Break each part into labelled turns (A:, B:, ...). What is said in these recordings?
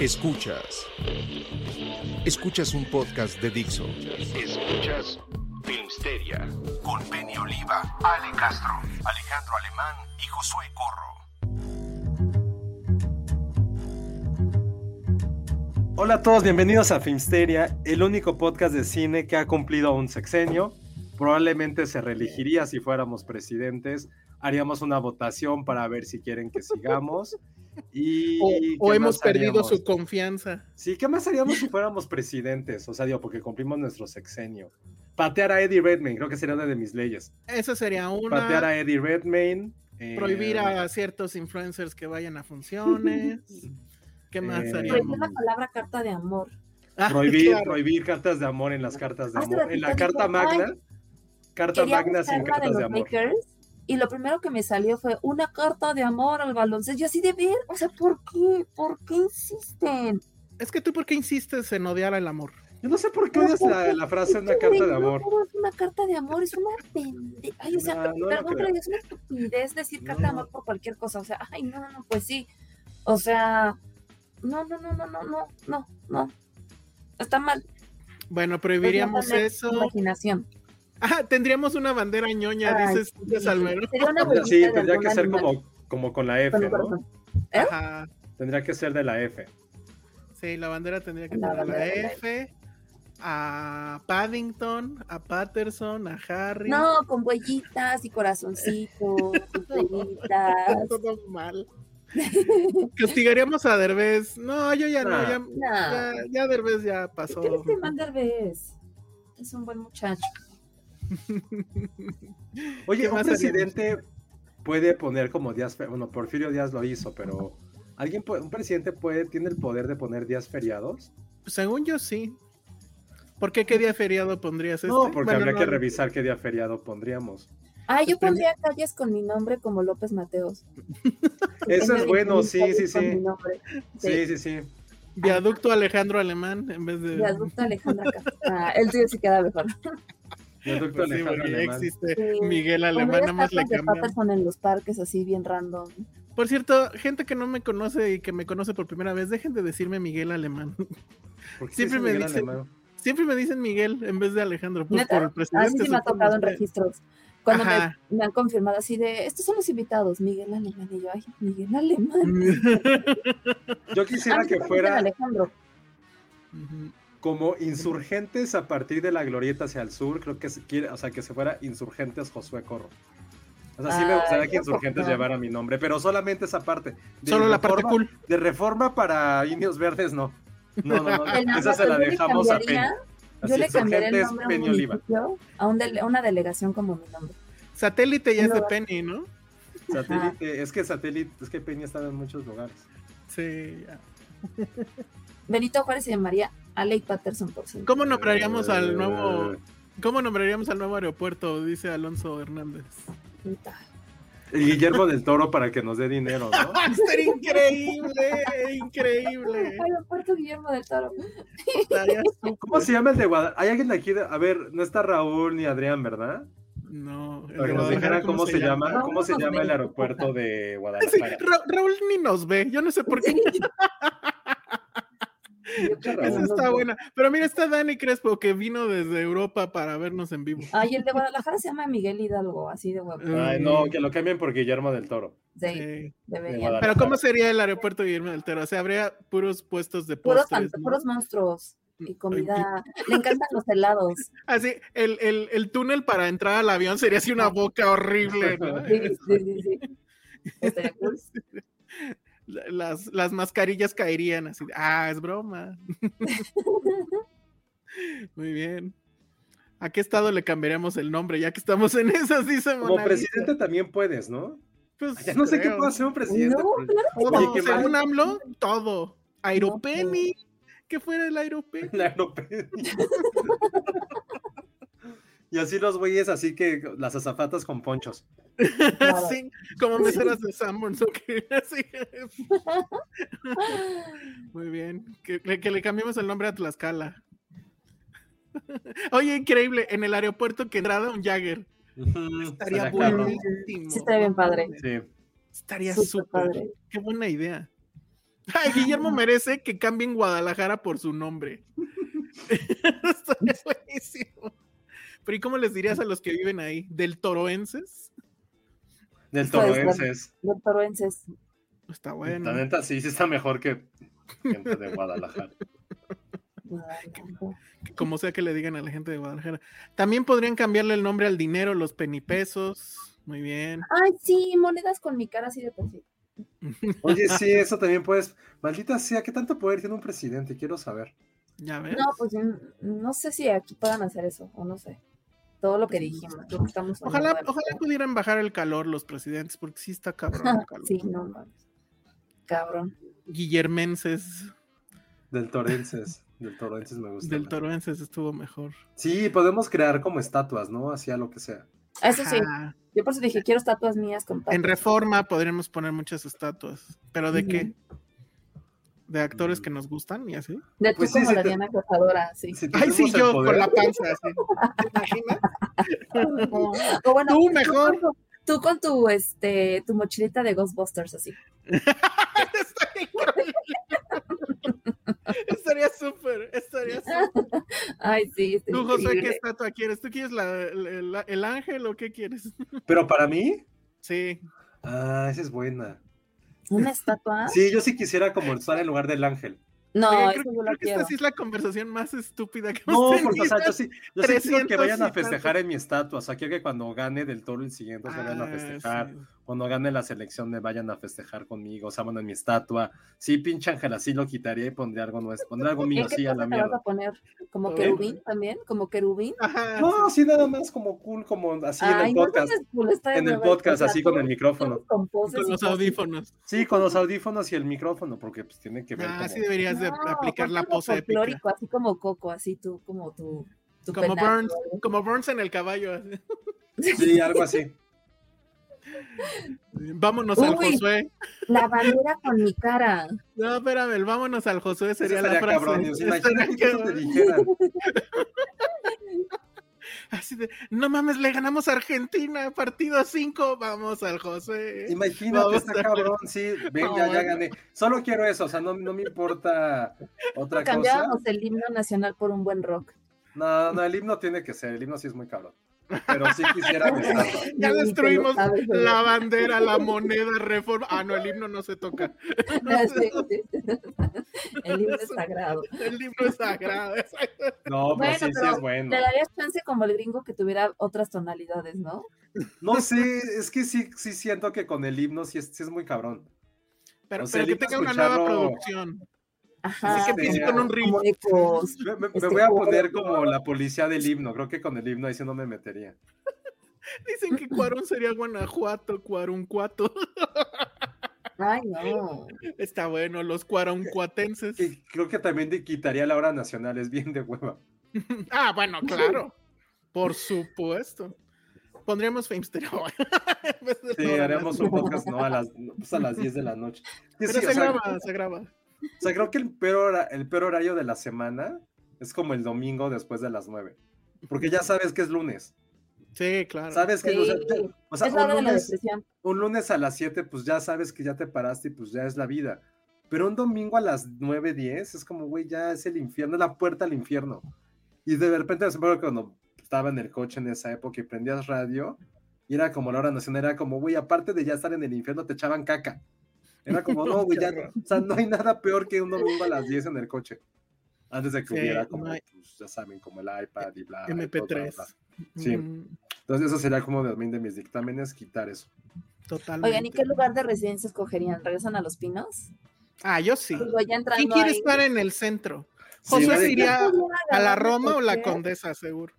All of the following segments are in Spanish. A: Escuchas. Escuchas un podcast de Dixo.
B: Escuchas Filmsteria con Penny Oliva, Ale Castro, Alejandro Alemán y Josué Corro.
C: Hola a todos, bienvenidos a Filmsteria, el único podcast de cine que ha cumplido un sexenio. Probablemente se reelegiría si fuéramos presidentes. Haríamos una votación para ver si quieren que sigamos. Y,
D: O,
C: ¿qué
D: o
C: más
D: hemos perdido
C: haríamos?
D: su confianza.
C: Sí, ¿qué más haríamos si fuéramos presidentes? O sea, digo, porque cumplimos nuestro sexenio. Patear a Eddie Redmayne, creo que sería una de mis leyes.
D: Esa sería
C: Patear
D: una.
C: a Eddie Redmayne. eh,
D: Prohibir a ciertos influencers que vayan a funciones. ¿Qué más
C: Eh,
D: haríamos?
E: Prohibir la palabra carta de amor.
D: Ah,
C: prohibir,
D: claro. Ah,
C: prohibir cartas de amor en las cartas de
E: Hace
C: amor. En la
E: ratito
C: carta
E: dije,
C: magna, carta
E: Quería
C: magna
E: buscar
C: sin
E: la de
C: cartas de
E: los
C: amor.
E: Lakers y lo primero que me salió fue una carta de amor al baloncesto. Yo así de ver, o sea, ¿por qué? ¿Por qué insisten?
D: Es que tú, ¿por qué insistes en odiar al amor?
C: Yo no sé por qué
E: Pero
C: odias
E: ¿por
C: la,
E: qué?
C: la frase
E: Es
C: una
E: que,
C: carta
E: güey,
C: de
E: no,
C: amor.
E: no es una carta de amor, es una pendeja. Ay, o sea,
C: No, no lo
E: perdón, pero
C: creo.
E: es una estupidez decir carta
C: No.
E: de amor por cualquier cosa. O sea, ay, no, no, no, pues sí. O sea, no, no, no, no, no, no, no, no. Está mal. Es
D: Bueno,
E: la
D: prohibiríamos
E: mala
D: eso.
E: Imaginación.
D: Ah, tendríamos una bandera ñoña,
E: Ay,
D: dices de
E: sí.
D: Salmerón.
E: Sería una
C: Sí,
E: bolita de
C: tendría que
E: algún
C: ser
E: animal.
C: como, como con la F,
E: Con un
C: ¿no?
E: corazón. ¿Eh?
D: Ajá.
C: Tendría que ser de la F.
D: Sí, la bandera tendría que
E: La
D: tener a la
E: bandera de la
D: F. A Paddington, a Patterson, a Harry.
E: No, con huellitas y corazoncitos, y pelitas.
D: todo mal.
E: pues.
D: Castigaríamos a Derbez. No, yo ya no,
C: Nah.
D: ya, ya,
E: No.
D: ya Derbez ya pasó.
E: Ah. ¿Qué les demanda Derbez? Es un buen muchacho.
C: Oye,
D: ¿Qué
C: un
D: más haríamos?
C: presidente puede poner como días, fe- bueno, Porfirio Díaz lo hizo, pero alguien puede- un presidente puede tiene el poder de poner días feriados?
D: Según yo sí. ¿Por qué qué día feriado pondrías este?
C: No, porque
D: Bueno,
C: habría
D: no,
C: que
D: no.
C: revisar qué día feriado pondríamos.
E: Ah, yo
D: Pues prende-
E: pondría calles con mi nombre como López Mateos. Que
C: Eso
E: tenga
C: Pues es bueno, sí,
E: calles
C: sí,
E: con
C: sí.
E: mi nombre.
C: Sí, sí, sí.
D: Viaducto Alejandro Alemán en vez de
E: De adulto Alejandra Castro. El tuyo sí queda mejor.
C: Viaducto
D: Pues sí,
C: Alejandro
D: porque ya
C: Alemán.
D: existe
E: Sí.
D: Miguel Alemán, nada
E: Pondría
D: más le
E: estatuas de
D: cambian. Pues
E: Patterson en los parques, así bien random.
D: Por cierto, gente que no me conoce y que me conoce por primera vez, dejen de decirme Miguel Alemán.
C: ¿Por qué dice
D: Siempre me
C: Miguel
D: dicen-
C: Alemán?
D: Siempre me dicen Miguel en vez de Alejandro, pues,
E: ¿Neta?
D: por el presidente.
E: Así sí me ha
D: supongo,
E: tocado en
D: sí.
E: registros. Cuando me,
D: Ajá.
E: me han confirmado así de, estos son los invitados, Miguel Alemán. Y yo, ay, Miguel Alemán.
C: Yo
E: Ah,
C: quisiera
E: sí,
C: que
E: también
C: fuera
E: Alejandro.
D: Ujú.
C: como insurgentes a partir de la glorieta hacia el sur, creo que se quiere, o sea, que se fuera insurgentes Josué Corro. O sea, sí me
E: Ay,
C: gustaría que
E: yo creo que
C: insurgentes
E: no.
C: llevara mi nombre, pero solamente esa parte. De
D: Solo la
C: reforma-
D: parte cool.
C: De reforma para indios verdes, no. No, no, no.
E: El
C: esa se la
E: nombre, yo le
C: dejamos a Peña.
E: cambiaría- Yo
C: Así,
E: le cambiaré el
C: insurgentes
E: nombre a un
C: Peña Oliva.
E: municipio, a un dele- una delegación como mi nombre.
D: Satélite ya es de
E: No.
D: Penny, ¿no?
C: Satélite, es que satélite, es que Peña estaba en muchos lugares.
D: Sí. ya.
E: Benito Juárez se llamaría Alec Patterson por sí.
D: ¿Cómo nombraríamos al nuevo
C: Eh,
D: ¿Cómo nombraríamos al nuevo aeropuerto? Dice Alonso Hernández.
E: Puta.
C: El Guillermo del Toro para que nos dé dinero, ¿no?
D: ¡Ah, estaría increíble! ¡Increíble!
E: Aeropuerto Guillermo del Toro.
D: Estaría súper.
C: ¿Cómo se llama el de Guadalajara? ¿Hay alguien aquí? de- A ver, no está Raúl ni Adrián, ¿verdad?
D: No. el
C: Para
D: de
C: que nos
D: Guadalajara,
C: dijeran cómo se llama, cómo se
E: Vamos a
C: llama el
E: ver.
C: aeropuerto de
D: Sí,
C: Guadalajara.
D: Ra- Raúl ni nos ve, yo no sé por qué. Esa está buena. Pero mira, está Dani Crespo que vino desde Europa para vernos en vivo.
E: Ay, el de Guadalajara se llama Miguel Hidalgo, así de huevo.
C: Ay, no, que lo cambien por Guillermo del Toro.
E: Sí,
D: Sí.
E: debería.
D: Eh, Pero ¿cómo sería el aeropuerto de Guillermo del Toro? O sea, habría puros puestos de
E: Puros,
D: postres.
E: fant-
D: ¿no?
E: puros monstruos y
D: Ay,
E: comida. Le encantan los helados.
D: Así, Ah, el, el, el túnel para entrar al avión sería así una boca horrible. ¿no?
E: Sí, sí, sí, sí. Estaría cool.
D: Las, las mascarillas caerían así. Ah, es broma. Muy bien. ¿A qué estado le cambiaríamos el nombre? Ya que estamos en esas, dice
C: Como
D: Mona Lisa.
C: presidente también puedes, ¿no?
D: Pues,
C: Ay, ya no sé qué
D: creo.
C: puede hacer un presidente.
E: No,
C: pero-
E: claro
C: Oye,
D: Todo,
C: qué
D: según
C: mal.
D: AMLO, todo. Aeropeni. Que fuera el aeropeni.
C: La aeropedia. y así los güeyes, así que las azafatas con ponchos.
E: Claro.
D: Así, como meseras de Sanborns, ok, así. Muy bien. Que, le- que le cambiemos el nombre a Tlaxcala. Oye, increíble. En el aeropuerto que entrada un Jagger. Estaría
C: Estaría cabrón.
D: buenísimo.
E: Sí, estaría bien padre.
C: Sí.
D: Estaría
E: Súper
D: súper.
E: padre.
D: Qué buena idea. Ay, Guillermo merece que cambien Guadalajara por su nombre. Estaría buenísimo. Pero ¿y cómo les dirías a los que viven ahí? ¿Del toroenses?
C: Del
E: Está bien.
C: toroenses.
E: Los toruenses.
D: Está bueno.
C: La neta, sí, sí está mejor que gente de Guadalajara.
D: como sea que le digan a la gente de Guadalajara. También podrían cambiarle el nombre al dinero, los penipesos. Muy bien.
E: Ay, sí, monedas con mi cara así de perfil.
C: Oye, sí, eso también puedes. Maldita sea, ¿qué tanto poder tiene un presidente? Quiero saber.
D: Ya ves.
E: No, pues mm, no sé si aquí puedan hacer eso, o no sé. Todo lo que dijimos, lo que estamos
D: Mm, ojalá,
E: hablando.
D: ojalá pudieran bajar el calor los presidentes, porque sí está cabrón. el calor.
E: Sí, no mames. Cabrón.
D: Guillermenses
C: Del Torenses. Del Torenses me gusta.
D: del toroenses estuvo mejor.
C: Sí, podemos crear como estatuas, ¿no? Hacia lo que sea.
E: Ah, Eso sí,
D: Ajá.
E: yo por eso dije, quiero estatuas mías con
D: En
E: tatuas.
D: reforma podríamos poner muchas estatuas. ¿Pero de qué? ¿De actores
C: Mm.
D: que nos gustan y así?
E: De tú
C: Pues sí,
E: como
C: sí,
E: la
C: te-
E: Diana Cazadora, sí.
C: Si
D: Ay, sí,
C: tenemos el
D: yo
C: poder-
D: con la panza. así. ¿Te imaginas?
E: O bueno,
D: Tú mejor.
E: con tu- Tú con tu, este, tu mochilita de Ghostbusters, así.
D: Estaría increíble. Estaría súper, estaría súper.
E: Ay, sí. está
D: Tú, José, ¿qué
E: increíble.
D: estatua quieres? ¿Tú quieres la- la- la- el ángel o qué quieres?
C: Pero para mí,
D: Sí.
C: ah, esa es buena.
E: ¿Una estatua?
C: Sí, yo sí quisiera como estar en lugar del ángel.
E: No,
D: Oigan,
E: eso
D: creo,
E: yo
D: creo
E: lo
D: que esta
E: quiero.
D: sí es la conversación más estúpida que
C: No,
D: hemos
C: porque
D: tenido.
C: o sea, yo sí, yo sí quiero que
D: 300
C: vayan
D: y
C: a festejar en mi estatua. O sea, quiero que cuando gane del toro el siguiente, se vayan a
D: Ah,
C: festejar.
D: sí.
C: Cuando gane la selección, me vayan a festejar conmigo. O sea, bueno, en mi estatua. Sí, pinche ángel, así lo quitaría y pondría algo nuestro. Pondría algo mío,
E: ¿En qué
C: sí, a
E: cosa
C: la
E: te vas a
C: mierda.
E: poner? ¿Como
D: ¿Eh?
E: querubín también? ¿Como querubín?
D: Ajá,
C: No, sí, nada más como cool, como así en
E: Ay,
C: el
E: no
C: podcast.
E: seas cool, está de
C: en el
E: hueva,
C: podcast,
E: o sea,
C: así con el
E: todos-
C: micrófono.
E: todos Con poses
D: con
E: y
D: los
E: cosas.
D: audífonos.
C: Sí, con los audífonos y el micrófono, porque pues tiene que ver.
D: Ah,
C: como-
D: sí deberías de
E: No,
D: aplicar la
E: pon como
D: pose épica.
E: folclórico, así como Coco, así tú, como tú. tu
D: Como
E: penacho,
D: Burns,
E: ¿eh?
D: como Burns en el caballo. así.
C: Sí, algo así.
D: Vámonos al
E: Uy.
D: Josué.
E: La bandera con mi cara.
D: No, espérame, el vámonos al Josué
C: Eso
D: sería la
C: estaría
D: frase.
C: cabrón, Dios,
D: Estaría
C: Imagínate que eso te
D: cabrón.
C: dijeran.
D: Así de, no mames, le ganamos a Argentina, partido 5, vamos al José.
C: Imagínate,
D: Vamos
C: está
D: a ver.
C: cabrón, sí, ven,
D: No,
C: ya, ya
D: bueno.
C: gané. Solo quiero eso, o sea, no, no me importa otra cosa.
E: Cambiábamos el himno nacional por un buen rock.
C: No, no, el himno tiene que ser, el himno sí es muy cabrón. Pero sí quisiera mi estatua.
D: Ya
E: Ni te lo
D: destruimos
E: sabes, ¿verdad?
D: La bandera, la moneda, reforma. Ah, no, el himno no se toca.
E: Sí, sí, sí. El himno es sagrado.
D: El himno es sagrado. exacto.
C: No, pero
E: Bueno,
C: sí, sí
E: pero
C: es bueno.
E: Le darías chance como el gringo que tuviera otras tonalidades, ¿no?
C: No sé, es que sí, sí siento que con el himno sí es, sí es muy cabrón.
D: Pero,
C: O sea,
D: pero
C: el
D: que
C: himno
D: tenga una nueva
C: escucharlo-
D: producción.
E: Ajá.
C: Así que
E: como-
C: empiece con
D: un riff.
E: como ecos.
C: Me, me- me
E: Este,
C: voy a
E: como-
C: poner como la policía del himno, creo que con el himno ahí sí no me metería.
D: Dicen que Cuarón sería Guanajuato, Cuaruncuato.
E: Ay, no.
D: Está bueno, los Cuaruncuatenses.
C: Y creo que también te quitaría la hora nacional, es bien de hueva.
D: Ah, bueno, claro. Por supuesto. Pondríamos Filmster. En vez de
C: Sí,
D: Lola.
C: haríamos un podcast, ¿no? A las, pues, a las 10 de la noche. Que
D: Pero
C: sí,
D: se
C: o sea,
D: graba, se graba.
C: O sea, creo que el peor, hora- el peor horario de la semana es como el domingo después de las 9. Porque ya sabes que es lunes.
D: Sí, claro.
C: Sabes que o sea,
E: Sí.
C: te- o sea,
E: es la hora de
C: un,
E: la
C: lunes,
E: depresión.
C: un lunes a las 7, pues ya sabes que ya te paraste y pues ya es la vida. Pero un domingo a las 9.10 es como, güey, ya es el infierno, es la puerta al infierno. Y de repente, me acuerdo cuando estaba en el coche en esa época y prendías radio, y era como la hora nacional, era como, güey, aparte de ya estar en el infierno, te echaban caca. Era como, no, güey, ya, o sea, no hay nada peor que un domingo a las 10 en el coche. Antes de que
D: Sí,
C: hubiera
D: no
C: como,
D: hay-
C: pues, ya saben, como el iPad y bla. y todo, bla,
D: MP3.
C: bla. Sí.
D: Mm,
C: Entonces, eso sería como de, de mis dictámenes, quitar eso.
D: totalmente.
E: Oigan, ¿y qué lugar de residencia escogerían? ¿Regresan a Los Pinos?
D: Ah, yo sí.
E: Digo, ya entrando
D: ¿Quién quiere
E: ahí.
D: estar en el centro?
C: Sí,
D: José
C: nadie-
D: se iría a la
E: Agarrar
D: Roma o la
E: cualquier-
D: Condesa, seguro.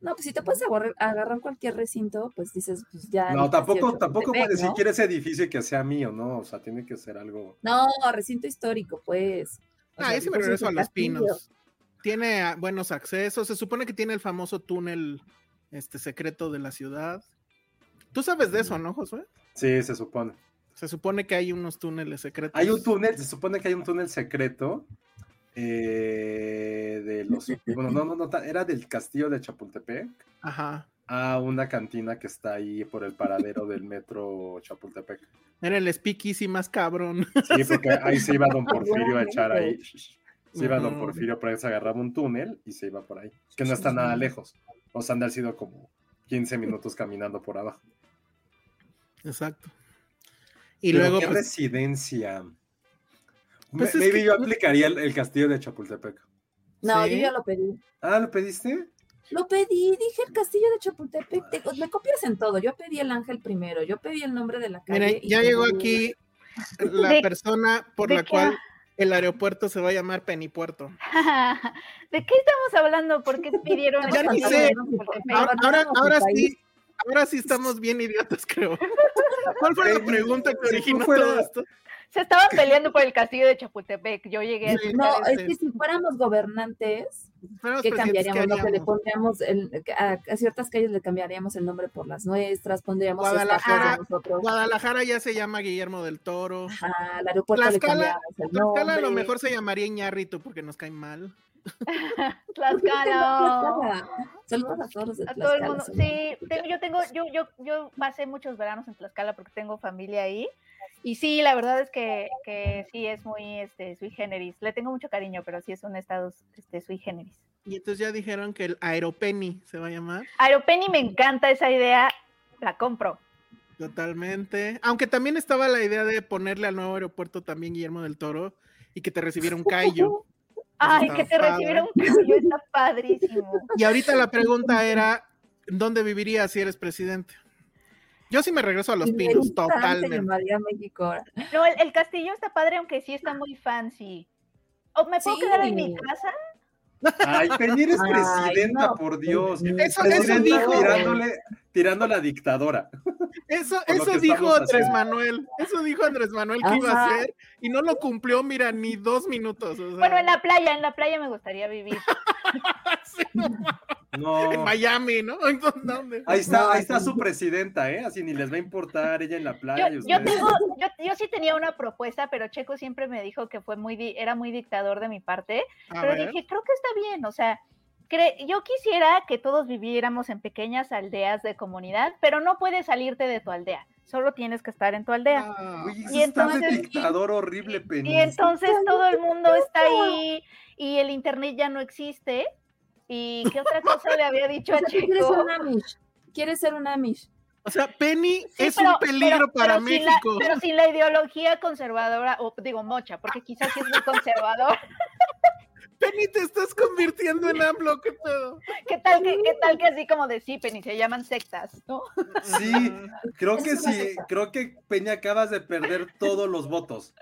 E: No, pues si te puedes agarrar, agarrar cualquier recinto, pues dices, pues ya.
C: No,
E: ni
C: tampoco,
E: Castillo,
C: tampoco
E: Chapultepec,
C: puede decir
E: ¿no?
C: quiere ese edificio que sea mío, ¿no? O sea, tiene que ser algo.
E: No, recinto histórico, pues. O
D: Ah,
E: sea,
D: yo sí me
E: pues, es
D: regreso a
E: un
D: Los
E: castillo.
D: Pinos. Tiene ah, buenos accesos. Se supone que tiene el famoso túnel este, secreto de la ciudad. Tú sabes de
C: Mm.
D: eso, ¿no, Josué?
C: Sí, se supone.
D: Se supone que hay unos túneles secretos.
C: Hay un túnel, se supone que hay un túnel secreto eh, de los. Bueno, no, no, no, ta- era del castillo de Chapultepec
D: Ajá.
C: a una cantina que está ahí por el paradero del metro Chapultepec.
D: Era el speakeasy más cabrón.
C: Sí, porque ahí se iba Don Porfirio a echar ahí. Se iba Don
D: Ajá.
C: Porfirio, pero ahí se agarraba un túnel y se iba por ahí, que no está nada lejos. O sea, han de haber sido como 15 minutos caminando por abajo.
D: Exacto. Y
C: Pero
D: luego,
C: ¿qué
D: pues,
C: residencia?
D: Pues
C: Me-
D: es
C: Maybe
D: que-
C: yo aplicaría el, el castillo de Chapultepec.
E: No,
D: Sí.
E: yo ya lo pedí.
C: Ah, ¿lo pediste?
E: Lo pedí, dije el castillo de Chapultepec. te- me copias en todo. Yo pedí el ángel primero, yo pedí el nombre de la calle.
D: miren,
E: y
D: ya llegó
E: pedí-
D: aquí la
F: ¿De-
D: persona por
F: de
D: la
F: qué
D: cual
F: ha-
D: el aeropuerto se va a llamar Penipuerto.
F: ¿De qué estamos hablando? ¿Por qué pidieron
E: Estamos
D: Ya ni
E: hablando
F: castillo
D: sé.
E: de
F: de
E: Chapultepec,
F: Chapultepec?
D: Ahora, Ah, ahora,
E: abandonamos
D: ahora
E: el país.
D: sí, ahora sí estamos bien idiotas, creo. ¿Cuál fue la pregunta que
C: Si tú
D: originó
C: fueras-
D: todo esto?
F: Se estaban peleando por el castillo de Chapultepec. Yo llegué.
D: Sí.
E: No,
D: Parece.
E: es que si fuéramos gobernantes,
D: Fuéramos
E: ¿qué
D: presidentes, ¿qué
E: cambiaríamos? No, que le
D: haríamos?
E: pondríamos el- a, a ciertas calles le cambiaríamos el nombre por las nuestras, pondríamos estatuas
D: Guadalajara,
E: de nosotros.
D: Guadalajara ya se llama Guillermo del Toro.
E: Ajá, al aeropuerto le
D: Tlaxcala-
E: cambiamos el
D: Tlaxcala a lo
E: nombre.
D: mejor se llamaría Iñarrito porque nos cae mal.
E: ¿Por qué no te llamas
F: Tlaxcala.
E: Tlaxcala? Saludos a todos los de
F: A todo el
E: Tlaxcala,
F: mundo.
E: saludos.
F: Sí, te- yo tengo, yo, yo, yo pasé muchos veranos en Tlaxcala porque tengo familia ahí. Y sí, la verdad es que, que sí es muy este, sui generis. Le tengo mucho cariño, pero sí es un estado este, sui generis.
D: Y entonces ya dijeron que el Aeropeni se va a llamar.
F: Aeropeni me encanta esa idea, la compro.
D: Totalmente. Aunque también estaba la idea de ponerle al nuevo aeropuerto también Guillermo del Toro y que te recibiera un callo.
F: Ay,
D: Pues está
F: que te
D: padre.
F: recibiera un cambio, está padrísimo.
D: Y ahorita la pregunta era, ¿dónde vivirías si eres presidente? Yo sí me regreso a Los Pinos,
E: Interesante,
D: totalmente.
E: María México ahora.
F: No, el, el castillo está padre, aunque sí está muy fancy. ¿O me puedo
E: Sí.
F: quedar en mi casa?
C: Ay, Peñir es
E: Ay,
C: presidenta,
E: no.
C: por Dios.
D: Eso, eso
C: Presidenta
D: dijo,
C: tirándole, tirándole a dictadora.
D: eso,
C: lo que
D: eso
C: estamos
D: dijo Andrés
C: haciendo.
D: Manuel, eso dijo Andrés Manuel que iba a
E: Ajá.
D: hacer y no lo cumplió, mira, ni dos minutos. o sea,
F: Bueno, en la playa, en la playa me gustaría vivir.
D: sí, no,
C: No.
D: en Miami, ¿no? Entonces, ¿dónde?
C: Ahí está, ahí está su presidenta, ¿eh? Así ni les va a importar ella en la playa.
F: Yo,
C: y
F: yo
C: ustedes-
F: tengo, yo, yo sí tenía una propuesta, pero Checo siempre me dijo que fue muy, di- era muy dictador de mi parte,
D: A
F: pero
D: ver.
F: dije, creo que está bien, o sea, cre- yo quisiera que todos viviéramos en pequeñas aldeas de comunidad, pero no puedes salirte de tu aldea, solo tienes que estar en tu aldea.
D: Ah,
C: Uy, eso
F: Y
C: está de
F: entonces-
C: dictador horrible, Peñir.
F: Y entonces todo el mundo está ahí y el internet ya no existe. ¿Y qué otra cosa le había dicho
E: O
F: a
E: sea, tú quieres
F: Chico?
E: ser un Amish. Quieres ser un Amish.
D: O sea, Penny
F: Sí,
D: es
F: pero-
D: un peligro
F: pero-
D: para
F: pero sin la-
D: México.
F: pero sin la ideología conservadora, o digo mocha, porque quizás sí es muy conservador.
D: Penny, te estás convirtiendo en AMLO, qué pedo.
F: ¿Qué tal que, qué tal que así como de Sipen y se llaman sectas, ¿no?
C: Sí, creo
E: Eso
C: que
E: es una
C: sí,
E: secta.
C: creo que Peña acabas de perder todos los votos.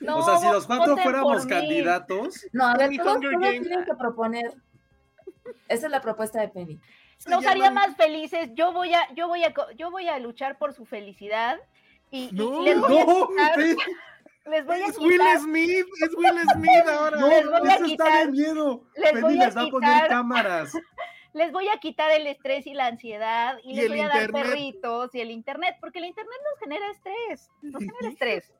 F: No,
C: o sea, si los cuatro
F: voten
C: fuéramos
F: por mí.
C: candidatos,
E: No, a ver,
D: Penny
E: todos,
D: Hunger
E: todos
D: Games.
E: tienen que proponer. Esa es la propuesta de Penny.
D: Se
F: Nos haría
D: llaman-
F: más felices. Yo voy a, yo voy a, co- yo voy a luchar por su felicidad y, y
D: No,
F: les voy
C: no,
F: a quitar,
C: Penny,
F: les voy a
D: Es Will
F: quitar-
D: Smith, es Will Smith ahora. ¿eh?
C: no,
F: Les voy a
C: eso está
F: quitar-
C: de miedo.
F: les
C: Penny
F: voy a
C: les va a poner
F: quitar-
C: cámaras.
F: les voy a quitar el estrés y la ansiedad y,
D: Y
F: les
D: el
F: voy a dar
D: internet.
F: perritos y el internet, porque el internet nos genera estrés, nos genera estrés.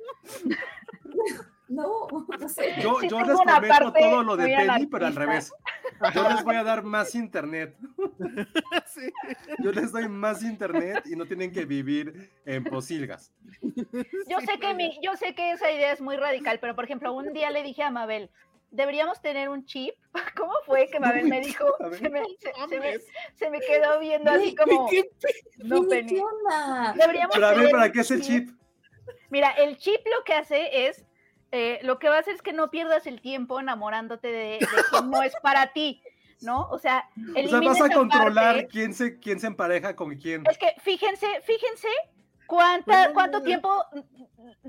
E: No, no sé.
C: Yo, yo
F: Sí tengo
C: les
F: una
C: prometo
F: parte
C: todo lo de
F: muy
C: Penny, pero al
F: anarquista.
C: revés. Yo les voy a dar más internet.
D: Sí.
C: Yo les doy más internet y no tienen que vivir en posilgas.
F: Yo sé que mi, yo sé que esa idea es muy radical, pero por ejemplo, un día le dije a Mabel, deberíamos tener un chip. ¿Cómo fue que Mabel me dijo?
C: a ver,
F: Se me, se- se me-
D: Mames.
F: se me quedó viendo
E: Güey,
F: así como.
D: ¿Qué
F: No,
E: Penny,
F: Penny.
E: ¿Qué onda?
F: Deberíamos
C: Pero a ver,
F: tener
C: ¿para
F: un
C: qué es el chip?
F: Mira, el chip lo que hace es, eh, lo que va a hacer es que no pierdas el tiempo enamorándote de, de quien no es para ti, ¿no? O sea,
C: O sea, vas
F: elimina
C: a
F: esa
C: controlar
F: parte.
C: quién se, quién se empareja con quién.
F: Es que fíjense, fíjense cuánta,
D: No.
F: cuánto tiempo,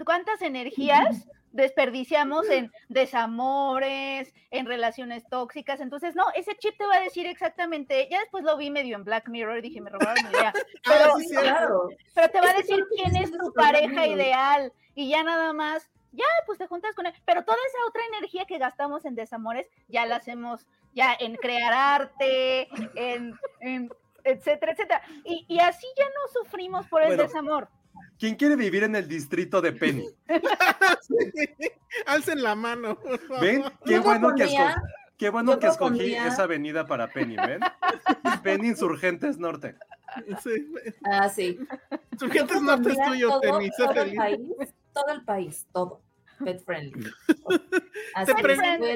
F: cuántas energías desperdiciamos en desamores, en relaciones tóxicas. Entonces, no, ese chip te va a decir exactamente, ya después lo vi medio en Black Mirror y dije, me robaron mi idea. Pero,
D: Ah, sí,
E: Claro.
F: pero te va a
E: Eso es
F: decir
E: lo que
F: quién
E: dicen
F: es
E: los
F: tu pareja
E: programas.
F: ideal y ya nada más, ya pues te juntas con él, pero toda esa otra energía que gastamos en desamores ya la hacemos ya en crear arte, en, en etcétera, etcétera. Y, y así ya no sufrimos por el
C: Bueno.
F: desamor.
C: ¿Quién quiere vivir en el distrito de Penny?
D: Alcen la mano. por favor.
C: ¿Ven? Qué
E: Yo
C: bueno que,
E: proponía-
C: esco- qué bueno
E: yo
C: que escogí
E: proponía-
C: esa avenida para Penny, ¿ven? Penny Insurgentes Norte.
D: Sí.
E: Ah, sí.
D: Sujetos no Pues es
E: Mira,
D: tuyo,
E: todo-
D: tenis. sé
E: todo el
D: feliz.
E: país, todo el país, todo. Pet friendly. Así,
D: Pet friendly
E: escuelas,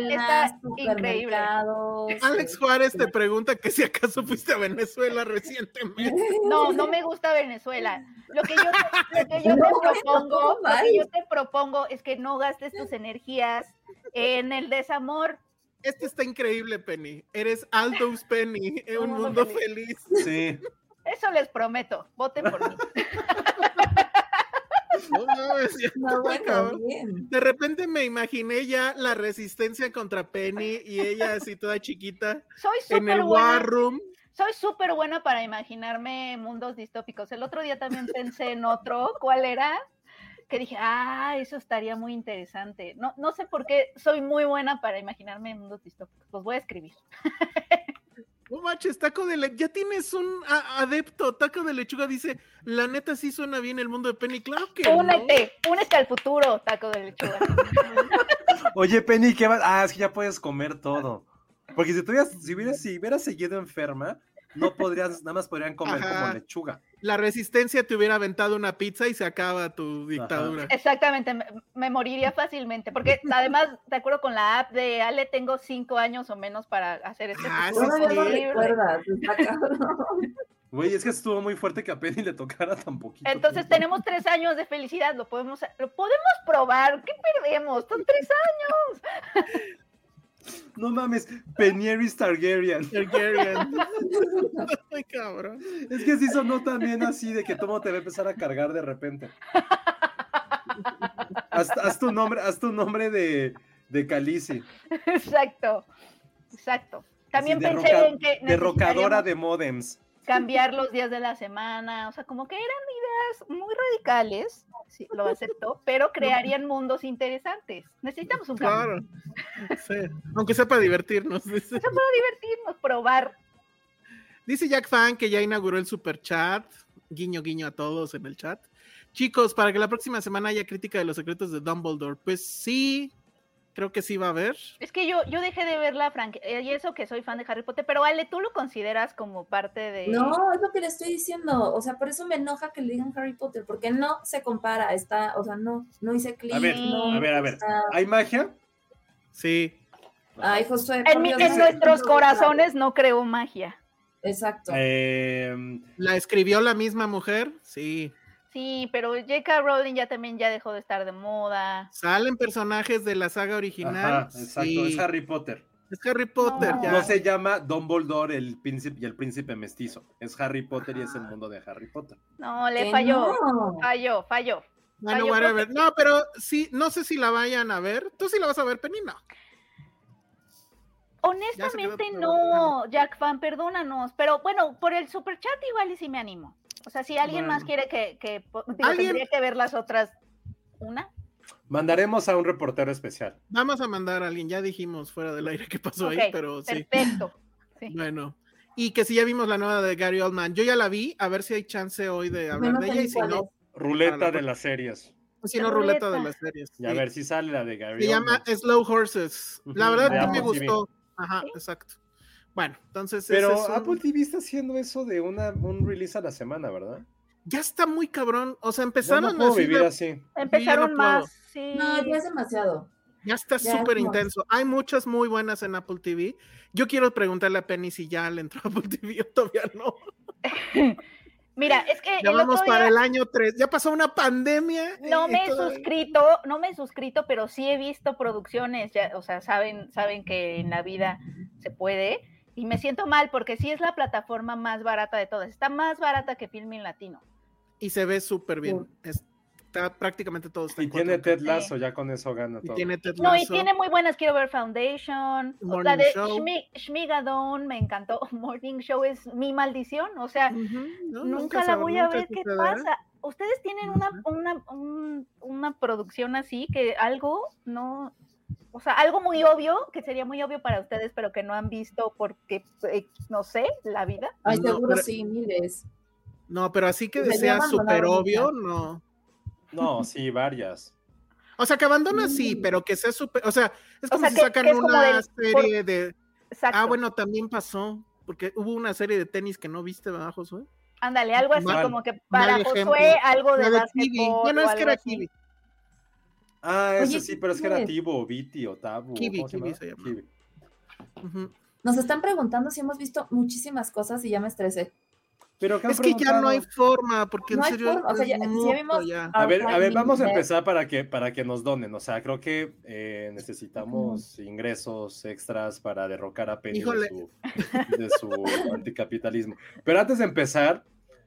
F: está increíble.
E: supermercados.
D: Alex
E: eh,
D: Juárez te pregunta que si acaso fuiste a Venezuela recientemente.
F: No, no me gusta Venezuela. Lo que yo te, lo que yo te
E: No,
F: propongo,
E: no,
F: lo que yo te propongo es que no gastes tus energías en el desamor.
D: Este está increíble, Penny. Eres Aldous Penny, en un
F: Un
D: mundo
F: mundo
D: feliz.
C: Sí.
F: Eso les prometo. Voten por mí.
D: No mames, ya
E: No,
D: está
E: bueno,
D: cabrón.
E: bien.
D: De repente me imaginé ya la resistencia contra Penny y ella así toda chiquita
F: Soy
D: en
F: súper
D: el
F: buena.
D: War Room.
F: Soy súper buena para imaginarme mundos distópicos. El otro día también pensé en otro, ¿cuál era? Que dije, ah, eso estaría muy interesante. No, no sé por qué soy muy buena para imaginarme mundos distópicos. Los voy a escribir.
D: No manches, taco de lechuga. Ya tienes un a- adepto. Taco de lechuga dice: La neta sí suena bien el mundo de Penny. Claro que
F: Únete, únete al futuro, taco de lechuga.
C: Oye, Penny, ¿qué vas? Ah, es que ya puedes comer todo. Porque si tuvieras, si hubieras, si hubieras seguido enferma, no podrías, nada más podrían comer
D: Ajá.
C: como lechuga.
D: no. La resistencia te hubiera aventado una pizza y se acaba tu dictadura.
F: Exactamente, me, me moriría fácilmente. Porque además, de acuerdo con la app de Ale, tengo cinco años o menos para hacer este
D: Ah,
F: tipo de
D: eso
E: Todavía no
F: cosas
D: sí.
F: horribles.
E: recuerdas, está cabrón.
C: Güey, es que estuvo muy fuerte que a Penny le tocara tan poquito.
F: Entonces tenemos tres años de felicidad, lo podemos, lo podemos probar, ¿qué perdemos? Son tres años.
C: No mames, Penieris Targaryen.
D: Targaryen. Ay, cabrón.
C: Es que sí sonó también así de que todo te va a empezar a cargar de repente. Haz, haz tu nombre, haz tu nombre de, de Calici.
F: Exacto, exacto. También
C: Así,
F: pensé
C: derroca-
F: en que
C: Derrocadora
F: necesitaríamos
C: de modems.
F: cambiar los días de la semana, o sea, como que eran ideas muy radicales, sí, lo acepto, pero crearían mundos interesantes. Necesitamos un cambio.
D: Claro. Sí. Aunque sea para divertirnos. Dice.
F: Eso puedo divertirnos, probar.
D: Dice Jack Fan que ya inauguró el super chat. Guiño, guiño a todos en el chat. Chicos, para que la próxima semana haya crítica de los secretos de Dumbledore. Pues sí, creo que sí va a haber.
F: Es que yo, yo dejé de ver la franquicia, y eso que soy fan de Harry Potter, pero Ale, tú lo consideras como parte de...
E: No, es lo que le estoy diciendo. O sea, por eso me enoja que le digan Harry Potter, porque no se compara. Está, o sea, no, no hice clic.
C: ver,
E: no,
C: a ver, a ver.
E: está-
C: ¿Hay magia?
D: Sí.
E: Ay, Josué. por
F: En, mi-
E: Dios,
F: en
E: no,
F: nuestros
E: no,
F: corazones no creo magia.
E: Exacto.
C: Eh,
D: ¿La escribió la misma mujer? Sí.
F: Sí, pero J.K. Rowling ya también ya dejó de estar de moda.
D: ¿Salen personajes de la saga original?
C: ajá, exacto,
D: Sí.
C: es Harry Potter.
D: Es Harry Potter,
F: No.
D: ya.
C: No se llama Dumbledore el príncipe y el príncipe mestizo. Es Harry Potter y es el
D: Ah.
C: mundo de Harry Potter.
F: No, le
E: Que
F: falló,
E: Eh, no.
F: falló, falló.
D: Bueno,
F: Ah, yo creo
D: whatever. No, pero sí, no sé si la vayan a ver. ¿Tú sí la vas a ver, Penina?
F: Honestamente
D: quedó
F: no, Jack Fan, perdónanos, pero bueno, por el super chat igual y sí me animo. O sea, si alguien más quiere que, que po- digo,
D: Alguien-
F: tendría que ver las otras una.
C: Mandaremos a un reportero especial.
D: Vamos a mandar a alguien, ya dijimos fuera del aire qué pasó ahí,
F: Ok,
D: pero Pues sí.
F: Perfecto. Sí.
D: Bueno. Y que si ya vimos la nueva de Gary Oldman. Yo ya la vi, a ver si hay chance hoy de hablar
E: Yo no
D: de
E: sé
D: ella.
E: ni
D: Y si
E: cuál
D: no,
E: es.
C: Ruleta de las series.
D: sino ruleta de las series.
C: Y a
D: pues. sí.
C: ver si sale la de Gary.
D: Se llama
C: Oldman.
D: Slow Horses. La
C: Ujú, de
D: verdad me
C: Apple TV.
D: gustó. Ajá, exacto. Bueno, entonces. ese
C: Pero ah, pues
D: es un-
C: Apple TV está haciendo eso de una, un release a la semana, ¿verdad?
D: Ya está muy cabrón. O sea,
C: Ya
D: empezaron
C: no puedo
D: así de-
C: vivir así.
F: Empezaron
D: puedo.
F: más, sí.
E: No, ya es demasiado.
D: Ya está
E: Ya,
D: súper
E: como-
D: intenso. Hay muchas muy buenas en Apple TV. Yo quiero preguntarle a Penny si ya le entró a Apple TV o todavía no.
F: Mira, es que
D: Ya
F: el
D: vamos
F: otro
D: para
F: día
D: el año 3. Ya pasó una pandemia.
F: no
D: y- y
F: me he
D: todavía-
F: suscrito, no me he suscrito, pero sí he visto producciones, ya, o sea, saben, saben que en la vida se puede. Y me siento mal porque sí es la plataforma más barata de todas. Está más barata que Filmin Latino.
D: Y se ve súper bien. Está prácticamente todo. Está
C: Y
D: en
C: tiene
D: 4K.
C: Ted Lazo, ya con eso gana
D: Y
C: todo.
D: tiene Ted
F: No, y
D: Lasso.
F: tiene muy buenas. Quiero ver Foundation.
D: Morning
F: la de
D: Show.
F: Shmi- Shmigadon me encantó. Morning Show es mi maldición. O sea,
D: Ujú, no,
F: nunca, la
D: sabe-
F: voy a
D: nunca
F: ver qué
D: sucederá.
F: pasa. Ustedes tienen una, una, un- una producción así que algo no, o sea, algo muy obvio, que sería muy obvio para ustedes, pero que no han visto porque, eh, no sé, la vida.
E: Ay,
D: No,
E: seguro
D: pero-
E: sí, miles.
D: No, pero así que
E: Me dio
D: sea
E: abandonado
D: súper
E: ahorita.
D: obvio, no.
C: No, sí, varias.
D: O sea, que abandona sí, pero que sea súper. O sea, es
F: O
D: como
F: sea,
D: si
F: que-
D: sacan
F: que es como
D: una
F: del- por-
D: serie de.
F: Exacto.
D: Ah, bueno, también pasó. Porque hubo una serie de tenis que no viste, ¿verdad, Josué?
F: Ándale, algo así
C: mal-
F: como que para
D: mal ejemplo.
F: Josué, algo
D: La
F: de
D: de Kiwi.
F: básquetbol.
D: Bueno,
F: o
D: es que
F: algo
D: era
F: así.
D: Kiwi.
C: Ah,
E: Oye,
C: eso sí, pero es que era
E: ¿quién es?
C: Tibo, o Viti o Tabu. o
D: Kiwi,
C: ¿cómo
D: Kiwi
C: llama?
D: se llama.
C: Kiwi.
D: Ujú.
E: Nos están preguntando si hemos visto muchísimas cosas y ya me estresé.
C: Pero ¿qué han
D: Es que ya no hay
C: preguntado?
D: forma, porque
E: No
D: en
E: hay
D: serio.
E: forma, o sea,
D: es
E: ya- si ya
D: mucho
E: vimos-
D: ya.
C: A ver,
E: Outside
C: a ver,
E: Minute
C: vamos a
E: Bed.
C: empezar para que, para que nos donen. O sea, creo que eh, necesitamos ingresos extras para derrocar a Penny de
D: Híjole.
C: su, de su anticapitalismo. Pero antes de empezar,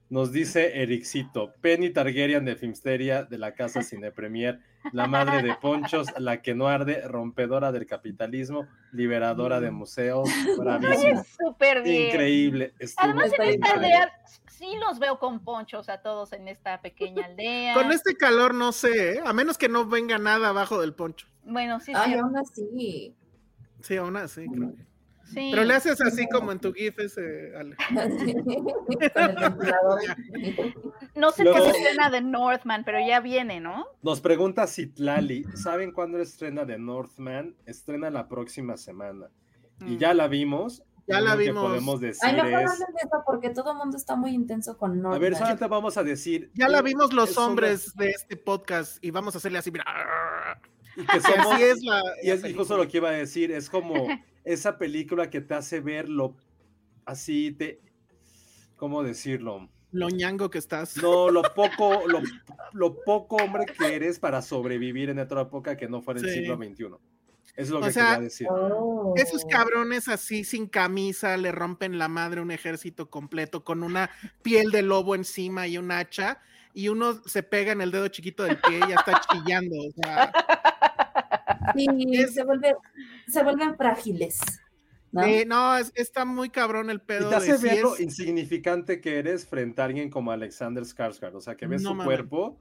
C: nos dice Ericito, Penny Targaryen de Filmsteria, de la casa Cine Premier, la madre de Ponchos, la que no arde, rompedora del capitalismo, liberadora de museos, bravísimo.
F: Súper Mm. bien.
C: Increíble. estuvo
F: Además, en esta
C: increíble.
F: aldea sí los veo con ponchos a todos en esta pequeña aldea.
D: Con este calor no sé, ¿eh? a menos que no venga nada abajo del poncho.
F: Bueno,
C: Ah,
F: sí,
E: Ay,
F: sí.
E: aún así.
D: Sí, aún así, creo.
F: sí.
D: Pero le haces así como en tu GIF ese, Ale.
E: Con el ventilador.
F: No sé
C: Luego-
F: qué se estrena de Northman, pero ya viene, ¿no?
C: Nos pregunta Citlali, ¿saben cuándo estrena The Northman? Estrena la próxima semana. Y
F: Mm.
C: ya la vimos.
D: Ya
C: lo
D: la
C: único que
D: vimos.
C: podemos decir
E: Ay, mejor no
C: es...
E: hablen de eso porque todo el mundo está muy intenso con
C: A
E: Norman.
C: ver, solamente vamos a decir...
D: Ya la vimos
C: es
D: los
C: una-
D: hombres de este podcast y vamos a hacerle así, mira.
C: y que
D: Y
C: somos-
D: así es la.
C: y es justo lo que iba a decir, es como esa película que te hace ver lo... Así te... ¿Cómo decirlo?
D: Lo ñango que estás.
C: No, lo poco, lo, lo poco hombre que eres para sobrevivir en otra época que no fuera el
D: Sí.
C: siglo XXI. Es lo
D: O
C: que
D: sea,
C: quería decir.
E: Oh.
D: Esos cabrones así sin camisa le rompen la madre a un ejército completo con una piel de lobo encima y un hacha y uno se pega en el dedo chiquito del pie y ya está chillando. O sea,
E: Sí,
D: es-
E: se, vuelve, se vuelven frágiles. ¿no?
D: eh, no, es- está muy cabrón el
C: Y
D: pedo
C: te
D: de
C: hace
D: si
C: ver lo
D: es-
C: insignificante que eres frente a alguien como Alexander Skarsgård. O sea, que ves
D: No
C: su
D: mames.
C: cuerpo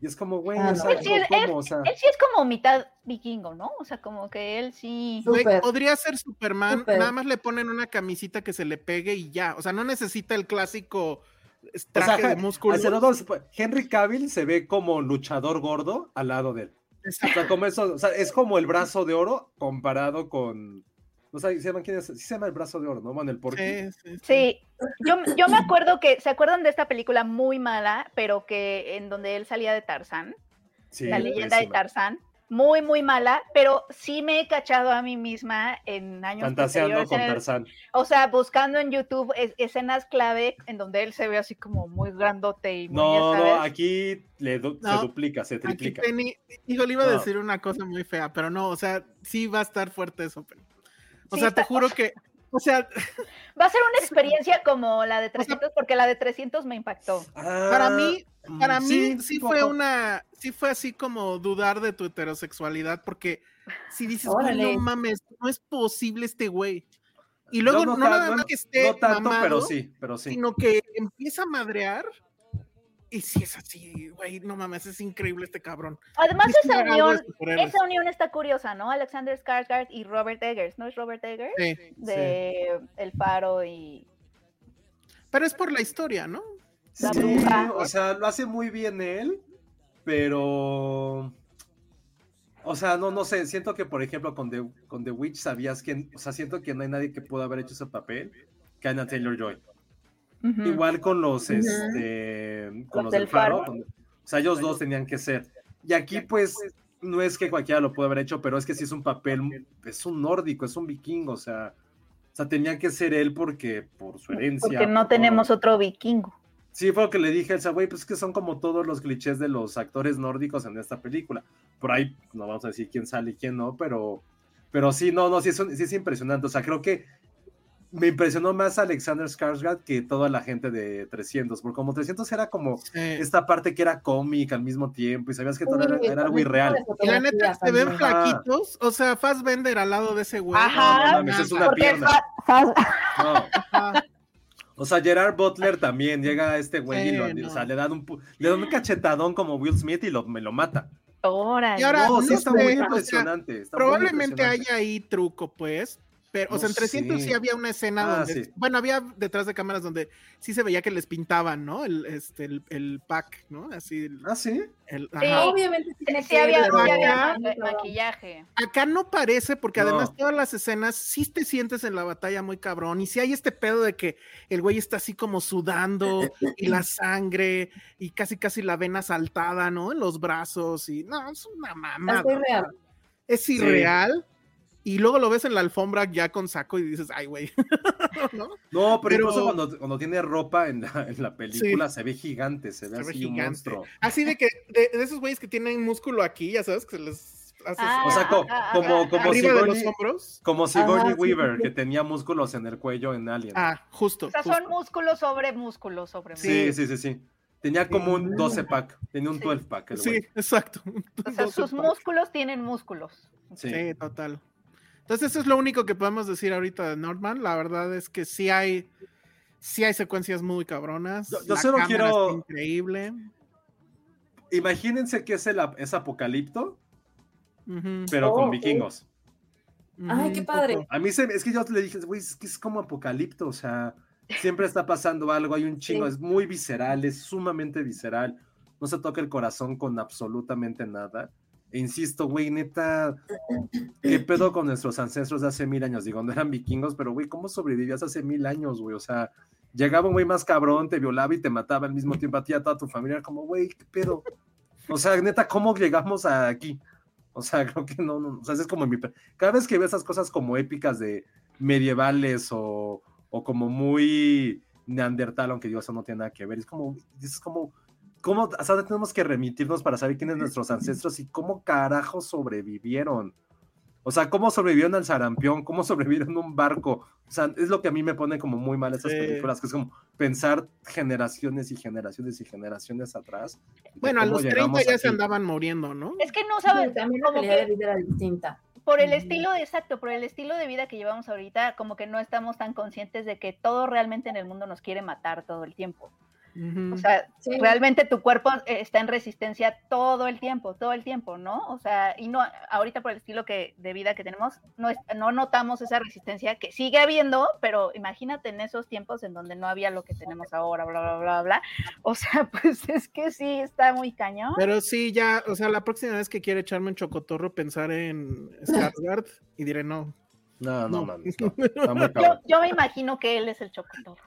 C: y es como, güey,
E: Ah,
C: o
E: no.
C: sea,
F: Es que
C: ¿cómo? ¿cómo? O sea,
F: Él sí es como mitad vikingo, ¿no? O sea, como que él sí.
D: Güey,
E: Súper.
D: podría ser Superman,
E: Súper.
D: nada más le ponen una camisita que se le pegue y ya. O sea, no necesita el clásico es,
C: o sea,
D: traje de músculo.
C: Hacedor- Henry Cavill se ve como luchador gordo al lado de él. O sea, como eso, o sea, es como el brazo de oro comparado con. O sea, ¿se llaman quién es? Sí se llama el brazo de oro, ¿no? Bueno, el porquí.
D: Sí, sí, sí.
F: Sí, yo, yo me acuerdo que, ¿se acuerdan de esta película muy mala, pero que en donde él salía de Tarzán?
C: Sí,
F: la leyenda de
C: buenísima.
F: Tarzán. Muy, muy mala, pero sí me he cachado a mí misma en años
C: Fantaseando
F: posteriores
C: con
F: en el-
C: Tarzán.
F: O sea, buscando en YouTube es- escenas clave en donde él se ve así como muy grandote y muy,
C: No,
F: ya
C: no,
F: sabes.
C: aquí le du-
D: No.
C: se duplica, se
D: Aquí
C: triplica.
D: Penny, hijo, le iba a
C: No.
D: decir una cosa muy fea, pero no, o sea, sí va a estar fuerte eso. Penny. O
F: Sí
D: sea,
F: está-
D: te juro que, o sea,
F: Va a ser una experiencia como la de
D: sea-
F: 300, porque la de 300 me impactó.
C: Ah,
D: para mí, para
C: mm,
D: mí sí
C: un
D: fue
C: poco.
D: una, sí fue así como dudar de tu heterosexualidad, porque si dices, "Güey,
E: Órale.
D: no mames, no es posible este güey. Y luego
C: No,
D: no,
C: no tan-
D: nada
C: no-
D: más que esté
C: No tanto,
D: mamado,
C: pero sí, pero sí.
D: sino que empieza a madrear. Y si es así, güey, no mames, es increíble este cabrón.
F: Además,
D: Es que
F: esa
D: era algo de
F: unión,
D: superhéroes.
F: esa unión está curiosa, ¿no? Alexander Skarsgård y Robert Eggers, ¿no es Robert Eggers?
D: Sí.
F: De El Faro y...
D: Pero es por la historia, ¿no?
F: La
C: Sí,
F: bruja.
C: o sea, lo hace muy bien él. pero... O sea, no, no sé, siento que por ejemplo con The, con The Witch sabías que, o sea, siento que no hay nadie que pudo haber hecho ese papel que Anna Taylor Joy.
F: Mm. Ujú.
C: Igual con los,
E: Ujú.
C: este, con
F: Los
C: los
F: del
C: del faro.
F: Faro.
C: con- o sea, ellos dos tenían que ser. Y aquí, pues, no es que cualquiera lo pudo haber hecho, pero es que sí es un papel, es un nórdico, es un vikingo, o sea, o sea, tenía que ser él porque, por su herencia.
F: Porque no
C: por
F: tenemos
C: todo.
F: otro vikingo.
C: Sí, fue lo que le dije a Elsa, güey, pues que son como todos los clichés de los actores nórdicos en esta película. Por ahí pues, no vamos a decir quién sale y quién no, pero, pero sí, no, no, sí es, un- sí es impresionante. O sea, creo que me impresionó más Alexander Skarsgård que toda la gente de 300, porque como 300 era como
D: Eh,
C: esta parte que era cómica al mismo tiempo y sabías que todo era, era algo irreal.
D: y la neta, se ven
C: fla-
D: flaquitos. O sea, Fassbender al lado de ese güey.
F: Ajá.
D: no,
C: No
D: no
C: mames, es una
F: Porque
C: pierna.
F: Fa- Fa-
C: No.
D: Ajá.
C: O sea, Gerard Butler también llega a este güey y
D: Sí,
C: lo,
D: no.
C: o sea, le dan un pu- le dan un cachetadón como Will Smith y lo, me lo mata.
F: Órale.
D: Y ahora-
C: No,
D: no
C: sí está
D: sé,
C: muy
D: o sea,
C: impresionante. está muy
D: Probablemente
C: impresionante.
D: haya ahí truco, pues. Pero, o
C: No
D: sea, en 300 sí
C: sé.
D: había una escena
C: Ah,
D: donde.
C: sí.
D: Bueno, había detrás de cámaras donde sí se veía que les pintaban, ¿no? El, este, el, el pack, ¿no? Así. el-
C: Ah, sí.
D: el-
F: Sí.
D: ajá.
E: Obviamente tiene
F: Sí
E: que
F: había,
E: ver,
F: sí
E: ¿no?
F: había
D: acá-
F: ma- maquillaje.
D: Acá no parece, porque
C: No.
D: además todas las escenas sí te sientes en la batalla muy cabrón. Y si hay este pedo de que el güey está así como sudando y la sangre y casi casi la vena saltada, ¿no? En los brazos y no, es una mamada.
E: Está irreal.
D: Es irreal. Y luego lo ves en la alfombra ya con saco y dices, ay, güey. ¿No?
C: No, pero,
D: Pero-
C: incluso cuando, cuando tiene ropa en la, en la película se ve gigante, se ve
D: Se ve
C: así un
D: gigante.
C: monstruo.
D: Así de que, de, de esos güeyes que tienen músculo aquí, ya sabes, que se les hace
F: Ah,
C: O sea, co-
F: ah, ah,
C: como,
F: ah,
C: como
D: arriba de los
C: Sigourney,
D: hombros.
C: como Sigourney
E: Ajá, sí,
C: Weaver,
E: sí.
C: que tenía músculos en el cuello en Alien.
D: Ah, justo.
F: O sea,
D: justo.
F: son músculos sobre músculos sobre
C: sí,
F: músculos.
C: sí, sí, sí. Tenía como un 12 pack, tenía un
F: Sí.
C: 12 pack. El
D: Sí,
C: güey.
D: exacto.
F: O sea, sus músculos tienen músculos.
C: Sí.
D: Sí, total. Entonces, eso es lo único que podemos decir ahorita de Norman. La verdad es que sí hay, sí hay secuencias muy cabronas.
C: Yo- yo
D: La
C: solo
D: cámara
C: quiero-
D: está increíble.
C: Imagínense que es, el, ap- es apocalipto,
D: Ujú,
C: pero con
E: Oh, ok.
C: vikingos.
E: Ay,
D: ujú,
E: qué
D: un
E: padre.
D: poco.
C: A mí se, es que yo le dije, güey, es que es como apocalipto, o sea, siempre está pasando algo, hay un chingo,
E: Sí.
C: es muy visceral, es sumamente visceral, no se toca el corazón con absolutamente nada. E insisto, güey, neta, ¿qué pedo con nuestros ancestros de hace mil años? Digo, no eran vikingos, pero güey, ¿cómo sobrevivías hace mil años, güey? O sea, llegaba un güey más cabrón, te violaba y te mataba al mismo tiempo a ti, y a toda tu familia, era como, güey, ¿qué pedo? O sea, neta, ¿cómo llegamos a aquí? O sea, creo que no, no, o sea, ese es como mi, pe- cada vez que veo esas cosas como épicas de medievales o, o como muy neandertal, aunque digo, eso no tiene nada que ver, es como, es como, ¿cómo, hasta dónde tenemos que remitirnos para saber quiénes nuestros ancestros y cómo carajo sobrevivieron? O sea, ¿cómo sobrevivieron al sarampión? ¿Cómo sobrevivieron a un barco? O sea, es lo que a mí me pone como muy mal esas
D: Sí.
C: películas, que es como pensar generaciones y generaciones y generaciones atrás. de
D: Bueno, a
C: cómo
D: los 30
C: llegamos
D: ya
C: aquí.
D: se andaban muriendo, ¿no?
F: Es que no
E: Pero
F: sabes,
E: también la
F: como
E: calidad de
F: que
E: vida era distinta.
F: por el
E: Mm.
F: estilo, exacto, por el estilo de vida que llevamos ahorita, como que no estamos tan conscientes de que todo realmente en el mundo nos quiere matar todo el tiempo.
D: Ujú.
F: O sea,
E: Sí.
F: realmente tu cuerpo eh, está en resistencia todo el tiempo, todo el tiempo, ¿no? O sea, y no ahorita por el estilo que, de vida que tenemos, no, es- no notamos esa resistencia que sigue habiendo, pero imagínate en esos tiempos en donde no había lo que tenemos ahora, bla, bla, bla, bla. O sea, pues es que sí, está muy cañón.
D: Pero sí, ya, o sea, la próxima vez que quiera echarme un chocotorro, pensar en Skarsgård y diré no.
C: No, no,
D: No.
C: mames, no. Está muy
F: Yo,
C: cabrón.
F: yo me imagino que él es el chocotorro.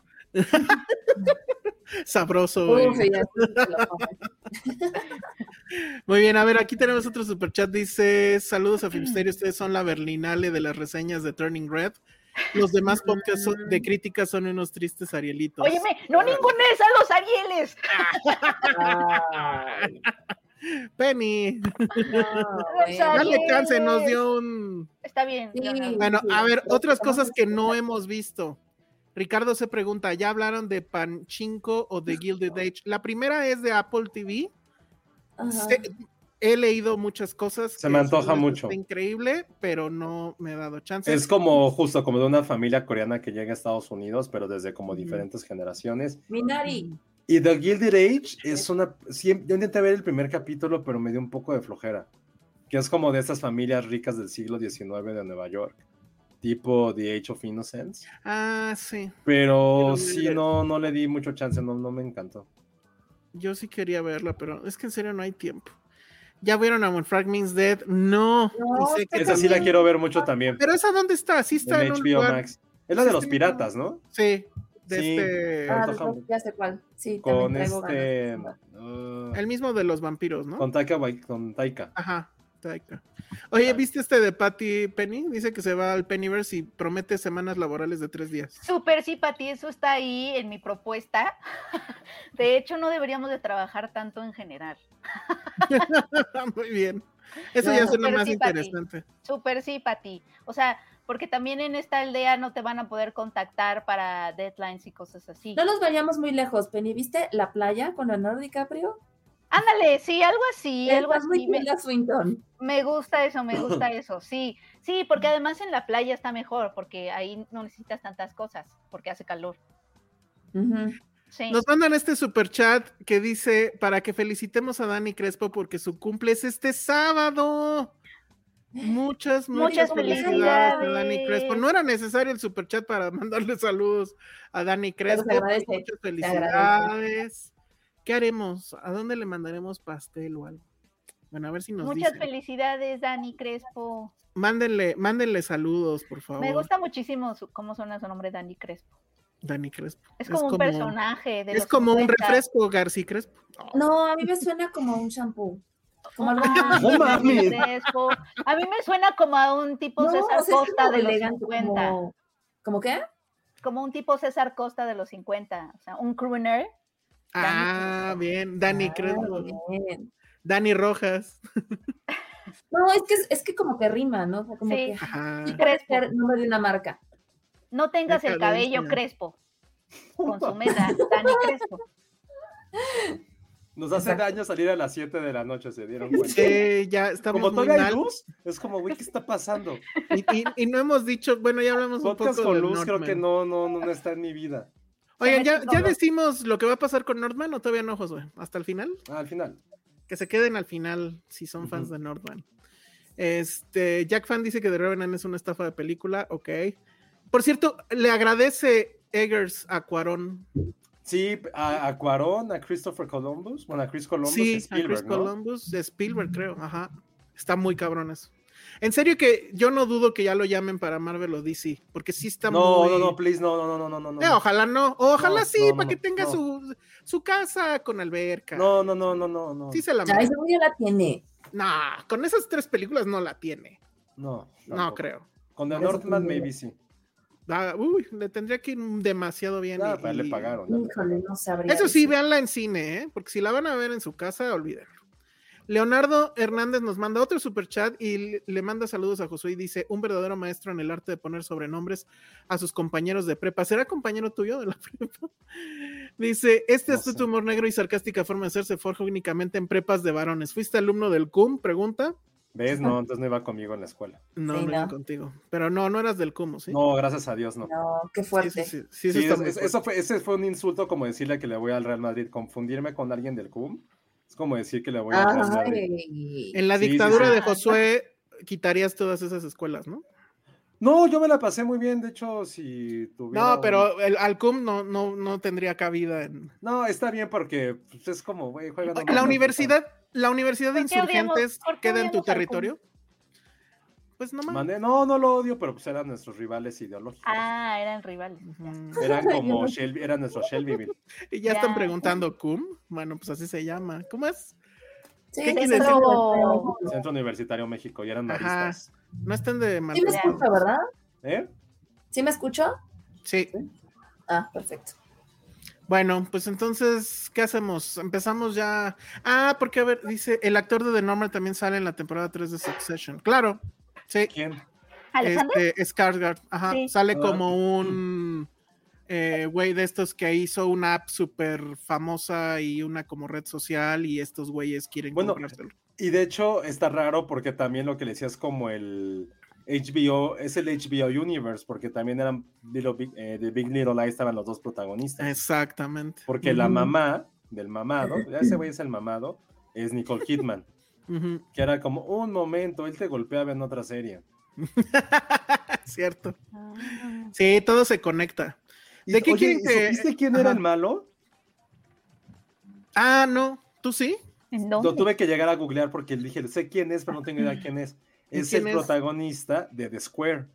D: Sabroso. güey.
E: Uf, y así se lo pasan.
D: Muy bien, a ver, aquí tenemos otro superchat. Dice: Saludos a Filmsterio, ustedes son la Berlinale de las reseñas de Turning Red. Los demás podcasts son- de crítica son unos tristes arielitos.
F: Óyeme, no ninguna es a los Arieles.
E: Ay,
D: Penny,
E: no, güey.
F: Ay,
D: dale
F: Ariel.
D: chance, nos dio un.
F: Está bien.
E: Sí.
F: Leonardo.
D: Bueno, a ver, otras cosas que no
E: Estamos-
D: hemos visto. Ricardo se pregunta: ¿ya hablaron de Panchinko o de Gilded Age? La primera es de Apple TV.
E: Ajá.
D: Se- he leído muchas cosas.
C: Se
D: que
C: me antoja
D: según esto
C: mucho.
D: está increíble, pero no me he dado chance.
C: Es como justo como de una familia coreana que llega a Estados Unidos, pero desde como
D: Ujú.
C: diferentes generaciones.
E: Minari.
C: Y The Gilded Age es una... siem- yo intenté ver el primer capítulo, pero me dio un poco de flojera. Que es como de estas familias ricas del siglo XIX de Nueva York. Tipo The Age of Innocence.
D: Ah, sí.
C: Pero
D: Pero
C: sí,
D: mira.
C: no, no le di mucho chance, no, no me encantó.
D: Yo sí quería verla, pero es que en serio no hay tiempo. ¿Ya vieron a When Frank Means Dead? No.
E: No,
D: dice que
C: Esa sí la
D: también. Ah,
C: quiero ver mucho también.
D: Pero esa dónde está? Sí está
C: En
D: en un
C: HBO
D: lugar.
C: Max. Es la de los piratas, ¿no?
D: Sí. De
C: Sí.
D: este-
E: Ah,
C: Con Tom Hanks.
E: ya sé cuál. Sí,
C: Con
E: también traigo
C: este.
E: ganas.
C: uh,
D: El mismo de los vampiros, ¿no?
C: Con Taika. Wai- Con Taika.
D: Ajá. Taika. Oye, ¿viste este de Patty Penny? Dice que se va al Pennyverse y promete semanas laborales de tres días.
F: Súper sí, Pati, eso está ahí en mi propuesta. De hecho, no deberíamos de trabajar tanto en general.
D: Muy bien. Eso
F: No,
D: ya suena
F: pero
D: más
F: sí, Patty.
D: interesante.
F: Súper sí, Pati. O sea, porque también en esta aldea no te van a poder contactar para deadlines y cosas así.
E: No nos vayamos muy lejos, Penny. ¿Viste la playa con Leonardo DiCaprio?
F: Ándale, sí, algo así, algo
E: Está muy
F: así. Me,
E: Tilda Swinton.
F: me gusta eso, me gusta eso, sí. Sí, porque además en la playa está mejor, porque ahí no necesitas tantas cosas, porque hace calor.
E: Ujú.
F: Sí.
D: Nos mandan este super chat que dice para que felicitemos a Dani Crespo porque su cumple es este sábado. Muchas, muchas
F: Muchas
D: felicidades a Dani
F: felicidades.
D: Crespo. No era necesario el super chat para mandarle saludos a Dani Crespo. pero
E: agradece,
D: Muchas
E: agradece.
D: felicidades. ¿Qué haremos? ¿A dónde le mandaremos pastel o algo? Bueno, a ver si nos
F: Muchas
D: dicen.
F: felicidades, Dani Crespo.
D: Mándenle, mándenle saludos, por favor.
F: Me gusta muchísimo su- cómo suena su nombre, Dani Crespo.
D: Dani Crespo.
F: Es como un personaje. De
D: Es
F: los
D: como un
F: 50.
D: refresco, Garci Crespo.
E: No, a mí me suena como un shampoo. Como algo
F: Ah,
E: más-
C: No mames.
F: Dani Crespo. A mí me suena como a un tipo
E: No,
F: César
E: o sea, es
F: pues, Costa
E: como
F: de los
E: elegante,
F: 50. Como...
E: como- ¿Cómo qué?
F: un tipo César Costa de los 50. O sea, un crooner.
D: Ah, bien. Dani
E: Ah,
D: Crespo.
E: bien.
D: Dani Rojas.
E: No, es que, es que como que rima, ¿no? O sea, como
F: Sí.
E: que
D: Ajá.
E: sí puede ser nombre de una marca.
F: No tengas el
D: Decadencia.
F: cabello crespo. Con su mesa, Dani Crespo.
C: Nos hace
E: Exacto.
C: daño salir a las 7 de la noche, se dieron cuenta.
D: Sí, ya estamos
C: Como
D: muy
C: todavía hay
D: mal.
C: luz, es como, güey, ¿qué está pasando?
D: Y, y- y no hemos dicho, bueno, ya hablamos un
C: Podcast
D: poco
C: con
D: de
C: luz, creo que
D: Northman.
C: no, no, no, no está en mi vida.
D: Oigan, ya,
F: Se
D: ya
F: metió.
D: decimos lo que va a pasar con Nordman o todavía no, Josué. Hasta el final.
C: Ah, al final.
D: Que se queden al final si son fans
C: Ujú.
D: de Nordman. Este, Jack Fan dice que The Revenant es una estafa de película. Ok. Por cierto, le agradece Eggers a Cuarón.
C: Sí, a, a Cuarón, a Christopher Columbus, bueno, a Chris Columbus, y
D: sí,
C: Spielberg,
D: a Chris
C: ¿no?
D: Columbus de Spielberg, creo. Ajá. Está muy cabrón eso. En serio que yo no dudo que ya lo llamen para Marvel o DC, porque sí está
C: No,
D: muy...
C: no, no, please, no, no, no, no, no, no.
D: Eh, ojalá no. O Ojalá
C: No,
D: sí,
C: no, no,
D: para que
C: no,
D: tenga
C: no.
D: su, su casa con alberca.
C: No, no, no, no, no, no.
D: Sí se la
E: Ya,
D: merece.
E: esa ya la tiene.
D: Nah, con esas tres películas no la tiene.
C: No,
D: No
C: tampoco.
D: creo.
C: Con The
E: Eso
C: Northman,
E: también.
C: maybe sí.
D: Ah, uy, le tendría que ir demasiado bien.
C: Ah,
D: y-
C: pero le
D: y-
C: pagaron. ya le
E: Híjole, no sabría.
D: Eso sí,
E: decir.
D: véanla en cine, ¿eh? porque si la van a ver en su casa, olvídenlo. Leonardo Hernández nos manda otro superchat y le- le manda saludos a Josué y dice, un verdadero maestro en el arte de poner sobrenombres a sus compañeros de prepa. ¿Será compañero tuyo de la prepa? Dice, este
C: No
D: es tu
C: sé.
D: humor negro y sarcástica forma de ser se forja únicamente en prepas de varones. ¿Fuiste alumno del CUM? Pregunta.
C: ¿Ves? No, entonces no iba conmigo en la escuela.
D: No,
E: Sí,
D: no, iba
E: no.
D: contigo. Pero no, no eras del CUM, ¿o ¿sí?
C: No, gracias a Dios, no.
E: No, qué
D: Sí, sí,
E: fuerte.
D: sí, sí,
C: Sí,
D: eso está
C: es-
D: muy
C: es-
D: fuerte.
C: eso fue, ese fue un insulto como decirle que le voy al Real Madrid. Confundirme con alguien del CUM es como decir que le voy al Real Madrid.
E: Ay.
D: En la
C: Sí, sí,
D: dictadura
C: sí.
D: de Josué quitarías todas esas escuelas, ¿no?
C: No, yo me la pasé muy bien. De hecho, si tuviera.
D: No, pero el Alcum no, no, no tendría cabida en.
C: No, está bien porque pues, es como, güey, juegan. a
D: La
C: matar,
D: universidad, la universidad de
F: ¿Por qué odiamos-
D: insurgentes
F: por qué
D: queda en tu
F: odiamos al
D: territorio. Pues no
C: puta.
D: mames.
C: Mandé- No, no lo odio, pero pues eran nuestros rivales ideológicos.
F: Ah, eran rivales. ya.
D: Ujú.
C: Eran como Shelby, eran nuestro Shelbyville.
D: Y ya están
F: Ya.
D: preguntando, ¿cum? Bueno, pues así se llama. ¿Cómo es?
E: Sí,
D: ¿Qué
E: sí,
D: quieres
E: sí,
F: decir?
E: sí.
C: Centro Universitario México, y eran
D: Ajá.
C: maristas.
D: No están de
E: Sí me
D: Marcos.
F: escucho,
E: escucho, ¿verdad?
C: ¿Eh?
E: ¿Sí me escucho?
D: Sí.
E: Ah, perfecto.
D: Bueno, pues entonces, ¿qué hacemos? Empezamos ya. Ah, porque a ver, dice, el actor de The Normal también sale en la temporada 3 de Succession. Claro. Sí.
C: ¿Quién?
F: ¿Alejandro?
D: Este, Skarsgård, ajá,
F: Sí.
D: sale
C: Ah.
D: como un eh, güey de estos que hizo una app súper famosa y una como red social y estos güeyes quieren
C: Bueno,
D: comprárselo.
C: Y de hecho está raro porque también lo que le decías como el HBO, es el HBO Universe, porque también eran Little Big, eh, de Big Little Lies estaban los dos protagonistas.
D: Exactamente.
C: Porque la mamá del mamado, ya ese güey es el mamado, es Nicole Kidman,
D: Ujú.
C: que era como un momento, él te golpeaba en otra serie.
D: Cierto.
F: Ah.
D: Sí, todo se conecta.
C: Y,
D: ¿De qué
C: oye,
D: quieren
C: ¿y
D: que-
C: ¿Supiste quién era
D: Ajá.
C: el malo?
D: Ah, no. ¿Tú sí?
F: ¿En
C: Lo
F: dónde?
C: tuve que llegar a googlear porque dije, sé quién es, pero no tengo idea quién es.
D: ¿Y
C: Es
D: quién
C: el
D: es?
C: protagonista de The Square.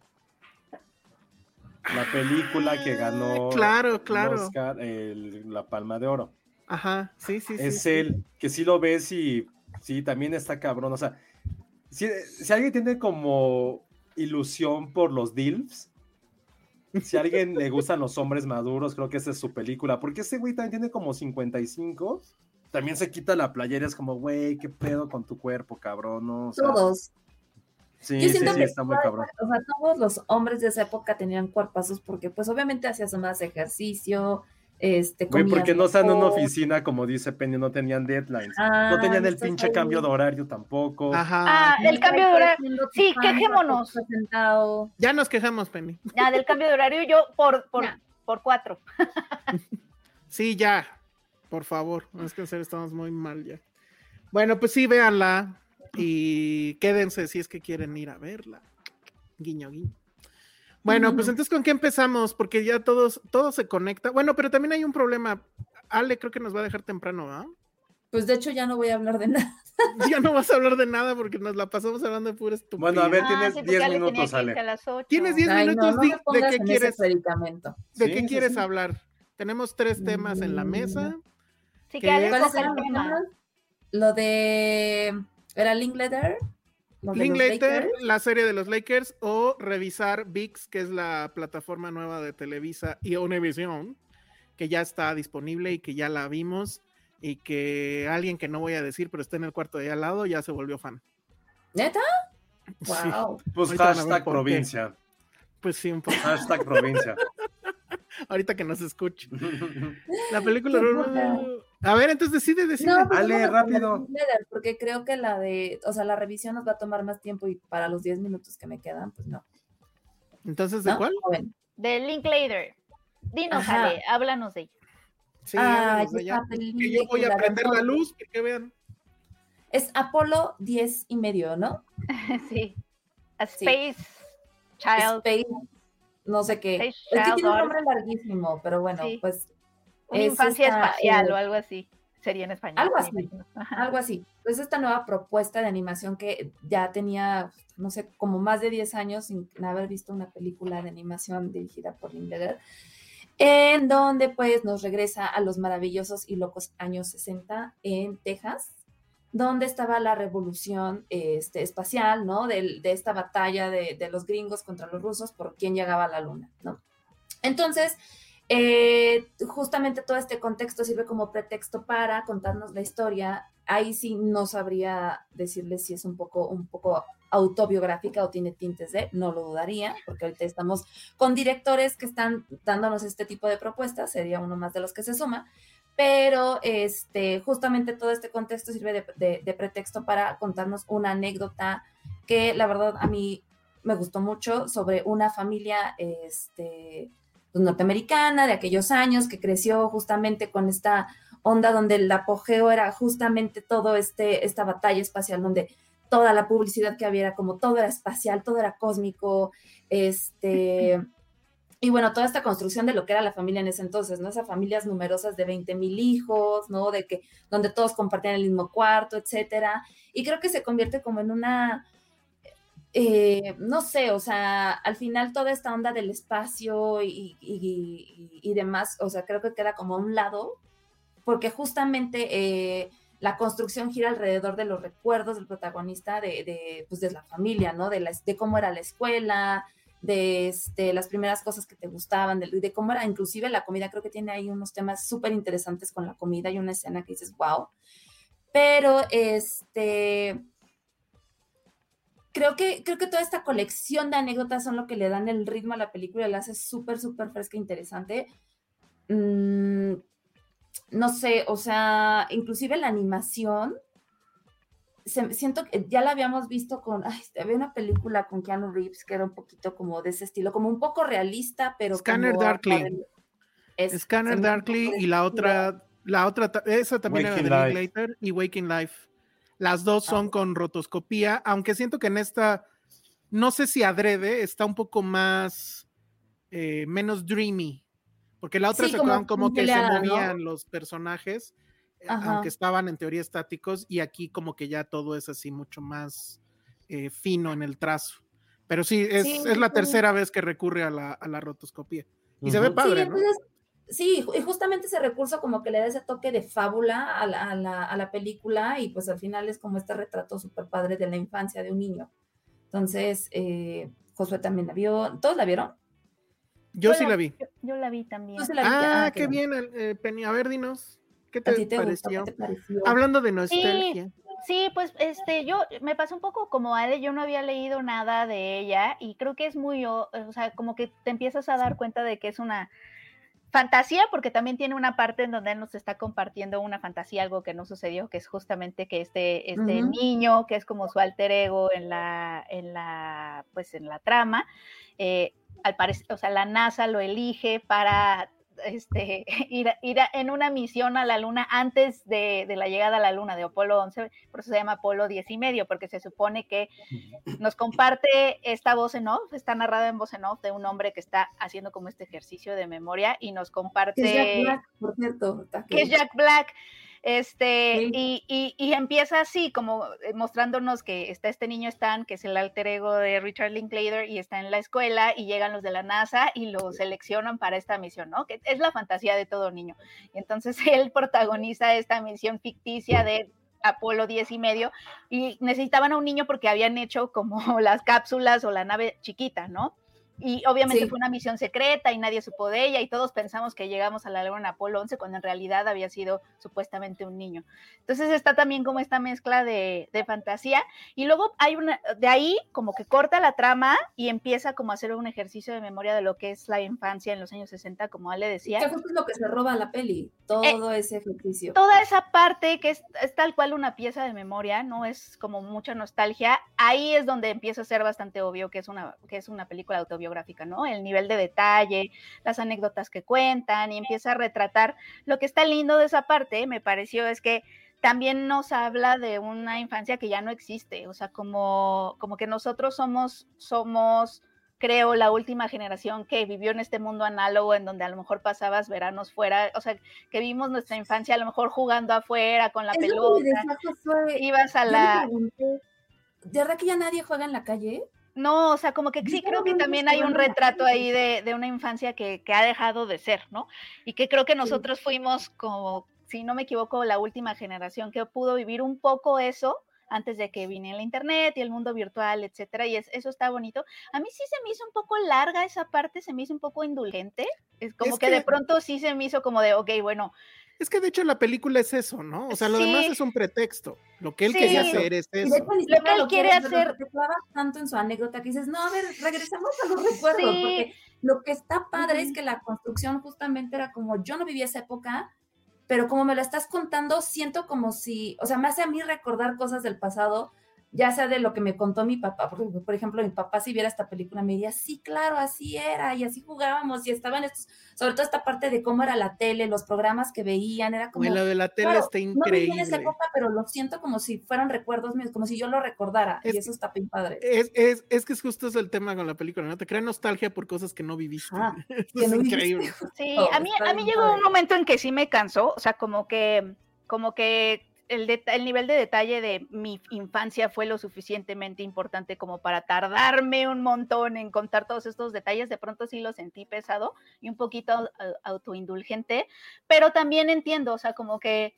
C: La película que ganó
D: Ah, claro, claro.
C: el Oscar, el- la Palma de Oro.
D: Ajá, sí, sí, sí.
C: es
D: sí.
C: él, que si lo ves y sí, también está cabrón. O sea, si, si alguien tiene como ilusión por los DILFs, si a alguien le gustan los hombres maduros, creo que esa es su película. Porque ese güey también tiene como 55. También se quita la playera, es como, güey, qué pedo con tu cuerpo, cabrón. No, O sea,
E: Todos.
C: Sí,
E: Yo
C: sí,
E: siento
C: sí,
E: que
C: está muy cabrón.
E: O sea, todos los hombres de esa época tenían cuerpazos porque, pues, obviamente hacías más ejercicio, este,
C: Güey,
E: comías
C: porque no están en una
E: mejor.
C: oficina, como dice Penny, no tenían deadlines.
E: Ah,
C: no tenían el
E: estás
C: pinche
E: ahí.
C: cambio de horario tampoco.
D: Ajá.
F: Ah, el cambio de horario.
E: Haciendo tu
F: Sí,
E: pan,
F: quejémonos.
E: estás sentado.
D: Ya nos quejamos, Penny.
F: Ya, del cambio de horario, yo por, por,
E: Ya.
F: por cuatro.
D: Sí, ya. Por favor. No es que en serio estamos muy mal ya. Bueno, pues sí, véanla. Y quédense si es que quieren ir a verla. Guiño, guiño. Bueno, pues entonces, ¿con qué empezamos? Porque ya todos, todo se conecta. Bueno, pero también hay un problema. Ale creo que nos va a dejar temprano, ¿verdad?
E: Pues, de hecho, ya no voy a hablar de nada.
D: Ya no vas a hablar de nada porque nos la pasamos hablando de pura estupidez.
C: Bueno, a ver,
F: Ah,
C: tienes
F: sí, porque
C: 10
F: ya le tenía
C: minutos,
F: que irse
C: Ale.
F: a las ocho.
D: Tienes 10
E: Ay, no,
D: minutos,
E: no
D: di-
E: me
D: ¿de
E: pongas
D: qué
E: en ese
D: quieres?
E: predicamento.
D: ¿De
C: Sí,
D: qué
C: sí,
D: quieres
C: sí.
D: hablar? Tenemos tres temas en la mesa.
F: Sí,
D: ¿Qué?
F: que Ale
E: ¿Cuáles
F: toca el
E: eran los
F: tema.
E: demás? Lo de. ¿Era Linklater? Lo de los
D: Linklater,
E: Lakers.
D: la serie de los Lakers, o revisar VIX, que es la plataforma nueva de Televisa y Univision, que ya está disponible y que ya la vimos y que alguien que no voy a decir, pero está en el cuarto de ahí al lado, ya se volvió fan.
E: ¿Neta?
D: Sí,
E: Wow.
C: Pues
D: Ahorita van a ver
C: hashtag
D: por qué.
C: provincia.
D: pues sí, un poco.
C: Hashtag provincia.
D: Ahorita que nos escuche. La
E: Qué
D: película.
E: buena.
D: A ver, entonces decide, decide.
E: No, pues
C: Ale,
E: vamos con la
C: rápido.
E: newsletter, porque creo que la de, o sea, la revisión nos va a tomar más tiempo y para los 10 minutos que me quedan, pues no.
D: Entonces, ¿de
E: ¿no?
D: cuál?
E: Joven.
F: De Linklater. Dinos,
E: Ajá.
F: Ale, háblanos de ella.
D: Sí,
E: Ay,
D: háblanos de
E: esta
D: ella. Que yo voy
E: Ah, película
D: a
E: de
D: prender la
E: Nolan.
D: luz, que, que vean.
E: Es Apolo 10 y medio, ¿no?
F: Sí. A
E: Sí.
F: Space Child.
E: Space, no sé qué.
F: Space
E: Es que
F: Child
E: tiene un
F: or-
E: nombre larguísimo, pero bueno,
F: Sí.
E: pues
F: Una
E: Es
F: infancia
E: esta,
F: espacial
E: eh,
F: o algo así. Sería en español.
E: algo
F: me
E: así.
F: imagino. Ajá.
E: algo así. Pues esta nueva propuesta de animación que ya tenía, no sé, como más de 10 años sin haber visto una película de animación dirigida por Lindeler, en donde pues nos regresa a los maravillosos y locos años 60 en Texas, donde estaba la revolución este, espacial, ¿no? Del- de esta batalla de, de los gringos contra los rusos por quién llegaba a la luna, ¿no? Entonces, eh, justamente todo este contexto sirve como pretexto para contarnos la historia. Ahí sí no sabría decirles si es un poco, un poco autobiográfica o tiene tintes de, no lo dudaría, porque ahorita estamos con directores que están dándonos este tipo de propuestas, sería uno más de los que se suma, pero este, justamente todo este contexto sirve de, de- de pretexto para contarnos una anécdota que la verdad a mí me gustó mucho sobre una familia este, pues, norteamericana de aquellos años que creció justamente con esta onda donde el apogeo era justamente todo este esta batalla espacial donde toda la publicidad que había era como todo era espacial, todo era cósmico, este y bueno, toda esta construcción de lo que era la familia en ese entonces, ¿no? Esas familias numerosas de 20 mil hijos, ¿no? De que, donde todos compartían el mismo cuarto, etcétera. Y creo que se convierte como en una, eh, no sé, o sea, al final toda esta onda del espacio y, y- y- y demás, o sea, creo que queda como a un lado, porque justamente eh, la construcción gira alrededor de los recuerdos del protagonista de, de, pues, de la familia, ¿no? De, la- de cómo era la escuela, de este, las primeras cosas que te gustaban, de, de cómo era inclusive la comida. Creo que tiene ahí unos temas súper interesantes con la comida y una escena que dices, wow. Pero, este, creo que, creo que toda esta colección de anécdotas son lo que le dan el ritmo a la película, la hace súper, súper fresca e interesante. Mm, no sé, o sea, inclusive la animación, se- siento que ya la habíamos visto con, ay, había una película con Keanu Reeves que era un poquito como de ese estilo, como un poco realista, pero...
D: Scanner
E: como-
D: Darkly.
E: Es-
D: Scanner
E: se me-
D: Darkly y la otra, la otra, ta- esa también
C: Waking
D: era de
C: Life.
D: Linklater y Waking Life. Las dos
E: Ah.
D: son con rotoscopía, aunque siento que en esta, no sé si adrede, está un poco más, eh, menos dreamy, porque la otra
E: Sí,
D: se
E: como
D: acuerdan como que se
E: pixeleada, ¿no?
D: movían los personajes. eh,
E: Ajá.
D: aunque estaban en teoría estáticos, y aquí como que ya todo es así mucho más eh, fino en el trazo. Pero sí, es,
E: Sí,
D: es la
E: sí.
D: tercera vez que recurre a la, a la rotoscopía. Y se ve
E: Sí,
D: padre, ¿no?
E: entonces, sí, ju- y justamente ese recurso como que le da ese toque de fábula a la, a la- a la película y pues al final es como este retrato súper padre de la infancia de un niño. Entonces, eh, Josué también la vio, ¿todos la vieron?
D: Yo
F: Yo
D: sí la vi.
F: Yo, yo la vi también.
E: ¿Tú sí la viste?
D: Ah, qué
E: bueno.
D: bien, eh, Penny. A ver, dinos, ¿qué
E: ¿A
D: te
E: ti te gustó?
D: pareció?
E: ¿Qué te pareció?
D: Hablando de nostalgia.
F: Sí, pues este, yo me pasó un poco como Ale, yo no había leído nada de ella y creo que es muy, o o sea, como que te empiezas a dar cuenta de que es una fantasía, porque también tiene una parte en donde él nos está compartiendo una fantasía, algo que no sucedió, que es justamente que este, este
E: Ujú.
F: niño, que es como su alter ego en la, en la, pues en la trama, eh, al parecer, o sea, la NASA lo elige para este, ir, a- ir a- en una misión a la Luna antes de, de la llegada a la Luna de Apolo 11, por eso se llama Apolo 10 y medio, porque se supone que nos comparte esta voz en off, está narrada en voz en off de un hombre que está haciendo como este ejercicio de memoria y nos comparte
E: Que es Jack Black, por cierto. está
F: que es Jack Black. Este,
E: Sí.
F: y, y- y empieza así, como eh, mostrándonos que está este niño Stan, que es el alter ego de Richard Linklater, y está en la escuela, y llegan los de la NASA y lo seleccionan para esta misión, ¿no? Que es la fantasía de todo niño. Y entonces él protagoniza esta misión ficticia de Apolo 10 y medio, y necesitaban a un niño porque habían hecho como las cápsulas o la nave chiquita, ¿no? Y obviamente
E: Sí.
F: fue una misión secreta y nadie supo de ella y todos pensamos que llegamos a la Luna en Apolo 11 cuando en realidad había sido supuestamente un niño. Entonces está también como esta mezcla de, de fantasía y luego hay una, de ahí como que corta la trama y empieza como a hacer un ejercicio de memoria de lo que es la infancia en los años 60, como Ale decía.
E: Que justo es lo que se roba la peli, todo ese ejercicio.
F: Eh, Toda esa parte que es, es tal cual una pieza de memoria, no es como mucha nostalgia, ahí es donde empieza a ser bastante obvio que es una, que es una película autobiográfica, ¿no? El nivel de detalle, las anécdotas que cuentan y empieza a retratar. Lo que está lindo de esa parte, me pareció, es que también nos habla de una infancia que ya no existe, o sea, como, como que nosotros somos, somos creo, la última generación que vivió en este mundo análogo en donde a lo mejor pasabas veranos fuera, o sea, que vimos nuestra infancia a lo mejor jugando afuera con la
E: Es lo que le
F: pelota,
E: decía Josué,
F: ibas a
E: yo le
F: la...
E: pregunté, ¿De verdad que ya nadie juega en la calle?
F: No, o sea, como que
E: Yo
F: sí
E: estaba
F: creo que
E: viendo
F: también
E: que
F: hay un
E: jugando a la
F: retrato
E: calle.
F: ahí de, de una infancia que, que ha dejado de ser, ¿no? Y que creo que nosotros fuimos como, si no me equivoco, la última generación que pudo vivir un poco eso antes de que viniera el internet y el mundo virtual, etcétera, y es- eso está bonito. A mí sí se me hizo un poco larga esa parte, se me hizo un poco indulgente, es como
D: Es
F: que, de
D: que-
F: pronto sí se me hizo como de, ok, bueno,
D: Es que de hecho la película es eso, ¿no? O sea, lo
F: Sí.
D: demás es un pretexto. Lo que él
F: Sí.
D: quería hacer es
E: Y de
D: eso.
E: hecho, ni
F: Lo
E: siquiera
F: que él quiere
E: quieres, pero
F: hacer-
E: Te clavas tanto en su anécdota que dices, no, a ver, regresamos a los recuerdos.
F: Sí.
E: Porque lo que está padre es que la construcción justamente era como, yo no viví esa época, pero como me la estás contando, siento como si, o sea, me hace a mí recordar cosas del pasado, ya sea de lo que me contó mi papá. Porque, por ejemplo, mi papá si viera esta película me diría, sí, claro, así era, y así jugábamos, y estaban estos, sobre todo esta parte de cómo era la tele, los programas que veían, era como...
D: Güey, lo de la tele
E: Claro,
D: está
E: No viví en esa
D: increíble.
E: época, pero lo siento como si fueran recuerdos míos, como si yo lo recordara.
D: Es-
E: y eso está bien padre.
D: es, es, es que es justo es el tema con la película, ¿no? Te crea nostalgia por cosas que no viviste.
E: Ajá,
D: Eso
E: que
D: es
E: no viviste.
D: increíble.
F: Sí,
E: Oh,
F: a mí,
E: está
F: a mí
E: bien
F: llegó un
E: padre.
F: momento en que sí me cansó, o sea, como que, como que el, deta- el nivel de detalle de mi infancia fue lo suficientemente importante como para tardarme un montón en contar todos estos detalles, de pronto sí lo sentí pesado y un poquito au- au- autoindulgente, pero también entiendo, o sea, como que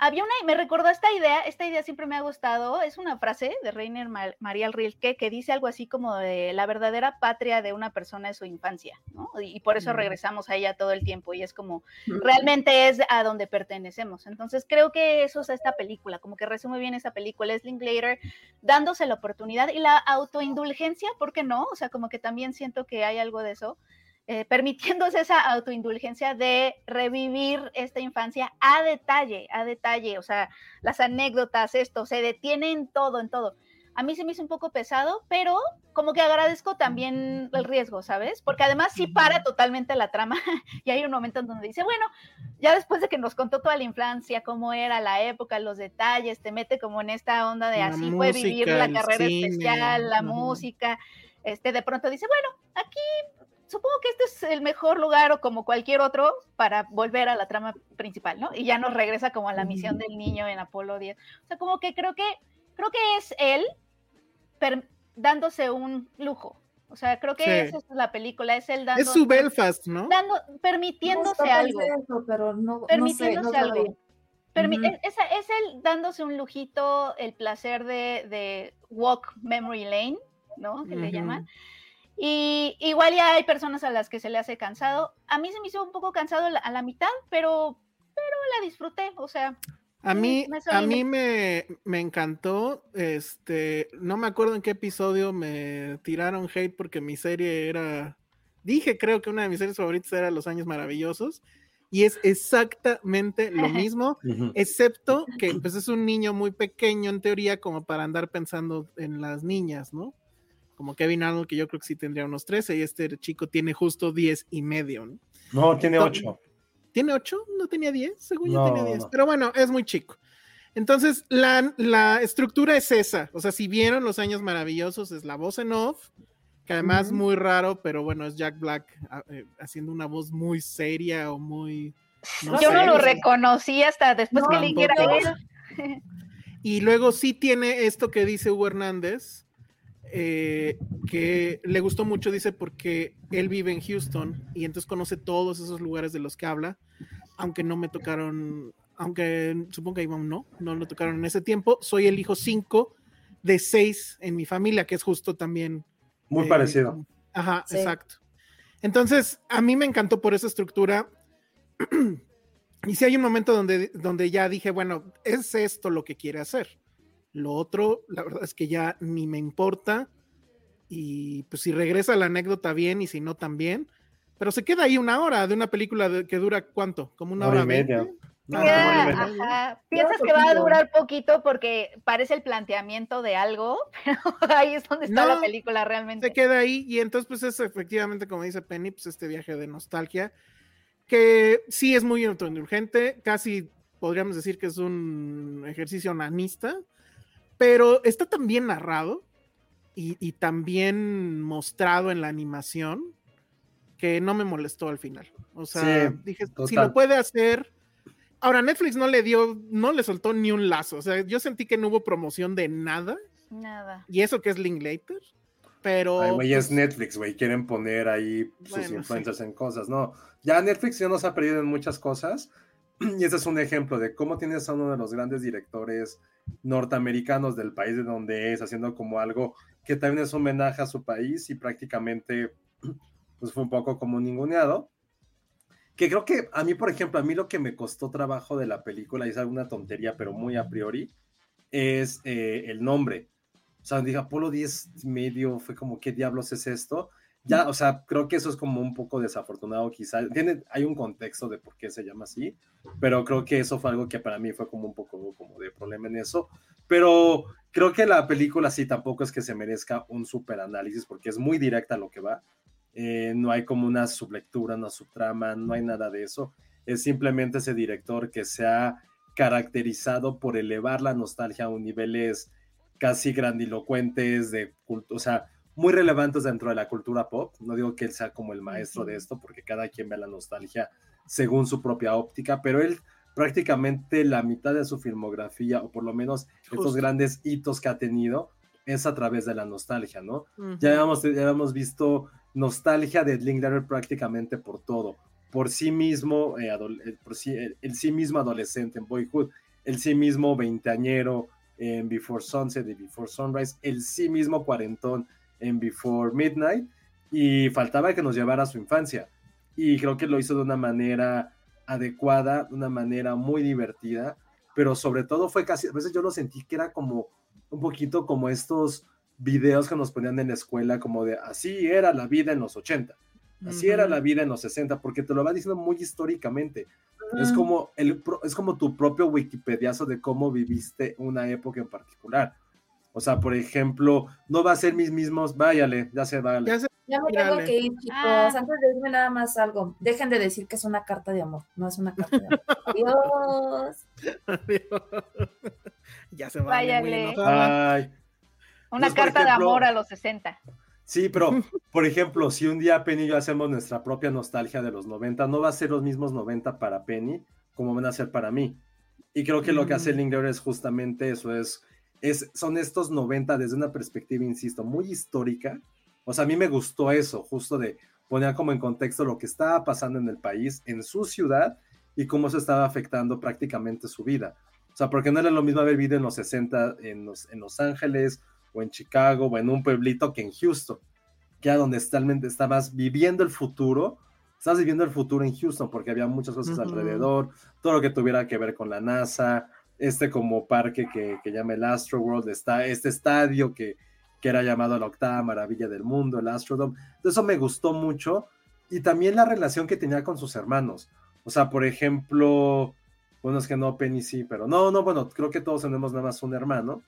F: había una, me recordó esta idea, esta idea siempre me ha gustado, es una frase de Reiner Mal- Mariel Rilke que dice algo así como de la verdadera patria de una persona es su infancia, ¿no? Y, y por eso
D: Mm.
F: regresamos a ella todo el tiempo y es como,
E: Mm.
F: realmente es a donde pertenecemos. Entonces creo que eso es esta película, como que resume bien esa película, es Linklater dándose la oportunidad y la autoindulgencia, ¿por qué no? O sea, como que también siento que hay algo de eso eh, permitiéndose esa autoindulgencia de revivir esta infancia a detalle, a detalle, o sea, las anécdotas, esto, se detiene en todo, en todo. A mí se me hizo un poco pesado, pero como que agradezco también el riesgo, ¿sabes? Porque además sí para totalmente la trama y hay un momento en donde dice, bueno, ya después de que nos contó toda la infancia, cómo era la época, los detalles, te mete como en esta onda de
D: La
F: así fue vivir
D: música,
F: la
D: el
F: carrera
D: cine,
F: especial, la
D: ujú.
F: música, este, de pronto dice, bueno, aquí supongo que este es el mejor lugar o como cualquier otro para volver a la trama principal, ¿no? Y ya nos regresa como a la misión del niño en Apolo 10. O sea, como que creo que, creo que es él per- dándose un lujo. O sea, creo que
D: Sí.
F: esa es la película, es él dando,
D: es su Belfast, ¿no?
F: dando- permitiéndose
E: Justo
F: algo.
E: pensé eso, pero no, no sé, no
F: Permitiéndose
E: lo
F: algo.
E: vi.
F: Permi-
D: Ujú.
F: es- esa- es el dándose un lujito, el placer de, de walk memory lane, ¿no? Que le
D: Ujú.
F: llaman. Y igual ya hay personas a las que se le hace cansado. A mí se me hizo un poco cansado la- a la mitad, pero, pero la disfruté. O sea,
D: A mí,
F: me suena
D: a mí me, me encantó. Este, no me acuerdo en qué episodio me tiraron hate porque mi serie era. Dije, creo que una de mis series favoritas era Los Años Maravillosos. Y es exactamente lo mismo, excepto que pues, es un niño muy pequeño en teoría, como para andar pensando en las niñas, ¿no? Como Kevin Arnold, que yo creo que sí tendría unos 13, y este chico tiene justo 10 y medio, ¿no?
C: No, tiene
D: No.
C: ocho.
D: ¿Tiene 8? ¿No tenía 10? Según yo tenía
C: No,
D: 10.
C: no.
D: Pero bueno, es muy chico. Entonces, la, la estructura es esa. O sea, si vieron Los Años Maravillosos, es la voz en off, que además
E: Ujú.
D: muy raro, pero bueno, es Jack Black a- eh, haciendo una voz muy seria o muy... no
F: yo
D: sé,
F: no lo
D: sé.
F: reconocí hasta después
E: No,
F: que le hiciera
D: tampoco.
F: él.
D: Y luego sí tiene esto que dice Hugo Hernández, eh, que le gustó mucho, dice, porque él vive en Houston y entonces conoce todos esos lugares de los que habla, aunque no me tocaron, aunque supongo que a Iván no, no lo tocaron en ese tiempo. Soy el hijo 5 de 6 en mi familia, que es justo también
C: Muy
D: eh,
C: parecido.
D: Ajá,
E: Sí.
D: exacto. Entonces, a mí me encantó por esa estructura. y si hay un momento donde, donde ya dije, bueno, es esto lo que quiere hacer. Lo otro, la verdad es que ya ni me importa. Y pues si regresa la anécdota bien y si no también. Pero se queda ahí una hora de una película de- que dura cuánto? Como una hora,
C: Hora y media.
D: veinte?
C: No,
F: Ya,
C: no, no,
D: no, no.
F: ajá. Piensas
E: Claro,
F: que va a
E: poquito.
F: durar poquito porque parece el planteamiento de algo, pero ahí es donde está
D: No,
F: la película realmente.
D: se queda ahí y entonces pues es efectivamente como dice Penny, pues este viaje de nostalgia que sí es muy autoindulgente, casi podríamos decir que es un ejercicio nanista, pero está tan bien narrado y, y tan bien mostrado en la animación que no me molestó al final. O sea,
C: Sí,
D: dije, si
C: total.
D: lo puede hacer... Ahora, Netflix no le dio, no le soltó ni un lazo. O sea, yo sentí que no hubo promoción de nada.
F: Nada.
D: Y eso que es Linklater. Pero.
C: Ay, güey, es
D: pues,
C: Netflix, güey. Quieren poner ahí sus
D: Bueno,
C: influencers en cosas. No, ya Netflix ya nos ha perdido en muchas cosas. Y este es un ejemplo de cómo tienes a uno de los grandes directores norteamericanos del país de donde es, haciendo como algo que también es homenaje a su país y prácticamente pues fue un poco como ninguneado. Que creo que a mí, por ejemplo, a mí lo que me costó trabajo de la película, y es alguna tontería, pero muy a priori, es eh, el nombre. O sea, dije Apolo 10 y medio, fue como, ¿qué diablos es esto? Ya, o sea, creo que eso es como un poco desafortunado, quizás. Tiene, hay un contexto de por qué se llama así, pero creo que eso fue algo que para mí fue como un poco como de problema en eso. Pero creo que la película sí tampoco es que se merezca un super análisis, porque es muy directa lo que va. Eh, no hay como una sublectura, una subtrama, no hay nada de eso. Es simplemente ese director que se ha caracterizado por elevar la nostalgia a un niveles casi grandilocuentes, de culto, o sea, muy relevantes dentro de la cultura pop. No digo que él sea como el maestro de esto, porque cada quien ve la nostalgia según su propia óptica, pero él prácticamente la mitad de su filmografía, o por lo menos estos
D: Justo.
C: grandes hitos que ha tenido, es a través de la nostalgia, ¿no?
D: ujú.
C: Ya habíamos, ya habíamos visto nostalgia de Linklater prácticamente por todo. Por sí mismo, eh, adol- eh, por sí, el, el sí mismo adolescente en Boyhood, el sí mismo veinteañero en Before Sunset y Before Sunrise, el sí mismo cuarentón en Before Midnight, y faltaba que nos llevara a su infancia. Y creo que lo hizo de una manera adecuada, de una manera muy divertida, pero sobre todo fue casi, a veces yo lo sentí que era como un poquito como estos videos que nos ponían en la escuela, como de así era la vida en los 80, así era
D: Ujú.
C: la vida en los 60, porque te lo va diciendo muy históricamente. Es como, el, pro- es como tu propio Wikipediazo de cómo viviste una época en particular. O sea, por ejemplo, no va a ser mis mismos, váyale, ya se vale.
D: Ya sé,
E: Ya me
D: Mírale.
E: tengo que ir, chicos.
F: Ah.
E: Antes de irme nada más algo. Dejen de decir que es una carta de amor. No es una carta de amor. Adiós.
D: ya se va. muy
F: Váyale.
D: enojada.
C: Ay,
F: Una
C: Pues, por
F: carta de
C: ejemplo-
F: amor a los 60.
C: Sí, pero, por ejemplo, si un día Penny y yo hacemos nuestra propia nostalgia de los 90, no va a ser los mismos 90 para Penny como van a ser para mí. Y creo que lo que hace Lingler es justamente eso, es, es, son estos 90 desde una perspectiva, insisto, muy histórica. O sea, a mí me gustó eso, justo de poner como en contexto lo que estaba pasando en el país, en su ciudad, y cómo se estaba afectando prácticamente su vida. O sea, porque no era lo mismo haber vivido en los 60 en los, en Los Ángeles o en Chicago o en un pueblito que en Houston, que era donde realmente estabas viviendo el futuro, estabas viviendo el futuro en Houston porque había muchas cosas
D: Ujú.
C: alrededor, todo lo que tuviera que ver con la NASA, este como parque que, que llama el Astroworld, está, este estadio que, que era llamado la octava maravilla del mundo, el Astrodome. Entonces eso me gustó mucho y también la relación que tenía con sus hermanos. O sea, por ejemplo, bueno, es que no, Penny sí, pero no, no, bueno, creo que todos tenemos nada más un hermano.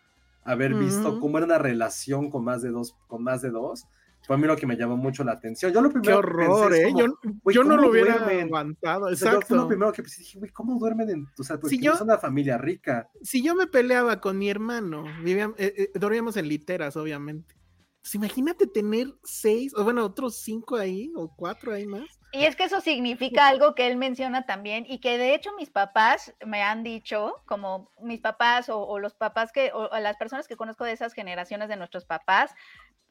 C: Haber visto
D: Ujú.
C: cómo era una relación con más de dos, con más de dos, fue a mí lo que me llamó mucho la atención. Yo lo
D: Qué
C: primero que
D: horror,
C: pensé es
D: ¿eh?
C: como,
D: Yo,
C: "Güey,
D: yo no
C: ¿cómo
D: lo hubiera
C: duermen?".
D: aguantado.
C: O sea, yo fue
D: Exacto.
C: lo primero que pensé, dije, güey, ¿cómo duermen? En, o sea, porque
D: Si
C: no
D: yo-
C: es una familia rica.
D: Si yo me peleaba con mi hermano, vivíamos, dormíamos en literas, obviamente. Pues imagínate tener seis, o bueno, otros cinco ahí, o cuatro ahí más.
F: Y es que eso significa algo que él menciona también y que de hecho mis papás me han dicho, como mis papás o, o los papás que, o, o las personas que conozco de esas generaciones de nuestros papás,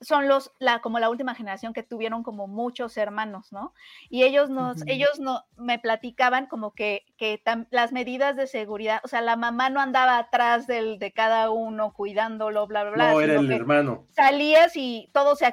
F: son los, la, como la última generación que tuvieron como muchos hermanos, ¿no? Y ellos nos,
D: Ujú.
F: ellos no, me platicaban como que, que tam- las medidas de seguridad, o sea, la mamá no andaba atrás del, de cada uno cuidándolo, bla, bla, bla.
C: No, era
F: sino
C: el
F: que-
C: hermano.
F: salías y todos se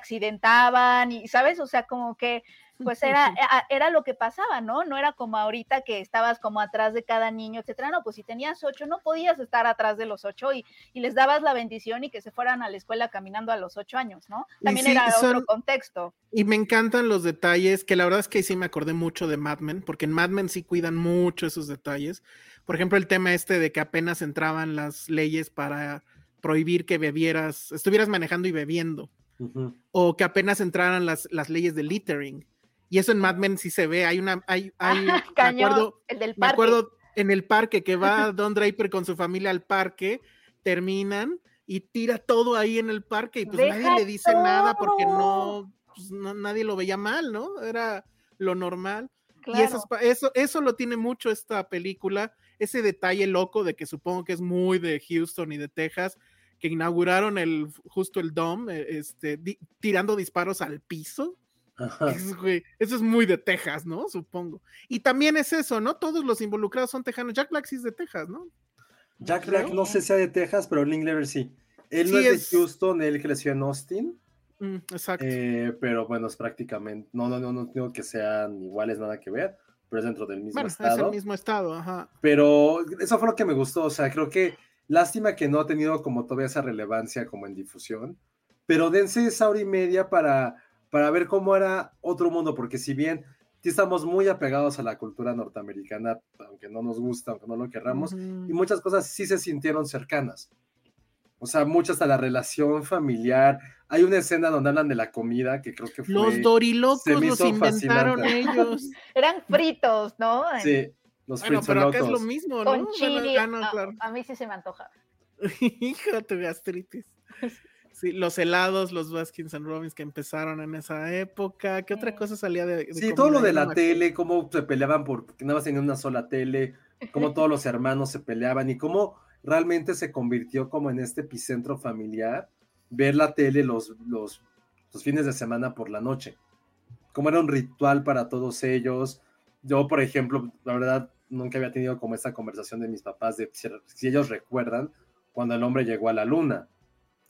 F: accidentaban y, ¿sabes? O sea, como que
D: Mm,
F: pues era, a- era lo que pasaba, ¿no? No era como ahorita que estabas como atrás de cada niño, etcétera. No, pues si tenías ocho, no podías estar atrás de los ocho y, y les dabas la bendición y que se fueran a la escuela caminando a los ocho años, ¿no?
D: Y
F: También
D: sí,
F: era
D: son-
F: otro contexto.
D: Y me encantan los detalles, que la verdad es que sí me acordé mucho de Mad Men, porque en Mad Men sí cuidan mucho esos detalles. Por ejemplo, el tema este de que apenas entraban las leyes para prohibir que bebieras, estuvieras manejando y bebiendo,
C: Ujú.
D: o que apenas entraran las, las leyes de littering. Y eso en Mad Men sí se ve, hay una, hay, hay, me
F: Cañón,
D: acuerdo,
F: el del
D: me
F: parque.
D: acuerdo en el parque que va Don Draper con su familia al parque, terminan y tira todo ahí en el parque y pues
F: Deja
D: nadie le dice nada porque
F: todo.
D: no, pues, no- nadie lo veía mal, ¿no? Era lo normal.
F: claro.
D: Y eso, es pa- eso, eso lo tiene mucho esta película, ese detalle loco de que supongo que es muy de Houston y de Texas, que inauguraron el, justo el Dome, eh, este, di- tirando disparos al piso.
C: Ajá.
D: Es, güey, eso es muy de Texas, ¿no? Supongo. Y también es eso, ¿no? Todos los involucrados son tejanos. Jack Black sí es de Texas, ¿no?
C: Jack Black no sé si sea de Texas, pero Lingler sí. Él no
D: Sí,
C: es,
D: es-
C: de Houston, él creció en Austin,
D: Mm, exacto.
C: eh, pero bueno, es prácticamente, no, no, no, no digo que sean iguales, nada que ver, pero es dentro del mismo
D: bueno, es
C: estado.
D: el mismo estado, ajá.
C: Pero eso fue lo que me gustó, o sea, creo que lástima que no ha tenido como todavía esa relevancia como en difusión, pero dense esa hora y media para, para ver cómo era otro mundo, porque si bien sí estamos muy apegados a la cultura norteamericana, aunque no nos gusta, aunque no lo querramos,
D: Ujú.
C: y muchas cosas sí se sintieron cercanas. O sea, muchas a la relación familiar. Hay una escena donde hablan de la comida que creo que fue.
D: Los dorilocos
C: se me
D: los
C: hizo
D: inventaron
C: fascinante.
D: ellos.
F: Eran fritos, ¿no? En-
C: Sí, los
D: bueno,
C: Fritz
D: pero acá es lo
C: Locos.
D: mismo, ¿no?
F: Con
D: Bueno,
F: chili.
D: ah, no,
F: a,
D: claro.
F: a mí sí se me antoja.
D: Hijo, tu gastritis. Sí, los helados, los Baskins and Robbins que empezaron en esa época. ¿Qué otra
F: Sí.
D: cosa salía de.? de
C: Sí, todo lo de
D: comida?
C: la
D: Yo no me acuerdo.
C: tele, cómo se peleaban por que nada más tenían una sola tele, cómo todos los hermanos se peleaban y cómo realmente se convirtió como en este epicentro familiar ver la tele los, los, los fines de semana por la noche. Como era un ritual para todos ellos. Yo, por ejemplo, la verdad, nunca había tenido como esta conversación de mis papás de si, si ellos recuerdan cuando el hombre llegó a la luna,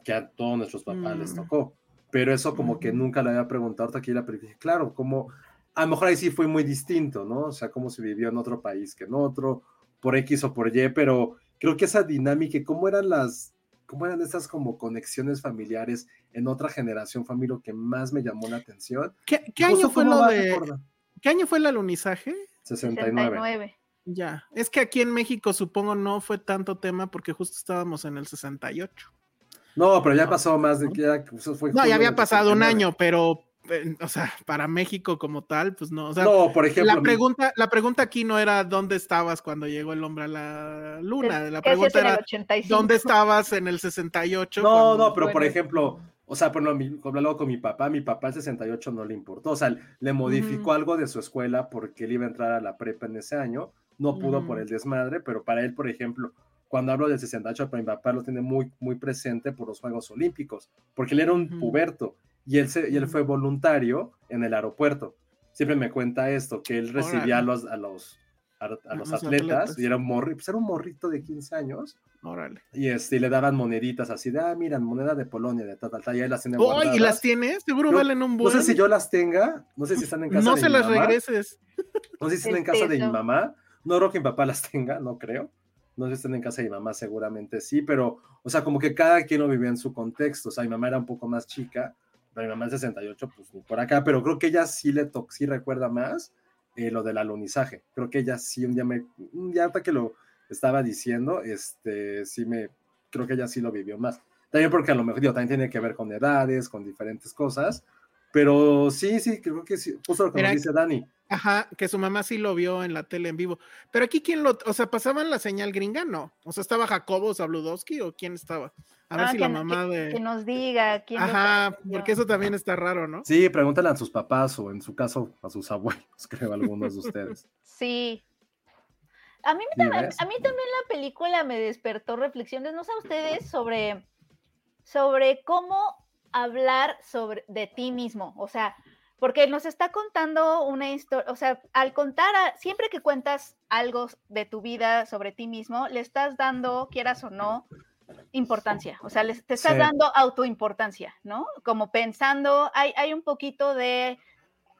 C: que a todos nuestros papás les
D: Mm.
C: tocó. Pero eso como que
D: Ujú.
C: nunca le había preguntado hasta aquí la película. Dije, Claro, como a lo mejor ahí sí fue muy distinto, ¿no? O sea, cómo se vivió en otro país que en otro, por X o por Y, pero creo que esa dinámica, y cómo eran las, cómo eran estas como conexiones familiares en otra generación, familia, lo que más me llamó la atención.
D: ¿Qué,
C: Y
D: qué año
C: justo
D: fue
C: cómo
D: lo
C: va,
D: de.?
C: recuerda,
D: ¿Qué año fue el alunizaje?
C: 69.
F: 69.
D: Ya, es que aquí en México supongo no fue tanto tema porque justo estábamos en el 68.
C: No, pero ya
D: No.
C: pasó más de que ya, pues, eso fue
D: No,
C: julio
D: ya había
C: del
D: pasado un
C: 69.
D: año, pero, eh, o sea, para México como tal, pues no. O sea,
C: No, por ejemplo,
D: la,
C: mi-
D: pregunta, la pregunta aquí no era dónde estabas cuando llegó el hombre a la luna, la
F: ¿Qué hacías
D: pregunta
F: en el
D: era
F: 85?
D: dónde estabas en el 68.
C: No,
D: cuando-
C: no, pero por
F: Bueno.
C: ejemplo, O sea, por lo mi- como luego con mi papá, mi papá el 68 no le importó, o sea, le modificó algo de su escuela porque él iba a entrar a la prepa en ese año, no pudo por
F: Ujú.
C: el desmadre, pero para él, por ejemplo, cuando hablo del 68, para mi papá lo tiene muy, muy presente por los Juegos Olímpicos, porque él era un
D: Ujú.
C: puberto y él, se- y él
D: Ujú.
C: fue voluntario en el aeropuerto. Siempre me cuenta esto, que él recibía a
D: Órale.
C: los, a los, a, a los
D: los
C: atletas,
D: atletas.
C: y era un, morri- pues era un morrito de 15 años
D: Órale.
C: y este, y le daban moneditas así de, ah, mira, moneda de Polonia, de tal, tal, tal, y ahí las tienen
D: Oh,
C: guardadas.
D: ¿Y las tienes? Seguro
C: Yo-
D: valen un
C: No
D: buen.
C: sé si yo las tenga, no sé si están en casa
D: No
C: de
D: se
C: mi
D: las
C: mamá,
D: regreses.
C: no sé si están en
F: El
C: casa de mi
F: peso.
C: mamá, no creo que mi papá las tenga, no creo, no sé si están en casa de mi mamá, seguramente sí, pero, o sea, como que cada quien lo vivía en su contexto, o sea, mi mamá era un poco más chica, pero mi mamá en 68, pues ni por acá, pero creo que ella sí le to sí recuerda más eh, lo del alunizaje, creo que ella sí, un día me, un día hasta que lo estaba diciendo, este, sí me, creo que ella sí lo vivió más. También porque a lo mejor, digo, también tiene que ver con edades, con diferentes cosas, pero sí, sí, creo que sí, justo lo que
D: Mira,
C: nos dice Dani.
D: Ajá, que su mamá sí lo vio en la tele en vivo. Pero aquí, ¿quién lo.? O sea, ¿pasaban la señal gringa? No. O sea, ¿estaba Jacobo Zabludowski o quién estaba? A ver
F: Ah,
D: si
F: que
D: la
F: no-
D: mamá
F: Que
D: de.
F: nos diga quién lo
D: Ajá,
F: transmitió.
D: porque eso también está raro, ¿no?
C: Sí, pregúntale a sus papás o en su caso a sus abuelos, creo, algunos de ustedes.
F: Sí. A mí,
C: ¿Sí
F: también,
C: ves?
F: a mí también la película me despertó reflexiones, no sé a ustedes, sobre, sobre cómo hablar sobre, de ti mismo. O sea, porque nos está contando una historia, o sea, al contar, a- siempre que cuentas algo de tu vida sobre ti mismo, le estás dando, quieras o no, importancia. O sea, les- te estás
C: Sí.
F: dando autoimportancia, ¿no? Como pensando, hay, hay un poquito de,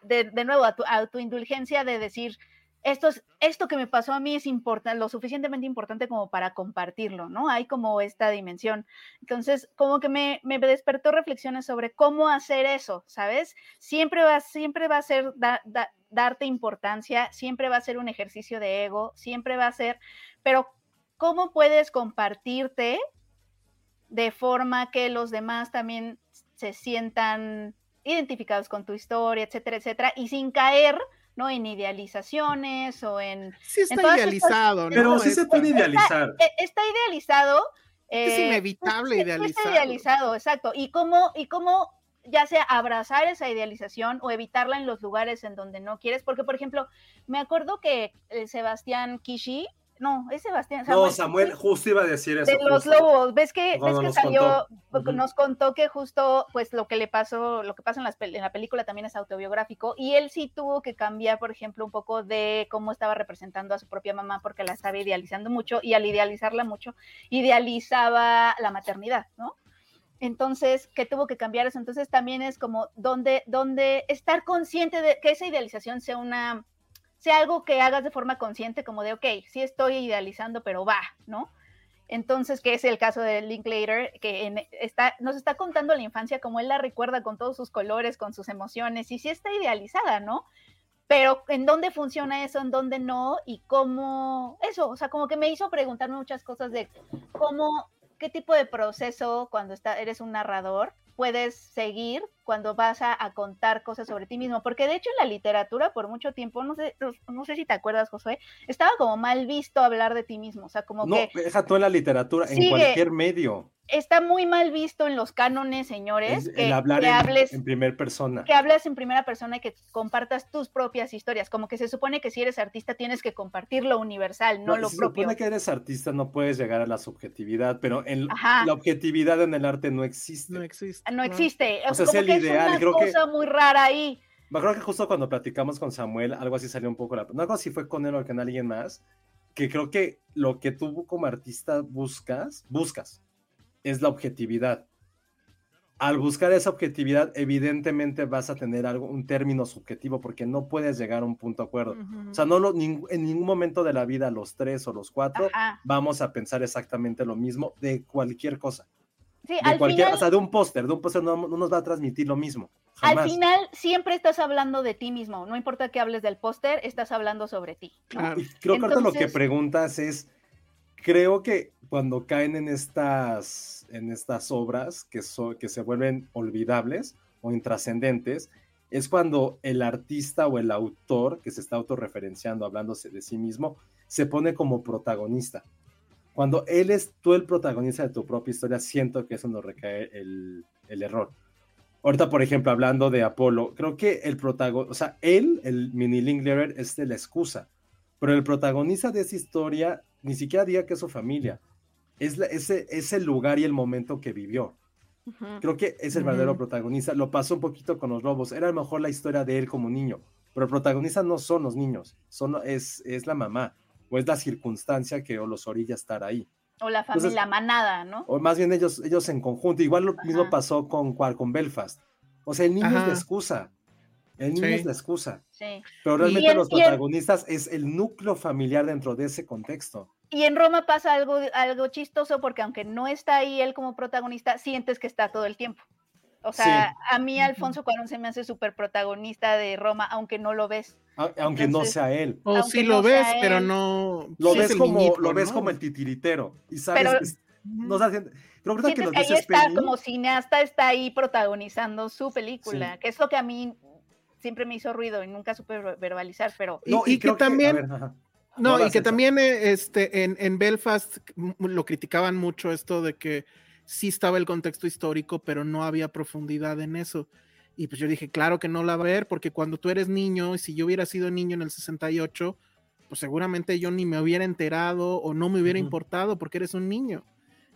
F: de, de nuevo, a tu, a tu indulgencia de decir, esto, es- esto que me pasó a mí es importante, lo suficientemente importante como para compartirlo, ¿no? Hay como esta dimensión. Entonces, como que me, me despertó reflexiones sobre cómo hacer eso, ¿sabes? Siempre va, siempre va a ser da- da- darte importancia, siempre va a ser un ejercicio de ego, siempre va a ser, pero ¿cómo puedes compartirte de forma que los demás también se sientan identificados con tu historia, etcétera, etcétera, y sin caer, ¿no? En idealizaciones o en...
D: Sí está
F: Entonces, pues,
D: idealizado, ¿no?
C: Pero sí se
D: Es-
C: puede idealizar.
F: e- Está idealizado.
D: Es
F: eh,
D: inevitable
C: e
F: pues, pues,
D: idealizar.
F: Está idealizado, exacto. Y cómo, y cómo ya sea abrazar esa idealización o evitarla en los lugares en donde no quieres. Porque, por ejemplo, me acuerdo que el Sebastián Kishi, no, es Sebastián.
C: No,
F: Kishi
C: Samuel, justo iba a decir eso. pues.
F: de los
C: justo.
F: lobos, ves que, ves
C: Cuando
F: que
C: nos
F: salió, Pues
C: contó.
F: nos contó que justo pues lo que le pasó, lo que pasa en, las pel- en la película también es autobiográfico y él sí tuvo que cambiar, por ejemplo, un poco de cómo estaba representando a su propia mamá porque la estaba idealizando mucho y al idealizarla mucho, idealizaba la maternidad, ¿no? Entonces, que tuvo que cambiar eso. Entonces, también es como donde, donde estar consciente de que esa idealización sea una, sea algo que hagas de forma consciente, como de, ok, sí estoy idealizando, pero va, ¿no? Entonces, que es el caso de Linklater, que en- está, nos está contando la infancia como él la recuerda con todos sus colores, con sus emociones, y sí está idealizada, ¿no? Pero en dónde funciona eso, en dónde no, y cómo, eso, o sea, como que me hizo preguntarme muchas cosas de cómo, qué tipo de proceso cuando está, eres un narrador puedes seguir cuando vas a, a contar cosas sobre ti mismo, porque de hecho en la literatura por mucho tiempo, no sé, no- no sé si te acuerdas, Josué, estaba como mal visto hablar de ti mismo, o sea, como
C: No,
F: que
C: deja tú en la literatura, en
F: Sigue.
C: cualquier medio.
F: está muy mal visto en los cánones, señores,
C: El,
F: que,
C: el hablar
F: que
C: en,
F: hables,
C: en primer persona.
F: que hables en primera persona y que compartas tus propias historias. Como que se supone que si eres artista tienes que compartir lo universal, no,
C: No,
F: lo
C: si se
F: propio.
C: supone que eres artista, no puedes llegar a la subjetividad, pero en,
F: Ajá.
C: la objetividad en el arte no existe.
D: No existe.
F: No
D: claro.
F: existe.
C: O
F: O sea,
C: sea, es
F: como
C: el
F: que
C: ideal,
F: es una
C: creo que-
F: cosa muy rara ahí.
C: Me acuerdo que justo cuando platicamos con Samuel, algo así salió un poco la... No algo si fue con él o con alguien más, que creo que lo que tú como artista buscas, buscas, es la objetividad. Al buscar esa objetividad, evidentemente vas a tener algo, un término subjetivo, porque no puedes llegar a un punto de acuerdo.
D: Ujú.
C: O sea, no lo, ning- en ningún momento de la vida los tres o los cuatro
F: Ajá.
C: vamos a pensar exactamente lo mismo de cualquier cosa.
F: Sí,
C: De
F: al
C: cualquier,
F: final,
C: o sea, de un póster, de un póster no, no nos va a transmitir lo mismo. Jamás.
F: al final siempre estás hablando de ti mismo. No importa que hables del póster, estás hablando sobre ti. ¿no?
D: Claro.
C: Y creo que ahorita lo que
F: Entonces-
C: preguntas es, creo que cuando caen en estas, en estas obras que, so- que se vuelven olvidables o intrascendentes, es cuando el artista o el autor que se está autorreferenciando, hablándose de sí mismo, se pone como protagonista. Cuando él es tú el protagonista de tu propia historia, siento que eso nos recae el, el error. Ahorita, por ejemplo, hablando de Apolo, creo que el protagonista, o sea, él, el mini Linklater, es de la excusa, pero el protagonista de esa historia ni siquiera diga que es su familia, es la, ese, es el lugar y el momento que vivió.
F: Ujú.
C: Creo que es el verdadero protagonista. Lo pasó un poquito con los lobos. Era a lo mejor la historia de él como niño. Pero el protagonista no son los niños. Son, es, es la mamá. O es la circunstancia que o los orilla a estar ahí.
F: O la
C: Entonces-
F: familia, la manada, ¿no?
C: O más bien ellos, ellos en conjunto. Igual lo mismo
F: Ajá.
C: pasó con, cual- con Belfast. O sea, el niño es
D: Ajá.
C: la excusa. El niño
D: Sí.
C: es la excusa.
F: Sí.
C: Pero
D: Y
C: realmente
F: el-
C: los
F: y el-
C: protagonistas es el núcleo familiar dentro de ese contexto.
F: Y en Roma pasa algo, algo chistoso porque aunque no está ahí él como protagonista, sientes que está todo el tiempo. O
C: Sí.
F: sea, a mí Alfonso Cuarón se me hace súper protagonista de Roma, aunque no lo ves.
C: A- Ah, aunque no
F: Entonces,
C: sea él.
D: O
F: Aunque
D: sí
F: no
D: lo ves,
F: sea
D: pero
F: él.
D: no.
C: Lo
D: sí es
C: ves,
D: el
C: como,
D: niñito,
C: lo ves
D: ¿no?
C: como el titiritero. Y sabes,
F: Pero-
C: es- no sabes- creo ahorita que
F: Sientes
C: lo
F: que ahí
C: dices,
F: está
C: Penny,
F: como cineasta, está ahí protagonizando su película, que es lo que a mí siempre me hizo ruido y nunca supe ver- verbalizar, pero
D: Y- y que
C: creo a
D: también-
C: ajá.
D: No,
C: No la
D: y que
C: acepta.
D: también eh, este, en, en Belfast m- lo criticaban mucho esto de que sí estaba el contexto histórico, pero no había profundidad en eso. Y pues yo dije, claro que no la va a ver, porque cuando tú eres niño, y si yo hubiera sido niño en el 68, pues seguramente yo ni me hubiera enterado o no me hubiera
C: Ujú.
D: importado porque eres un niño.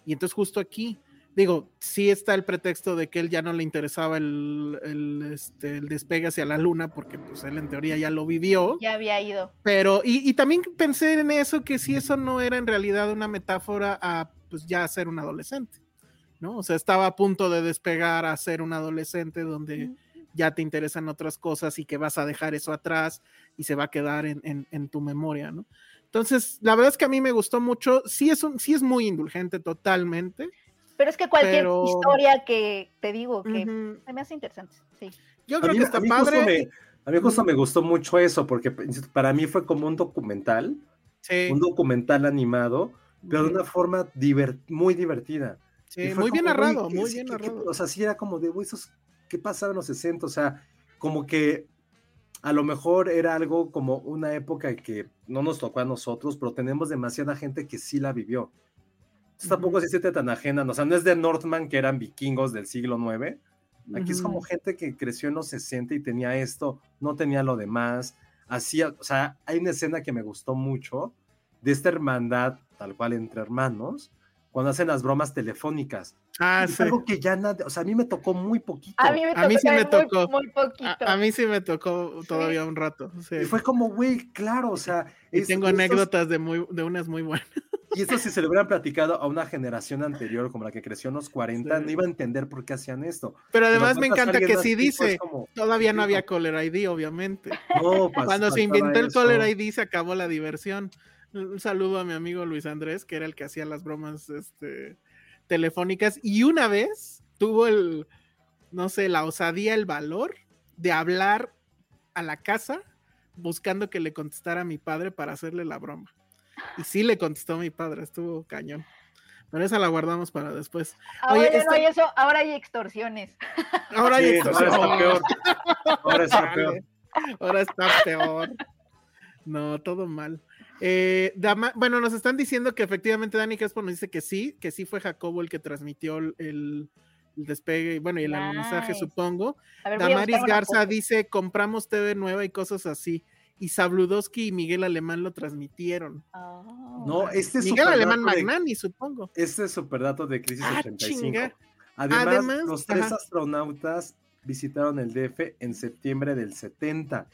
D: Y entonces justo aquí, digo, sí está el pretexto de que él ya no le interesaba el, el, este, el despegue hacia la luna, porque pues él en teoría ya lo vivió.
F: ya había ido.
D: Pero, y, y también pensé en eso, que si eso no era en realidad una metáfora a, pues, ya ser un adolescente, ¿no? O sea, estaba a punto de despegar a ser un adolescente donde ya te interesan otras cosas y que vas a dejar eso atrás y se va a quedar en, en- en tu memoria, ¿no? Entonces, la verdad es que a mí me gustó mucho. Sí es, un, sí es muy indulgente totalmente.
F: Pero es que cualquier
D: Pero-
F: historia que te digo que
D: Ujú.
F: se me hace interesante, sí.
D: Yo
C: A
D: creo
C: mí,
D: que
C: a
D: está
C: mí justo
D: padre.
C: me, a mí justo me gustó mucho eso, porque insisto, para mí fue como un documental,
D: Sí,
C: un documental animado, pero de una forma divert- muy divertida.
D: sí,
C: Y fue
D: Eh, muy bien
C: como, güey,
D: narrado,
C: ¿qué-
D: muy
C: sí,
D: bien
C: qué- qué-
D: narrado.
C: O sea, sí era como de, güey, esos, ¿qué pasaba en los 60? O sea, como que a lo mejor era algo como una época que no nos tocó a nosotros, pero tenemos demasiada gente que sí la vivió. Entonces, Tampoco se siente tan ajena, o sea, no es de Northman que eran vikingos del siglo IX. Aquí es como
D: Ujú.
C: gente que creció en los 60 y tenía esto, no tenía lo demás. Hacía, o sea, hay una escena que me gustó mucho de esta hermandad, tal cual entre hermanos, cuando hacen las bromas telefónicas.
D: Ah,
C: Es
D: sí.
C: algo que ya nadie, o sea, a mí me tocó muy poquito.
F: A mí, me
D: A mí sí me
F: también
D: tocó.
F: Muy, muy poquito.
D: A, a mí sí me tocó todavía un rato. sí.
C: Y fue como, güey, claro, o sea.
D: Y
C: es-
D: tengo
C: estos-
D: anécdotas de, muy, de unas muy buenas.
C: Y esto, si se lo hubieran platicado a una generación anterior, como la que creció en los 40,
D: Sí.
C: no iba a entender por qué hacían esto.
D: Pero
C: Pero
D: además
C: mandas
D: me
C: a
D: encanta
C: alguien
D: que
C: más
D: sí
C: chico, es
D: dice,
C: como,
D: todavía no
C: "Hijo,
D: había Caller ID, obviamente.
C: no, pas-
D: Cuando
C: faltaba
D: se inventó el
C: eso".
D: Caller ID se acabó la diversión. Un saludo a mi amigo Luis Andrés, que era el que hacía las bromas este, telefónicas. Y una vez tuvo el, no sé, la osadía, el valor de hablar a la casa buscando que le contestara a mi padre para hacerle la broma. Y sí le contestó mi padre, estuvo cañón. Pero esa la guardamos para después.
F: Ahora
D: Oye, este
F: ya no
D: esta-
F: hay Ah, eso, ahora hay extorsiones.
D: Ahora hay
C: Sí, ahora
D: extorsión.
C: está peor. Ahora está peor.
D: Chale, Ahora está peor. No, todo mal. Eh, Dama- bueno, nos están diciendo que efectivamente Dani Crespo nos dice que sí, que sí fue Jacobo el que transmitió el, el despegue y bueno, y el
F: Nice.
D: alunizaje, supongo.
F: A ver, voy a
D: Damaris
F: buscar una
D: Garza
F: foto.
D: dice: compramos TV nueva y cosas así. Y Sabludowski y Miguel Alemán lo transmitieron.
F: Ah.
C: No, este
D: Miguel Alemán
C: superdato de-
D: Magnani, supongo.
C: Este superdato de Crisis
D: Ah,
C: 85.
D: chinga.
C: Además,
D: Además,
C: los tres
D: ajá.
C: astronautas visitaron el DF en septiembre del 70.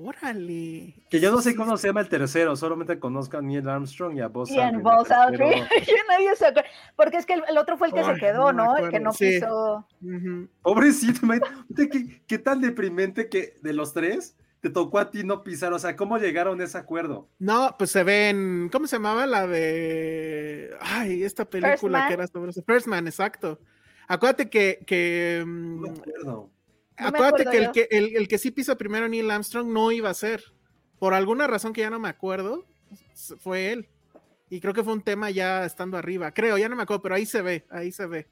D: Órale.
C: Que yo no
D: Eso
C: sé
D: sí
C: cómo se llama el tercero, solamente conozco a Neil Armstrong y a Buzz
F: Y en
C: Aldrin,
F: Buzz
C: el
F: Aldrin.
C: tercero.
F: Que nadie se acuerda. Porque es que el, el otro fue el que
D: Ay,
F: se quedó,
D: no me
F: ¿no? El que
D: acuerdo.
F: no
D: Sí.
F: quiso.
D: es- Ujú.
C: Pobrecito, imagínate qué, qué tan deprimente que de los tres te tocó a ti no pisar. O sea, ¿cómo llegaron a ese acuerdo?
D: No, pues se ven, ¿cómo se llamaba la de... Ay, esta película que
F: Man?
D: era sobre eso. First Man, exacto. Acuérdate que... que
C: No
D: mm,
C: me acuerdo.
F: No me
D: acuérdate
F: acuerdo
D: que, el,
F: yo.
D: que el, el que sí pisa primero Neil Armstrong no iba a ser. Por alguna razón que ya no me acuerdo, s- fue él. Y creo que fue un tema ya estando arriba. Creo, ya no me acuerdo, pero ahí se ve, ahí se ve.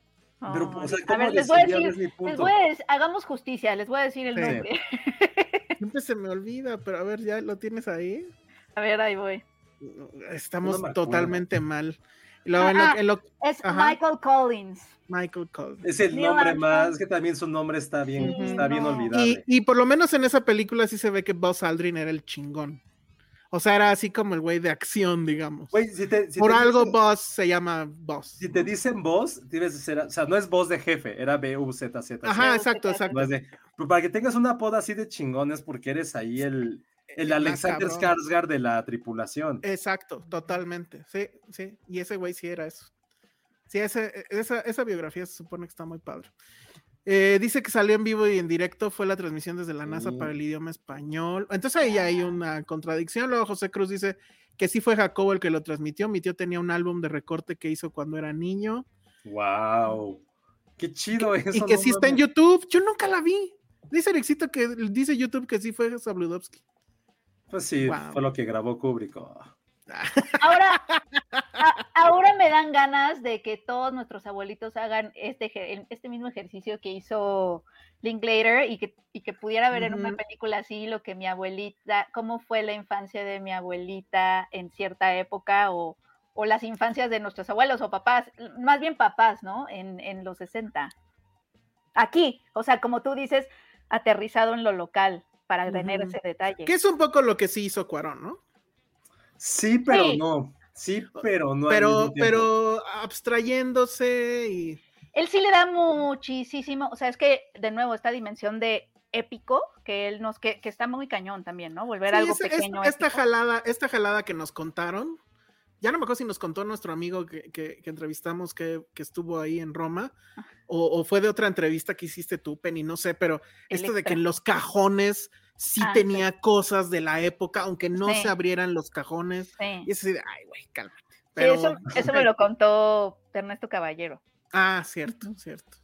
C: Pero, o sea,
F: Ay,
C: ¿cómo
F: a ver, les voy a
C: decidían?
F: decir.
C: Es mi
F: Les
C: punto.
F: voy a decir, hagamos justicia, les voy a decir el
D: Sí.
F: nombre.
D: Siempre se me olvida, pero a ver, ya lo tienes ahí.
F: A ver, ahí voy.
D: Estamos
C: Una vacuna.
D: totalmente mal. Y luego en
F: Ah,
D: lo- en lo-
F: Es
D: Ajá.
F: Michael Collins.
D: Michael Collins.
C: Es el
F: Neil
C: nombre
F: Armstrong.
C: más, es que también su nombre está bien,
F: Sí,
C: está bien
F: no.
D: Y,
C: olvidable.
D: y por lo menos en esa película sí se ve que Buzz Aldrin era el chingón. O sea, era así como el güey de acción, digamos.
C: Güey, si te- si
D: por
C: te
D: algo
C: dicen-
D: Buzz se llama Buzz.
C: Si te dicen voz, debes de ser, o sea, no es voz de jefe, era BUZZ.
D: Ajá,
F: Sí,
D: exacto,
F: sí,
D: exacto.
C: No es de- pero para que tengas una apodo así de chingones, porque eres ahí el, el
D: e-, más
C: Alexander
D: Ah, cabrón. Eh,
C: Skarsgård de la tripulación.
D: Exacto, totalmente. Sí, sí. Y ese güey sí era eso. Sí, ese- esa, esa biografía se supone que está muy padre. Eh, dice que salió en vivo y en directo, fue la transmisión desde la NASA
C: Mm.
D: para el idioma español. Entonces ahí hay una contradicción. Luego José Cruz dice que sí fue Jacobo el que lo transmitió. Mi tío tenía un álbum de recorte que hizo cuando era niño.
C: ¡Wow! ¡Qué chido eso!
D: y que
C: no
D: sí está en
C: mames.
D: YouTube. Yo nunca la vi. Dice Ericito que dice YouTube que sí fue Zabludovsky.
C: Pues sí,
D: Wow.
C: fue lo que grabó Kubrick. oh.
F: Ahora, a- ahora me dan ganas de que todos nuestros abuelitos hagan este, ejer- el- este mismo ejercicio que hizo Linklater y que, y que pudiera ver en una
D: Ujú.
F: película así lo que mi abuelita, cómo fue la infancia de mi abuelita en cierta época o, o las infancias de nuestros abuelos o papás, l- más bien papás, ¿no? En, en los 60. Aquí, o sea, como tú dices, aterrizado en lo local para tener
D: Ujú.
F: ese detalle.
D: Que es un poco lo que sí hizo Cuarón, ¿no?
C: Sí, pero
F: Sí.
C: no. Sí, pero no. al
D: pero,
C: mismo tiempo.
D: pero abstrayéndose y
F: Él sí le da muchísimo, o sea, es que de nuevo esta dimensión de épico que él nos que, que está muy cañón también, ¿no? Volver a
D: Sí,
F: algo
D: esa- es-
F: pequeño.
D: esta
F: épico.
D: jalada, esta jalada que nos contaron, ya no me acuerdo si nos contó nuestro amigo que, que- que entrevistamos que, que estuvo ahí en Roma, o, o fue de otra entrevista que hiciste tú, Penny, no sé, pero esto de que
F: Electra.
D: en los cajones sí
F: Ah, sí.
D: tenía cosas de la época, aunque no
F: Sí.
D: se abrieran los cajones.
F: Sí.
D: Y es así de, ay, güey, cálmate.
F: Sí,
D: Pero,
F: eso, eso me lo contó Ernesto Caballero.
D: Ah, cierto, cierto.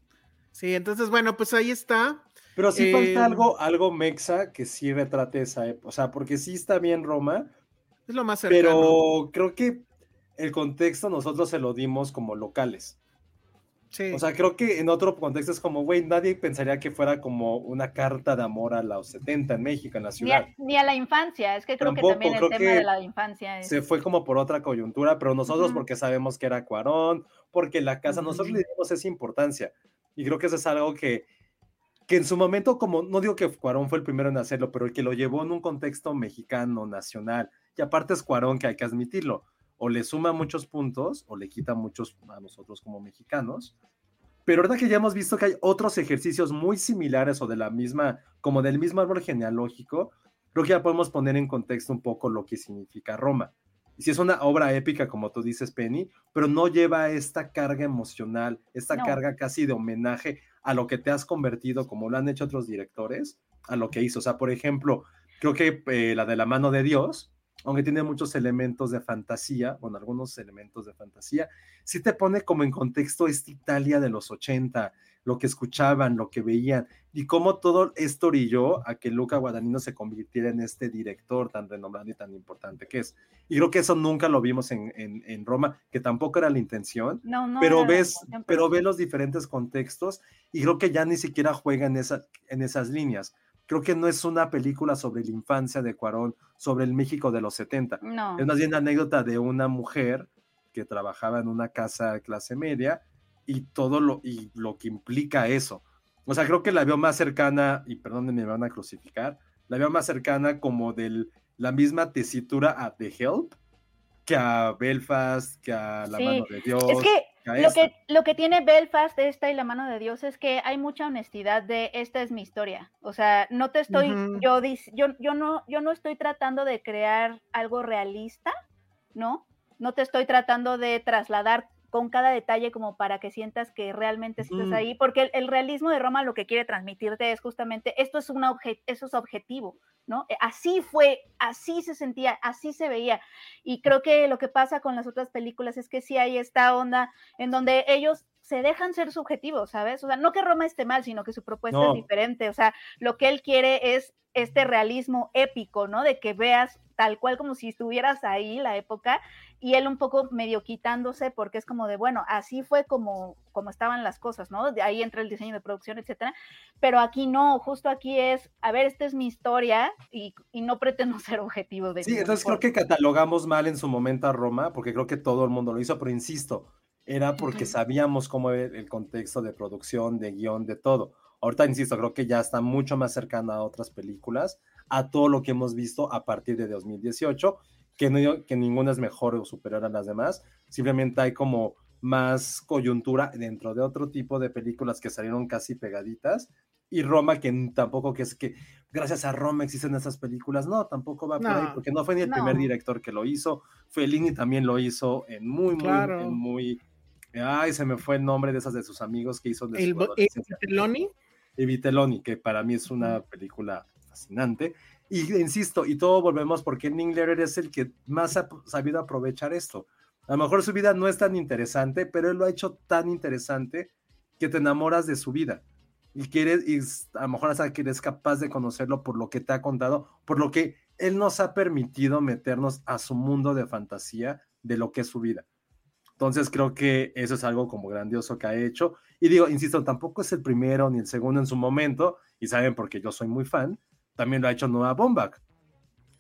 D: Sí, entonces, bueno, pues ahí está.
C: Pero sí
D: Em,
C: falta algo, algo mexa que sí retrate esa época. O sea, porque sí está bien Roma,
D: Es lo más cercano.
C: pero creo que el contexto nosotros se lo dimos como locales.
D: Sí.
C: O sea, creo que en otro contexto es como, güey, nadie pensaría que fuera como una carta de amor a los 70 en México, en la
F: Ni a,
C: ciudad.
F: ni a la infancia, es que creo
C: Tampoco,
F: que también
C: creo
F: el tema
C: que
F: de la infancia es
C: Se fue como por otra coyuntura, pero nosotros
F: Ujú.
C: porque sabemos que era Cuarón, porque la casa, nosotros le
D: Ujú.
C: dimos esa importancia. Y creo que eso es algo que, que en su momento, como no digo que Cuarón fue el primero en hacerlo, pero el que lo llevó en un contexto mexicano, nacional. Y aparte es Cuarón que hay que admitirlo. O le suma muchos puntos o le quita muchos a nosotros como mexicanos. Pero ahorita que ya hemos visto que hay otros ejercicios muy similares o de la misma, como del mismo árbol genealógico, creo que ya podemos poner en contexto un poco lo que significa Roma. Y si es una obra épica, como tú dices, Penny, pero no lleva esta carga emocional, esta
F: No.
C: carga casi de homenaje a lo que te has convertido, como lo han hecho otros directores, a lo que hizo. O sea, por ejemplo, creo que eh, la de la mano de Dios, aunque tiene muchos elementos de fantasía, bueno, algunos elementos de fantasía, sí te pone como en contexto esta Italia de los 80, lo que escuchaban, lo que veían, y cómo todo esto orilló a que Luca Guadagnino se convirtiera en este director tan renombrado y tan importante que es. Y creo que eso nunca lo vimos en, en- en Roma, que tampoco era la intención,
F: no, no
C: pero
F: era la
C: ves,
F: infancia,
C: pero ves los diferentes contextos y creo que ya ni siquiera juega en, esa- en esas líneas. Creo que no es una película sobre la infancia de Cuarón, sobre el México de los 70.
F: no.
C: Es más bien la anécdota de una mujer que trabajaba en una casa de clase media y todo lo, y lo que implica eso. O sea, creo que la veo más cercana, y perdón, me van a crucificar, la veo más cercana como de la misma tesitura a The Help que a Belfast, que a La
F: Sí,
C: Mano de Dios.
F: Es que
C: a
F: lo
C: esto.
F: que, lo que tiene Belfast, esta y la mano de Dios es que hay mucha honestidad de esta es mi historia. O sea, no te estoy,
D: Ujú.
F: yo, dis- yo, yo, no, yo no estoy tratando de crear algo realista, ¿no? No te estoy tratando de trasladar con cada detalle como para que sientas que realmente estás
C: Mm.
F: ahí, porque el, el realismo de Roma lo que quiere transmitirte es justamente esto es un obje- eso es objetivo, ¿no? Eh, Así fue, así se sentía, así se veía. Y creo que lo que pasa con las otras películas es que sí hay esta onda en donde ellos se dejan ser subjetivos, ¿sabes? O sea, no que Roma esté mal, sino que su propuesta
C: No.
F: es diferente. O sea, lo que él quiere es este realismo épico, ¿no? De que veas tal cual como si estuvieras ahí la época y él un poco medio quitándose porque es como de, bueno, así fue como, como estaban las cosas, ¿no? De ahí entra el diseño de producción, etcétera. Pero aquí no, justo aquí es, a ver, esta es mi historia y, y no pretendo ser objetivo de
C: Sí,
F: ninguna
C: entonces creo
F: forma.
C: que catalogamos mal en su momento a Roma, porque creo que todo el mundo lo hizo, pero insisto, era porque
F: Ujú.
C: sabíamos cómo era el contexto de producción, de guión, de todo. Ahorita, insisto, creo que ya está mucho más cercana a otras películas, a todo lo que hemos visto a partir de 2018, que, no digo que ninguna es mejor o superior a las demás, simplemente hay como más coyuntura dentro de otro tipo de películas que salieron casi pegaditas. Y Roma, que n- tampoco que es que gracias a Roma existen estas películas, no, tampoco va por ahí,
D: No.
C: porque no fue ni el
F: No.
C: primer director que lo hizo, Fellini también lo hizo en muy, muy,
D: Claro.
C: en muy, ay, se me fue el nombre de esas de sus amigos que hizo de
D: El,
C: su
D: bo- el
C: adolescencia.
D: Teloni,
C: y Vitelloni, que para mí es una película fascinante. Y insisto, y todo volvemos porque Ningler es el que más ha sabido aprovechar esto. A lo mejor su vida no es tan interesante, pero él lo ha hecho tan interesante que te enamoras de su vida. Y quieres, y s- a lo mejor hasta que eres capaz de conocerlo por lo que te ha contado, por lo que él nos ha permitido meternos a su mundo de fantasía de lo que es su vida. Entonces creo que eso es algo como grandioso que ha hecho. Y digo, insisto, tampoco es el primero ni el segundo en su momento, y saben porque yo soy muy fan, también lo ha hecho Noah Bombach.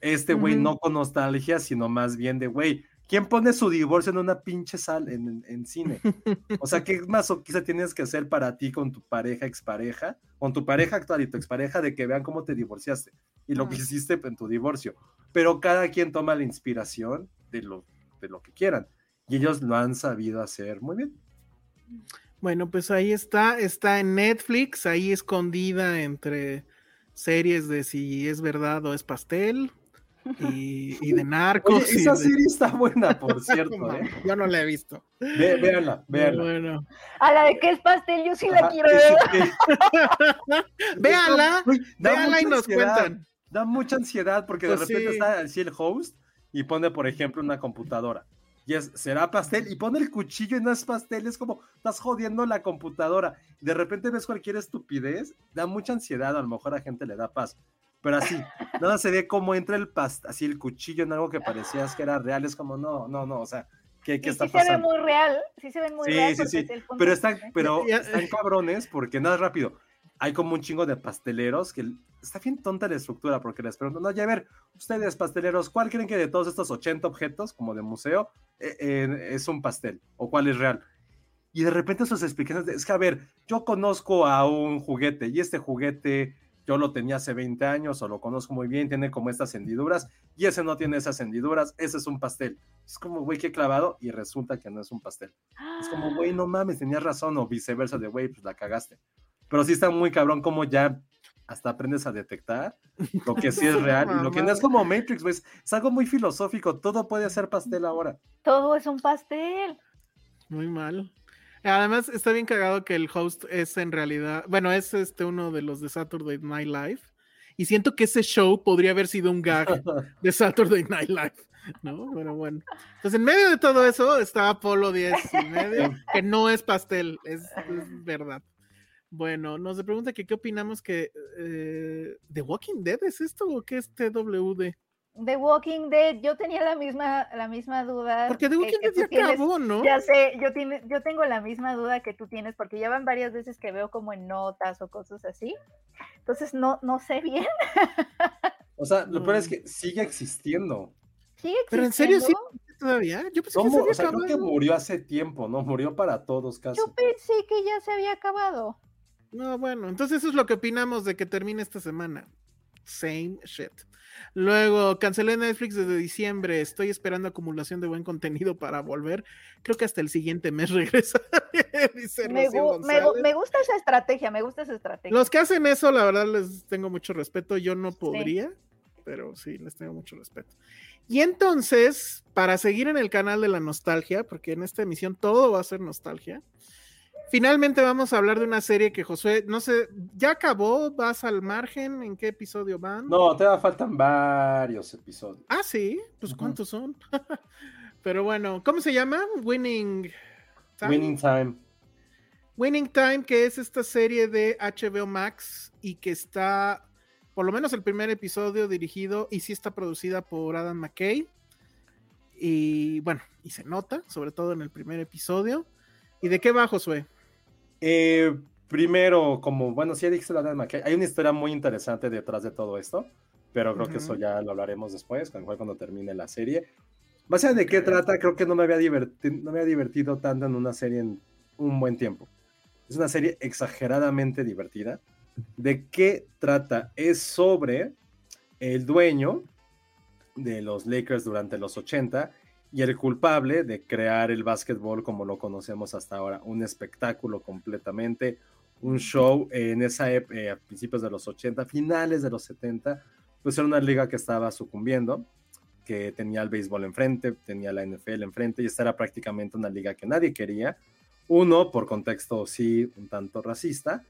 C: Este güey
F: Ujú.
C: no con nostalgia, sino más bien de güey, ¿quién pone su divorcio en una pinche sal en, en- en cine? O sea, ¿qué más o quizá tienes que hacer para ti con tu pareja, expareja, con tu pareja actual y tu expareja de que vean cómo te divorciaste y lo que
F: Ujú.
C: hiciste en tu divorcio? Pero cada quien toma la inspiración de lo, de lo que quieran. Y ellos lo han sabido hacer muy bien.
D: Bueno, pues ahí está, está en Netflix, ahí escondida entre series de si es verdad o es pastel y, y de narcos.
C: Oye,
D: y
C: esa
D: de-
C: serie está buena, por cierto,
D: No,
C: ¿eh?
D: Yo no la he visto.
C: Ve- véanla,
D: Pero
C: véanla.
D: Bueno,
F: A la de que es pastel, yo sí la
C: Ajá,
F: quiero
C: sí,
F: ver.
C: sí.
D: Véanla,
C: Uy, da
D: véanla y
C: mucha
D: nos
C: ansiedad,
D: cuentan.
C: Da mucha ansiedad porque de
D: Pues
C: repente
D: sí.
C: está así el host y pone, por ejemplo, una computadora. Y es, será pastel, y pone el cuchillo y no es pastel, es como, estás jodiendo la computadora. De repente ves cualquier estupidez, da mucha ansiedad, a lo mejor a gente le da paz. Pero así, nada se ve cómo entra el past, así el cuchillo en algo que parecías que era real, es como, no, no, no, o sea, ¿qué, qué
F: Y
C: está
F: sí se ve
C: pasando?
F: muy real, sí se ven muy
C: Sí,
F: real.
C: sí,
F: porque
C: sí,
F: es el punto
C: Pero
F: de
C: están,
F: vista.
C: pero
D: Ya-
C: están cabrones porque nada rápido. Hay como un chingo de pasteleros que l- está bien tonta la estructura porque les preguntan, no, ya a ver, ustedes pasteleros, ¿cuál creen que de todos estos 80 objetos como de museo eh, eh, es un pastel o cuál es real? Y de repente sus explicaciones, de, es que a ver, yo conozco a un juguete y este juguete yo lo tenía hace 20 años o lo conozco muy bien, tiene como estas hendiduras y ese no tiene esas hendiduras, ese es un pastel. Es como, güey, qué clavado y resulta que no es un pastel. Es
F: Ah.
C: como, güey, no mames, tenías razón, o viceversa, de güey, pues la cagaste. Pero sí está muy cabrón como ya hasta aprendes a detectar lo que sí es real y lo que no es como Matrix, güey. Es es algo muy filosófico, todo puede ser pastel ahora.
F: Todo es un pastel.
D: Muy mal. Además, está bien cagado que el host es en realidad, bueno, es este uno de los de Saturday Night Live. Y siento que ese show podría haber sido un gag de Saturday Night Live, ¿no? Pero bueno. Entonces, en medio de todo eso está Apolo 10 y medio, que no es pastel, es, es verdad. Bueno, nos pregunta que qué opinamos que eh, The Walking Dead es esto o qué es TWD.
F: The Walking Dead, yo tenía la misma, la misma duda.
D: Porque The
F: Ah, que-
D: Walking
F: que
D: Dead
F: tú
D: ya
F: tienes.
D: acabó, ¿no?
F: Ya sé, yo, tiene, yo tengo la misma duda que tú tienes, porque ya van varias veces que veo como en notas o cosas así. Entonces no, no sé bien.
C: O sea, lo peor es que sigue existiendo.
F: ¿Sigue
D: Pero en serio sí
F: existiendo?
D: todavía. Yo pensé
C: No,
D: que se
C: mu-
D: había
C: o sea, creo que
D: acabado.
C: murió hace tiempo, ¿no? Murió para todos casi.
F: Yo pensé que ya se había acabado.
D: No, bueno, entonces eso es lo que opinamos de que termine esta semana. Same shit. Luego, cancelé Netflix desde diciembre. Estoy esperando acumulación de buen contenido para volver. Creo que hasta el siguiente mes regresa. dice
F: Me,
D: Rocío
F: gu- me gu-
D: González.
F: me gusta esa estrategia, me gusta esa estrategia.
D: Los que hacen eso, la verdad, les tengo mucho respeto. Yo no podría, pero sí, les tengo mucho respeto. Y entonces, para seguir en el canal de la nostalgia, porque en esta emisión todo va a ser nostalgia, finalmente vamos a hablar de una serie que Josué, no sé, ¿ya acabó? ¿Vas al margen? ¿En qué episodio van?
C: No, te faltan varios episodios.
D: Ah, sí, pues
C: Ujú.
D: ¿cuántos son? pero bueno, ¿cómo se llama? Winning. Time.
C: Winning Time.
D: Winning Time, que es esta serie de HBO Max y que está, por lo menos el primer episodio dirigido y sí está producida por Adam McKay. Y bueno, y se nota, sobre todo en el primer episodio. ¿Y de qué va, Josué?
C: Eh, primero, como, bueno, sí, dije la Adam McKay, hay una historia muy interesante detrás de todo esto, pero creo que
D: Ujú.
C: eso ya lo hablaremos después, cuando, cuando termine la serie. Más allá de qué trata, creo que no me, había diverti- no me había divertido tanto en una serie en un buen tiempo. Es una serie exageradamente divertida. ¿De qué trata? Es sobre el dueño de los Lakers durante los 80 y el culpable de crear el básquetbol como lo conocemos hasta ahora, un espectáculo completamente, un show eh, en esa ep- eh, a principios de los 80, finales de los 70, pues era una liga que estaba sucumbiendo, que tenía el béisbol enfrente, tenía la NFL enfrente y esta era prácticamente una liga que nadie quería. Uno, por contexto sí, un tanto racista,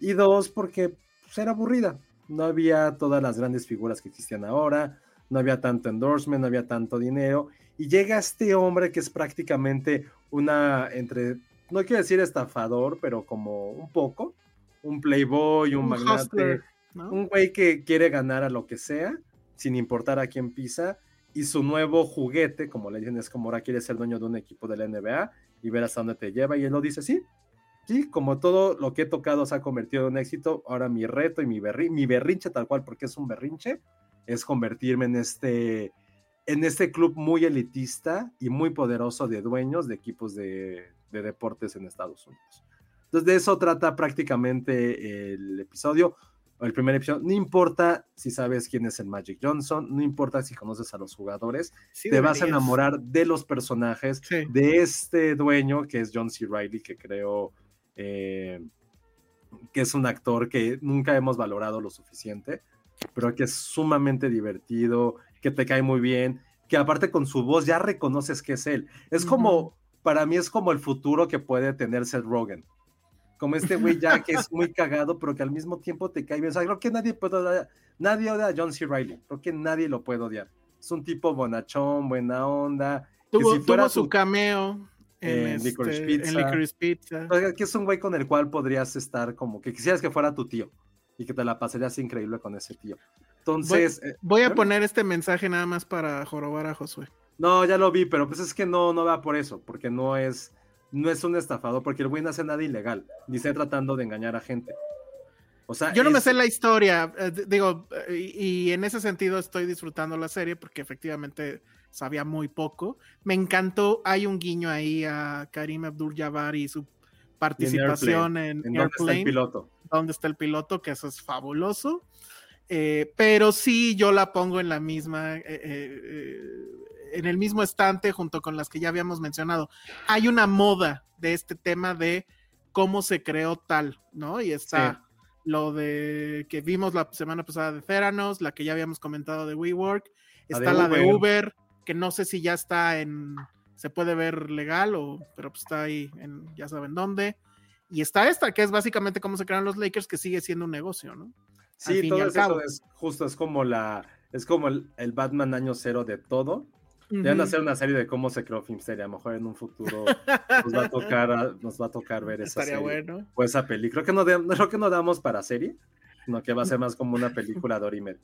C: y dos, porque pues, era aburrida. No había todas las grandes figuras que existían ahora, no había tanto endorsement, no había tanto dinero. Y llega este hombre que es prácticamente una, entre, no quiero decir estafador, pero como un poco, un playboy, un,
D: Un
C: magnate,
D: hustler, ¿no?
C: un güey que quiere ganar a lo que sea, sin importar a quién pisa. Y su nuevo juguete, como le dicen, es como ahora quiere ser dueño de un equipo de la NBA y ver hasta dónde te lleva. Y él lo dice, sí, Sí, como todo lo que he tocado se ha convertido en un éxito, ahora mi reto y mi, berri- mi berrinche tal cual, porque es un berrinche, es convertirme en este, en este club muy elitista y muy poderoso de dueños de equipos de, de deportes en Estados Unidos. Entonces de eso trata prácticamente el episodio, o el primer episodio. No importa si sabes quién es el Magic Johnson, no importa si conoces a los jugadores,
D: Sí,
C: te vas a
D: deberías.
C: enamorar de los personajes,
D: Sí.
C: de este dueño que es John C. Riley, que creo eh, que es un actor que nunca hemos valorado lo suficiente, pero que es sumamente divertido, que te cae muy bien, que aparte con su voz ya reconoces que es él. Es como, para mí es como el futuro que puede tener Seth Rogen. Como este güey ya que es muy cagado, pero que al mismo tiempo te cae bien. O sea, creo que nadie puede odiar- nadie odia a John C. Riley. Creo que nadie lo puede odiar. Es un tipo bonachón, buena onda, que
D: Tuvo,
C: si
D: tuvo
C: fuera
D: su
C: tu-
D: cameo en,
C: en
D: este,
C: Licorice
D: en
C: Pizza.
D: Licorice Pizza.
C: O sea, que es un güey con el cual podrías estar como que quisieras que fuera tu tío y que te la pasarías increíble con ese tío. Entonces, eh,
D: Voy a
C: ¿no?
D: poner este mensaje nada más para jorobar a Josué.
C: no, ya lo vi, pero pues es que no, no va por eso, porque no es, no es un estafador, porque el güey no hace nada ilegal, ni está tratando de engañar a gente. O sea,
D: Yo no me
C: es-
D: sé la historia, eh, d- digo, eh, y, y en ese sentido estoy disfrutando la serie porque efectivamente sabía muy poco. Me encantó, hay un guiño ahí a Karim Abdul-Jabbar y su participación en,
C: en dónde está el
D: Airplane,
C: piloto.
D: donde está el piloto, que eso es fabuloso. Eh, pero sí, yo la pongo en la misma, eh, eh, eh, en el mismo estante junto con las que ya habíamos mencionado. Hay una moda de este tema de cómo se creó tal, ¿no? Y está lo de que vimos la semana pasada de Theranos, la que ya habíamos comentado de WeWork,
C: La
D: está
C: de
D: la de
C: Uber.
D: Uber, que no sé si ya está en, se puede ver legal o, pero pues está ahí en, ya saben dónde. Y está esta, que es básicamente cómo se crearon los Lakers, que sigue siendo un negocio, ¿no? Al
C: Sí,
D: fin y
C: todo
D: al
C: eso
D: cabo.
C: es justo, es como la, es como el, el Batman año cero de todo, Ya van a
D: Ujú.
C: hacer una serie de cómo se creó Filmsteria. A lo mejor en un futuro nos va a tocar, a- nos va a tocar ver esa
D: Estaría
C: serie.
D: bueno.
C: O esa película. Creo que, no de- creo que no damos para serie, sino que va a ser más como una película de hora y media.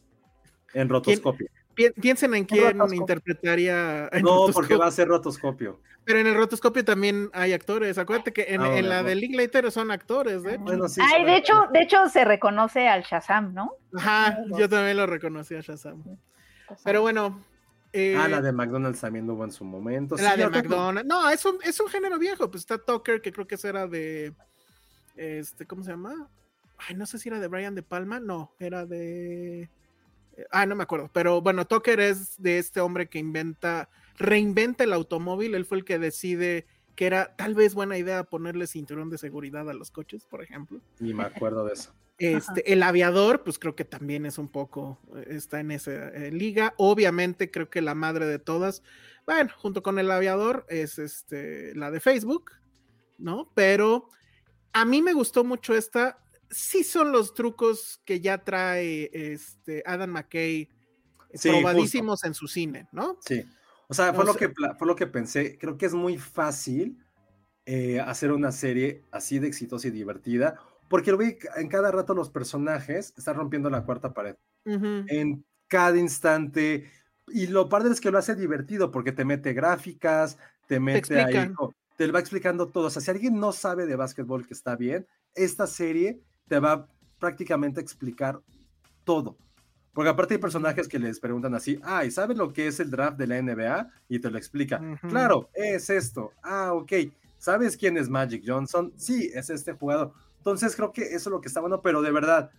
C: En rotoscopio.
D: Pi- piensen en quién
E: rotoscopio.
D: interpretaría. en
C: No,
D: rotoscopio.
C: porque va a ser rotoscopio.
D: Pero en el rotoscopio también hay actores. Acuérdate que en,
C: Ah,
D: en
C: bueno,
D: la
C: no.
D: de Linklater son actores, ¿eh?
C: Bueno, sí.
F: Ay,
C: será.
F: de hecho, de hecho se reconoce al Shazam, ¿no?
D: Ajá,
F: Claro.
D: yo también lo reconocí a Shazam. Pero bueno. eh,
C: Ah, la de McDonald's también hubo en su momento.
D: la
C: Sí,
D: de
C: yo creo que-
D: McDonald's. No, es un, es un género viejo. Pues está Tucker, que creo que esa era de. Este, ¿cómo se llama? Ay, no sé si era de Brian De Palma. No, era de. eh, Ah, no me acuerdo. Pero bueno, Tucker es de este hombre que inventa, reinventa el automóvil. Él fue el que decide que era tal vez buena idea ponerle cinturón de seguridad a los coches, por ejemplo.
C: Ni me acuerdo de eso.
D: Este, el aviador, pues creo que también es un poco, eh, está en esa eh, liga. Obviamente, creo que la madre de todas, bueno, junto con el aviador, es este, la de Facebook, ¿no? Pero a mí me gustó mucho esta. Sí son los trucos que ya trae este, Adam McKay
C: Sí,
D: probadísimos en su cine, ¿no?
C: Sí. O sea,
D: No
C: fue, lo
D: sé.
C: que, pla- fue lo que pensé. Creo que es muy fácil eh, hacer una serie así de exitosa y divertida, porque lo vi en cada rato los personajes están rompiendo la cuarta pared.
D: Ujú.
C: en cada instante. Y lo padre es que lo hace divertido porque te mete gráficas, te mete ahí,
D: explican.
C: co- te lo va explicando todo. O sea, si alguien no sabe de básquetbol que está bien, esta serie te va prácticamente a explicar todo. Porque aparte hay personajes que les preguntan así, ah, ¿y sabes lo que es el draft de la NBA? Y te lo explica.
D: Ujú.
C: Claro, es esto. Ah, ok. ¿Sabes quién es Magic Johnson? Sí, es este jugador. Entonces creo que eso es lo que está bueno, pero de verdad,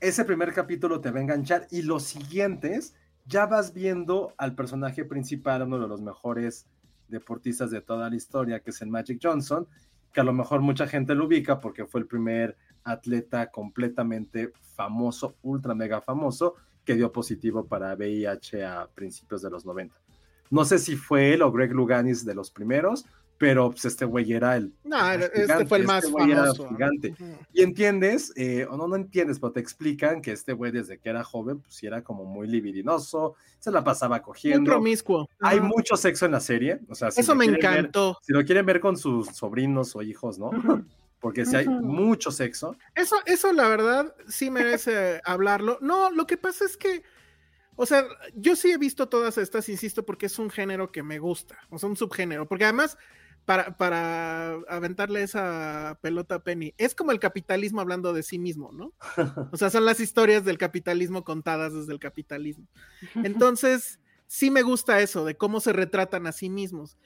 C: ese primer capítulo te va a enganchar y los siguientes ya vas viendo al personaje principal, uno de los mejores deportistas de toda la historia, que es el Magic Johnson, que a lo mejor mucha gente lo ubica porque fue el primer atleta completamente famoso, ultra mega famoso, que dio positivo para VIH a principios de los 90. No sé si fue él o Greg Luganis de los primeros, pero pues, este güey era el...
D: No,
C: el
D: este fue el
C: gigante,
D: más
C: este güey era
D: famoso.
C: gigante.
D: Ujú.
C: Y entiendes, eh, o no, no entiendes, pero te explican que este güey desde que era joven, pues sí era como muy libidinoso, se la pasaba
D: Muy
C: cogiendo.
D: promiscuo.
C: Hay
D: Ajá.
C: mucho sexo en la serie, o sea, si
D: Eso
C: lo
D: me
C: quieren ver-
D: encantó.
C: si lo quieren ver con sus sobrinos o hijos, ¿no? Porque si hay
E: Ujú.
C: mucho sexo,
D: Eso, eso la verdad sí merece hablarlo. No, lo que pasa es que, o sea, yo sí he visto todas estas, insisto, porque es un género que me gusta, o sea, un subgénero, porque además, para, para aventarle esa pelota a Penny, es como el capitalismo hablando de sí mismo, ¿no? O sea, son las historias del capitalismo contadas desde el capitalismo. Entonces, sí me gusta eso, de cómo se retratan a sí mismos.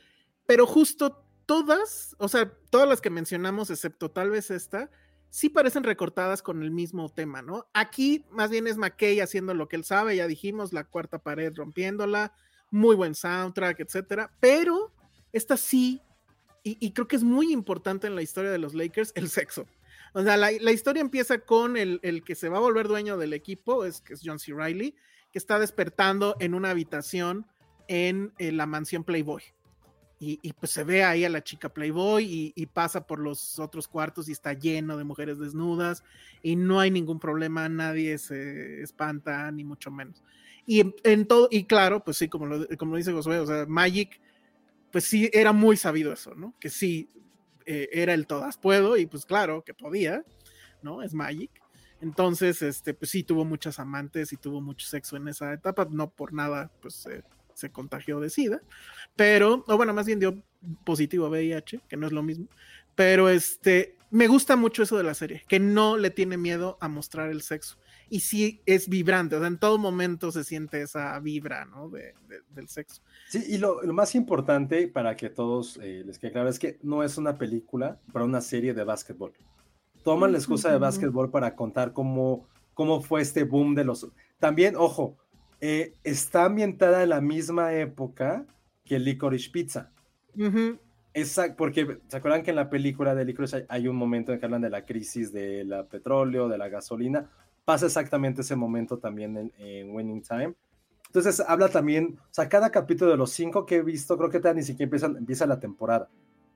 D: Pero justo todas, o sea, todas las que mencionamos, excepto tal vez esta, sí parecen recortadas con el mismo tema, ¿no? Aquí más bien es McKay haciendo lo que él sabe, ya dijimos, la cuarta pared rompiéndola, muy buen soundtrack, etcétera, pero esta sí, y, y creo que es muy importante en la historia de los Lakers, el sexo. O sea, la, la historia empieza con el, el que se va a volver dueño del equipo, es, que es John C. Riley, que está despertando en una habitación en eh, la mansión Playboy. Y, y, pues se ve ahí a la chica Playboy y, y pasa por los otros cuartos y está lleno de mujeres desnudas y no hay ningún problema, nadie se espanta, ni mucho menos. Y en, en todo, y claro, pues sí, como lo, como lo dice Josué, o sea, Magic, pues sí, era muy sabido eso, ¿no? Que sí, eh, era el todas puedo y pues claro que podía, ¿no? Es Magic. Entonces, este, pues sí, tuvo muchas amantes y tuvo mucho sexo en esa etapa, no por nada, pues eh, se contagió de SIDA, pero, o bueno, más bien dio positivo a VIH, que no es lo mismo, pero este, me gusta mucho eso de la serie, que no le tiene miedo a mostrar el sexo, y sí es vibrante, o sea, en todo momento se siente esa vibra, ¿no? De, de- del sexo.
C: Sí, y lo, lo más importante para que todos eh, les quede claro es que no es una película, pero una serie de básquetbol. Toman la excusa de
E: Ujú.
C: básquetbol para contar cómo, cómo fue este boom de los... También, ojo, eh, está ambientada en la misma época que Licorice Pizza.
D: Ujú,
C: Exacto, porque se acuerdan que en la película de Licorice hay, hay un momento en que hablan de la crisis del petróleo, de la gasolina. Pasa exactamente ese momento también en, en Winning Time. Entonces habla también, o sea, cada capítulo de los cinco que he visto, creo que todavía ni siquiera empiezan- empieza la temporada.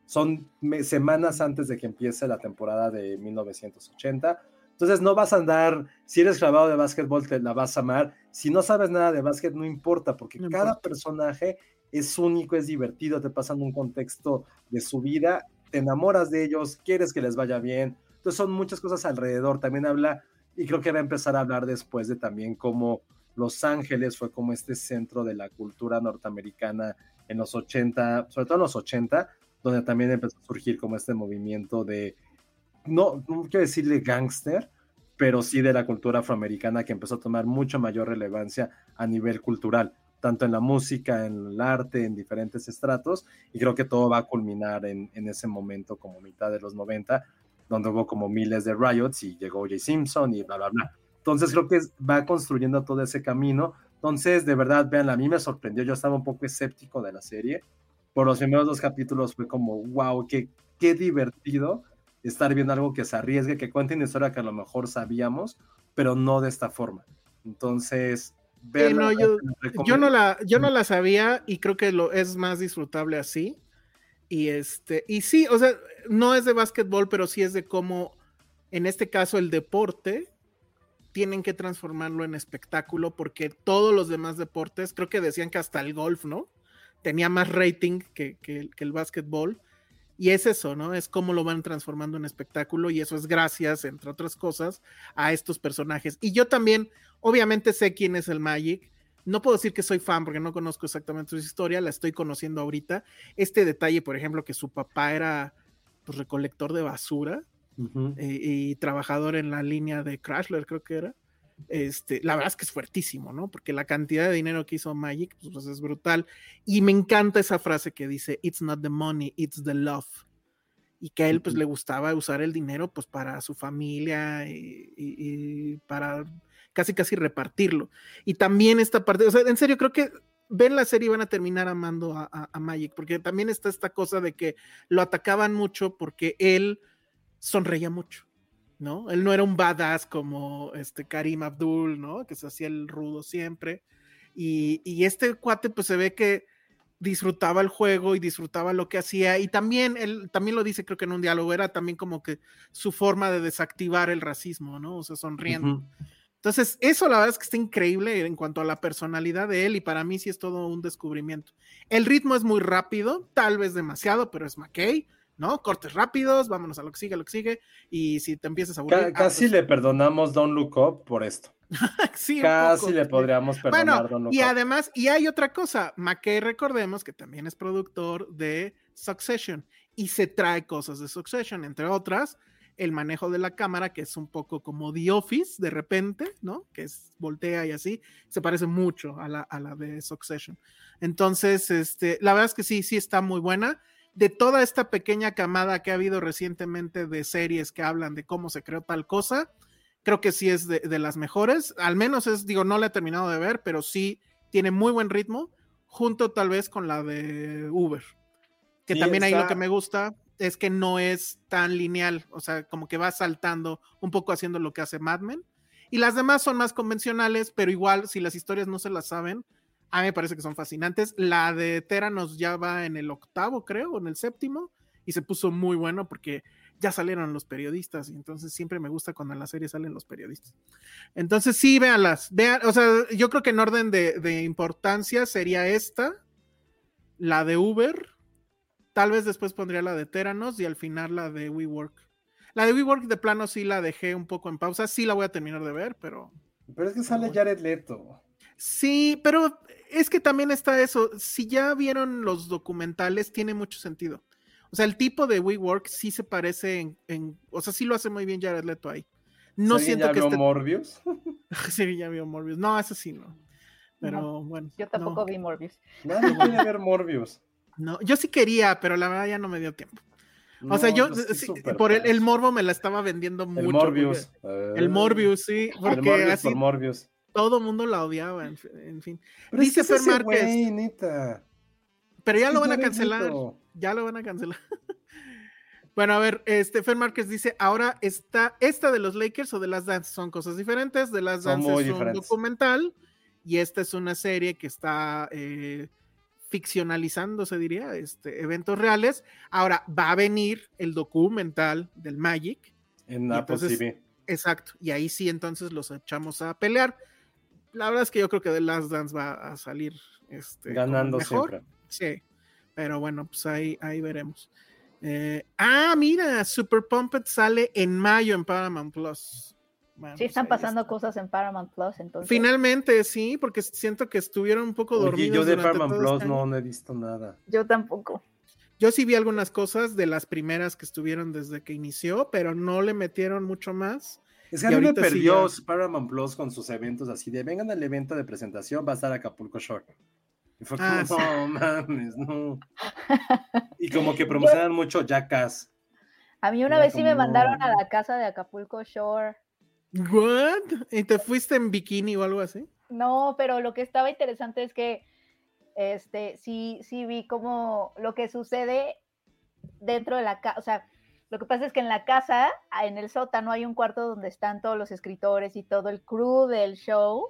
C: Son me- semanas antes de que empiece la temporada de 1980. Entonces no vas a andar, si eres grabado de básquetbol, te la vas a amar. Si no sabes nada de básquet, no importa, porque
D: No
C: cada
D: importa.
C: personaje es único, es divertido, te pasan un contexto de su vida, te enamoras de ellos, quieres que les vaya bien. Entonces son muchas cosas alrededor. También habla, y creo que va a empezar a hablar después de también cómo Los Ángeles fue como este centro de la cultura norteamericana en los 80, sobre todo en los 80, donde también empezó a surgir como este movimiento de, no, no quiero decirle gángster, pero sí de la cultura afroamericana que empezó a tomar mucho mayor relevancia a nivel cultural, tanto en la música, en el arte, en diferentes estratos, y creo que todo va a culminar en, en ese momento como mitad de los 90, donde hubo como miles de riots y llegó Jay Simpson y bla, bla, bla. Entonces creo que es- va construyendo todo ese camino. Entonces, de verdad, vean, a mí me sorprendió, yo estaba un poco escéptico de la serie. Por los primeros dos capítulos fue como, wow, qué, qué divertido estar viendo algo que se arriesgue, que cuente una historia que a lo mejor sabíamos, pero no de esta forma. Entonces, vean.
D: no, yo- Yo no, la, yo no la sabía y creo que lo, es más disfrutable así. Y, este, y sí, o sea, no es de básquetbol, pero sí es de cómo, en este caso, el deporte tienen que transformarlo en espectáculo porque todos los demás deportes, creo que decían que hasta el golf, ¿no? Tenía más rating que, que el- que el básquetbol. Y es eso, ¿no? Es cómo lo van transformando en espectáculo y eso es gracias, entre otras cosas, a estos personajes. Y yo también, obviamente sé quién es el Magic. No puedo decir que soy fan porque no conozco exactamente su historia, la estoy conociendo ahorita. Este detalle, por ejemplo, que su papá era pues, recolector de basura
C: Ujú.
D: eh, y trabajador en la línea de Crashler, creo que era. Este, la verdad es que es fuertísimo, ¿no? Porque la cantidad de dinero que hizo Magic pues, pues, es brutal. Y me encanta esa frase que dice, It's not the money, it's the love. Y que a él pues le gustaba usar el dinero pues para su familia y, y- y para casi casi repartirlo. Y también esta parte, o sea, en serio creo que ven la serie y van a terminar amando a, a- a Magic, porque también está esta cosa de que lo atacaban mucho porque él sonreía mucho, ¿no? Él no era un badass como este Karim Abdul, ¿no? Que se hacía el rudo siempre. Y, y este cuate, pues se ve que disfrutaba el juego y disfrutaba lo que hacía. Y también, él también lo dice, creo que en un diálogo, era también como que su forma de desactivar el racismo, ¿no? O sea, sonriendo.
C: Ujú.
D: Entonces, eso la verdad es que está increíble en cuanto a la personalidad de él y para mí sí es todo un descubrimiento. El ritmo es muy rápido, tal vez demasiado, pero es McKay, ¿no? Cortes rápidos, vámonos a lo que sigue, a lo que sigue y si te empiezas a
C: Ca-
D: aburrir... ah,
C: casi
D: pues,
C: le perdonamos Don Look Up por esto.
D: sí, un
C: Casi
D: poco.
C: le podríamos perdonar
D: Bueno,
C: Don't Look
D: y
C: Up.
D: además, y hay otra cosa, McKay recordemos que también es productor de Succession y se trae cosas de Succession, entre otras, el manejo de la cámara, que es un poco como The Office de repente, ¿no? Que es voltea y así, se parece mucho a la, a la de Succession. Entonces, este, la verdad es que sí, sí está muy buena. De toda esta pequeña camada que ha habido recientemente de series que hablan de cómo se creó tal cosa, creo que sí es de, de las mejores. Al menos es, digo, no la he terminado de ver, pero sí tiene muy buen ritmo, junto tal vez con la de Uber. Que
C: Sí,
D: también ahí lo
C: está-
D: que me gusta es que no es tan lineal, o sea, como que va saltando un poco haciendo lo que hace Mad Men. Y las demás son más convencionales, pero igual, si las historias no se las saben, a mí me parece que son fascinantes. La de Teranos ya va en el octavo, creo, o en el séptimo, y se puso muy bueno porque ya salieron los periodistas, y entonces siempre me gusta cuando en la serie salen los periodistas. Entonces, sí, véanlas. Vean, o sea, yo creo que en orden de, de importancia sería esta, la de Uber, tal vez después pondría la de Teranos y al final la de WeWork. La de WeWork de plano sí la dejé un poco en pausa, sí la voy a terminar de ver, pero
C: Pero es que sale Jared Leto.
D: Sí, pero es que también está eso. Si ya vieron los documentales, tiene mucho sentido. O sea, el tipo de WeWork sí se parece en, en- o sea, sí lo hace muy bien Jared Leto ahí. No
C: ¿Alguien
D: siento
C: ya
D: que
C: vio
D: esté.
C: Morbius?
D: sí, ya vio Morbius. No, eso sí no. Pero bueno.
F: Yo tampoco
D: no.
F: vi Morbius.
C: Nadie quiere ver Morbius.
D: No, yo sí quería, pero la verdad ya no me dio tiempo. O sea,
C: No,
D: yo
C: estoy
D: sí,
C: súper
D: por el, el
C: fan.
D: morbo me la estaba vendiendo mucho.
C: El
D: porque-
C: Morbius. eh,
D: El Morbius, sí, porque
C: el Morbius
D: así
C: por Morbius.
D: todo mundo la odiaba, en, fin- en fin.
C: Pero es que
D: Dice
C: es
D: Fer
C: ese
D: Márquez.
C: güey, neta.
D: Pero ya
C: Es
D: lo
C: que
D: van a
C: Jared
D: cancelar.
C: Leto.
D: Ya lo van a cancelar. bueno, a ver, este Fer Márquez dice, ahora está esta de los Lakers o de las Dance son cosas diferentes, de las
C: Son
D: Dance
C: muy
D: es un
C: diferentes.
D: documental y esta es una serie que está eh, ficcionalizando, se diría, este, eventos reales. Ahora va a venir el documental del Magic,
C: En
D: Y pues
C: Apple
D: entonces-
C: TV.
D: exacto, y ahí sí entonces los echamos a pelear. La verdad es que yo creo que The Last Dance va a salir este, como
C: Ganando
D: mejor.
C: siempre.
D: Sí, pero bueno, pues ahí, ahí veremos. Eh, ah, mira, Super Pumped sale en mayo en Paramount Plus. Bueno,
F: Sí, están
D: pues ahí
F: pasando
D: está.
F: cosas en Paramount Plus, entonces.
D: Finalmente, sí, porque siento que estuvieron un poco
C: Oye,
D: dormidos.
C: yo de
D: durante
C: Paramount
D: todo este
C: Plus
D: año.
C: no, no he visto nada.
F: Yo tampoco.
D: Yo sí vi algunas cosas de las primeras que estuvieron desde que inició, pero no le metieron mucho más.
C: Es que
D: Y
C: a mí me
D: ahorita sí
C: perdió
D: ya-
C: Paramount Plus con sus eventos así de vengan al evento de presentación, va a estar Acapulco Short. Y fue como,
D: Ah, sí.
C: no mames, no. Y como que promocionan mucho Jackass.
F: A mí una
C: Era
F: vez sí me
C: como-
F: mandaron a la casa de Acapulco Shore.
D: ¿What? ¿Y te fuiste en bikini o algo así?
F: No, pero lo que estaba interesante es que este sí, sí vi como lo que sucede dentro de la casa. O sea, lo que pasa es que en la casa, a- en el sótano, hay un cuarto donde están todos los escritores y todo el crew del show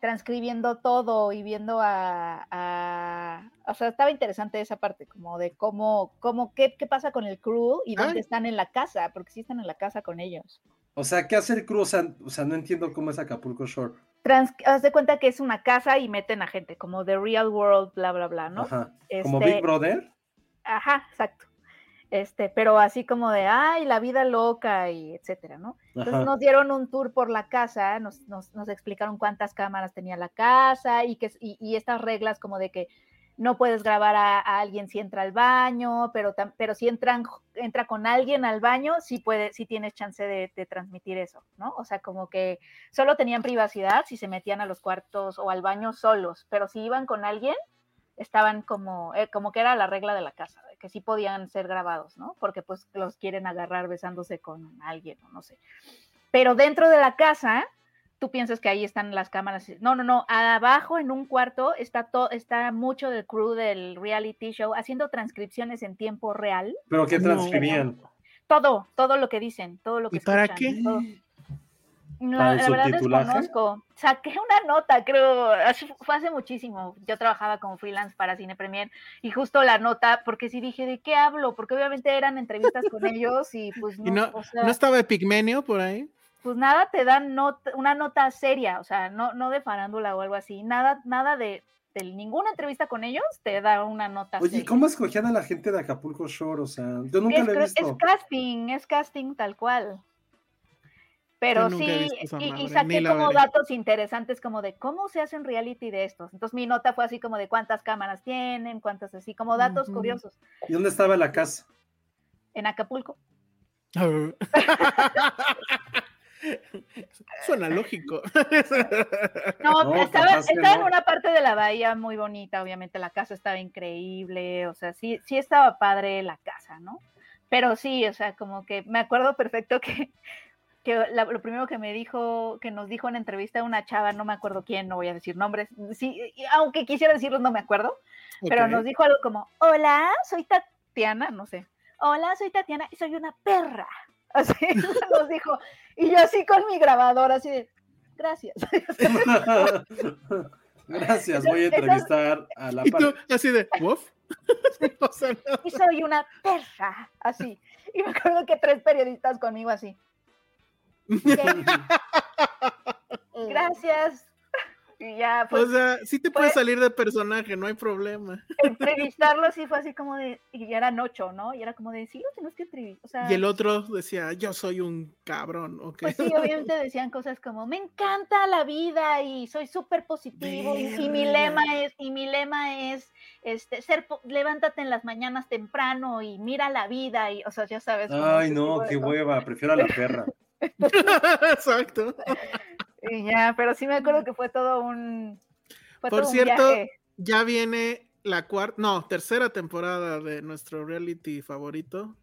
F: transcribiendo todo y viendo a, a- o sea, estaba interesante esa parte, como de cómo, cómo, qué, qué pasa con el crew y dónde
D: Ay.
F: están en la casa, porque sí están en la casa con ellos.
C: O sea, ¿qué hace el crew? O sea, o sea, no entiendo cómo es Acapulco Shore.
F: Trans, haz de cuenta que es una casa y meten a gente, como The Real World, bla, bla, bla, ¿no?
C: Ajá. Como
F: Este,
C: Big Brother.
F: Ajá, exacto. Este, pero así como de, ay, la vida loca y etcétera, pues ¿no? Entonces
C: Ajá.
F: nos dieron un tour por la casa, nos, nos- nos explicaron cuántas cámaras tenía la casa y, que, y, y estas reglas como de que no puedes grabar a, a alguien si entra al baño, pero, tam- pero si entran, entra con alguien al baño, sí, puede, sí tienes chance de, de transmitir eso, ¿no? O sea, como que solo tenían privacidad si se metían a los cuartos o al baño solos, pero si iban con alguien, estaban como, eh, como que era la regla de la casa, de que sí podían ser grabados, ¿no? Porque pues los quieren agarrar besándose con alguien o no sé. Pero dentro de la casa, tú piensas que ahí están las cámaras. No, no, no. Abajo en un cuarto está, to- está mucho del crew del reality show haciendo transcripciones en tiempo real.
C: Pero ¿qué
D: No.
C: transcribían?
F: Todo, todo lo que dicen, todo lo que
D: ¿Y para
F: escuchan,
D: qué?
F: todo. No,
C: ¿Para el
F: la verdad
C: subtitulaje?
F: desconozco. Saqué una nota, creo, hace- fue hace muchísimo. Yo trabajaba como freelance para Cine Premier y justo la nota, porque sí dije, ¿de qué hablo? Porque obviamente eran entrevistas con ellos y pues no,
D: ¿Y no,
F: o sea,
D: no estaba Epigmenio por ahí?
F: pues nada te dan not- una nota seria, o sea, no, no de farándula o algo así, nada, nada de, de ninguna entrevista con ellos te da una nota
C: Oye, ¿y
F: seria.
C: ¿cómo escogían a la gente de Acapulco Shore? O sea, yo nunca
F: es,
C: lo he
F: cre- es
C: visto.
F: casting, es casting tal cual. Pero
D: nunca he
F: sí,
D: visto esa
F: y- y,
D: madre, ni
F: saqué
D: la
F: como
D: veré.
F: datos interesantes como de cómo se hace un reality de estos. Entonces mi nota fue así como de cuántas cámaras tienen, cuántas así, como datos
D: Ujú.
F: curiosos.
C: ¿Y dónde estaba la casa?
F: En Acapulco.
D: Suena lógico.
F: No,
C: No,
F: estaba,
C: capaz que
F: estaba en
C: no.
F: una parte de la bahía muy bonita, obviamente la casa estaba increíble, o sea, sí, sí estaba padre la casa, ¿no? Pero sí, o sea, como que me acuerdo perfecto que, que la- lo primero que me dijo, que nos dijo en entrevista una chava, no me acuerdo quién, no voy a decir nombres, sí, y aunque quisiera decirlos, no me acuerdo, pero
D: Ok.
F: nos dijo algo como, hola, soy Tatiana, no sé, hola, soy Tatiana y soy una perra. Así nos dijo, y yo así con mi grabadora, así de, gracias.
C: Gracias, voy a
F: Esas-
C: entrevistar a la
D: Y tú,
C: par.
D: así de, ¿woof? O sea, no.
F: y soy una perra, así. Y me acuerdo que tres periodistas conmigo así. "Ok, gracias. Y ya,
D: O
F: pues,
D: sea, sí te puedes
F: fue-
D: salir de personaje, no hay problema.
F: entrevistarlo así fue así como de, y ya eran ocho, ¿no? Y era como de, sí, lo tenemos que entrevistar. O sea,
D: Y el otro decía, yo soy un cabrón, ¿ok?
F: Ah. pues sí, obviamente decían cosas como, me encanta la vida y soy súper positivo y, y mi lema es, y mi lema es, este, ser, po- levántate en las mañanas temprano y mira la vida y, o sea, ya sabes. como
C: Ay,
F: ese
C: no,
F: tipo de
C: qué
F: cosas.
C: hueva, prefiero a la perra.
D: Exacto.
F: Y ya, pero sí me acuerdo que fue todo un. fue
D: Por
F: todo un
D: cierto,
F: viaje.
D: Ya viene la cuarta, no, tercera temporada de nuestro reality favorito,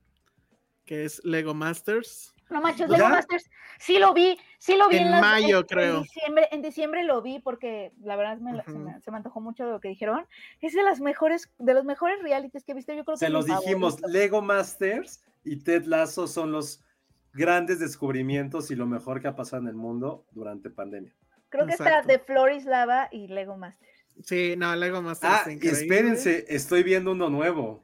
D: que es Lego Masters.
F: No manches,
C: ¿Ya?
F: Lego Masters. Sí lo vi, sí lo vi
D: En
F: las-
D: mayo,
F: en-
D: creo.
F: En diciembre, en diciembre lo vi porque la verdad me la- se,
D: Ujú.
F: me, se me antojó mucho de lo que dijeron. Es de las mejores, de los mejores realities que he visto. Yo creo que
C: Se
F: es
C: los
F: mi
C: dijimos,
F: favorito.
C: Lego Masters y Ted Lasso son los grandes descubrimientos y lo mejor que ha pasado en el mundo durante pandemia.
F: Creo que
D: Exacto.
F: está de Floris Lava y Lego Masters.
D: Sí, no, Lego Masters.
C: Ah, y
D: increíble.
C: espérense, estoy viendo uno nuevo.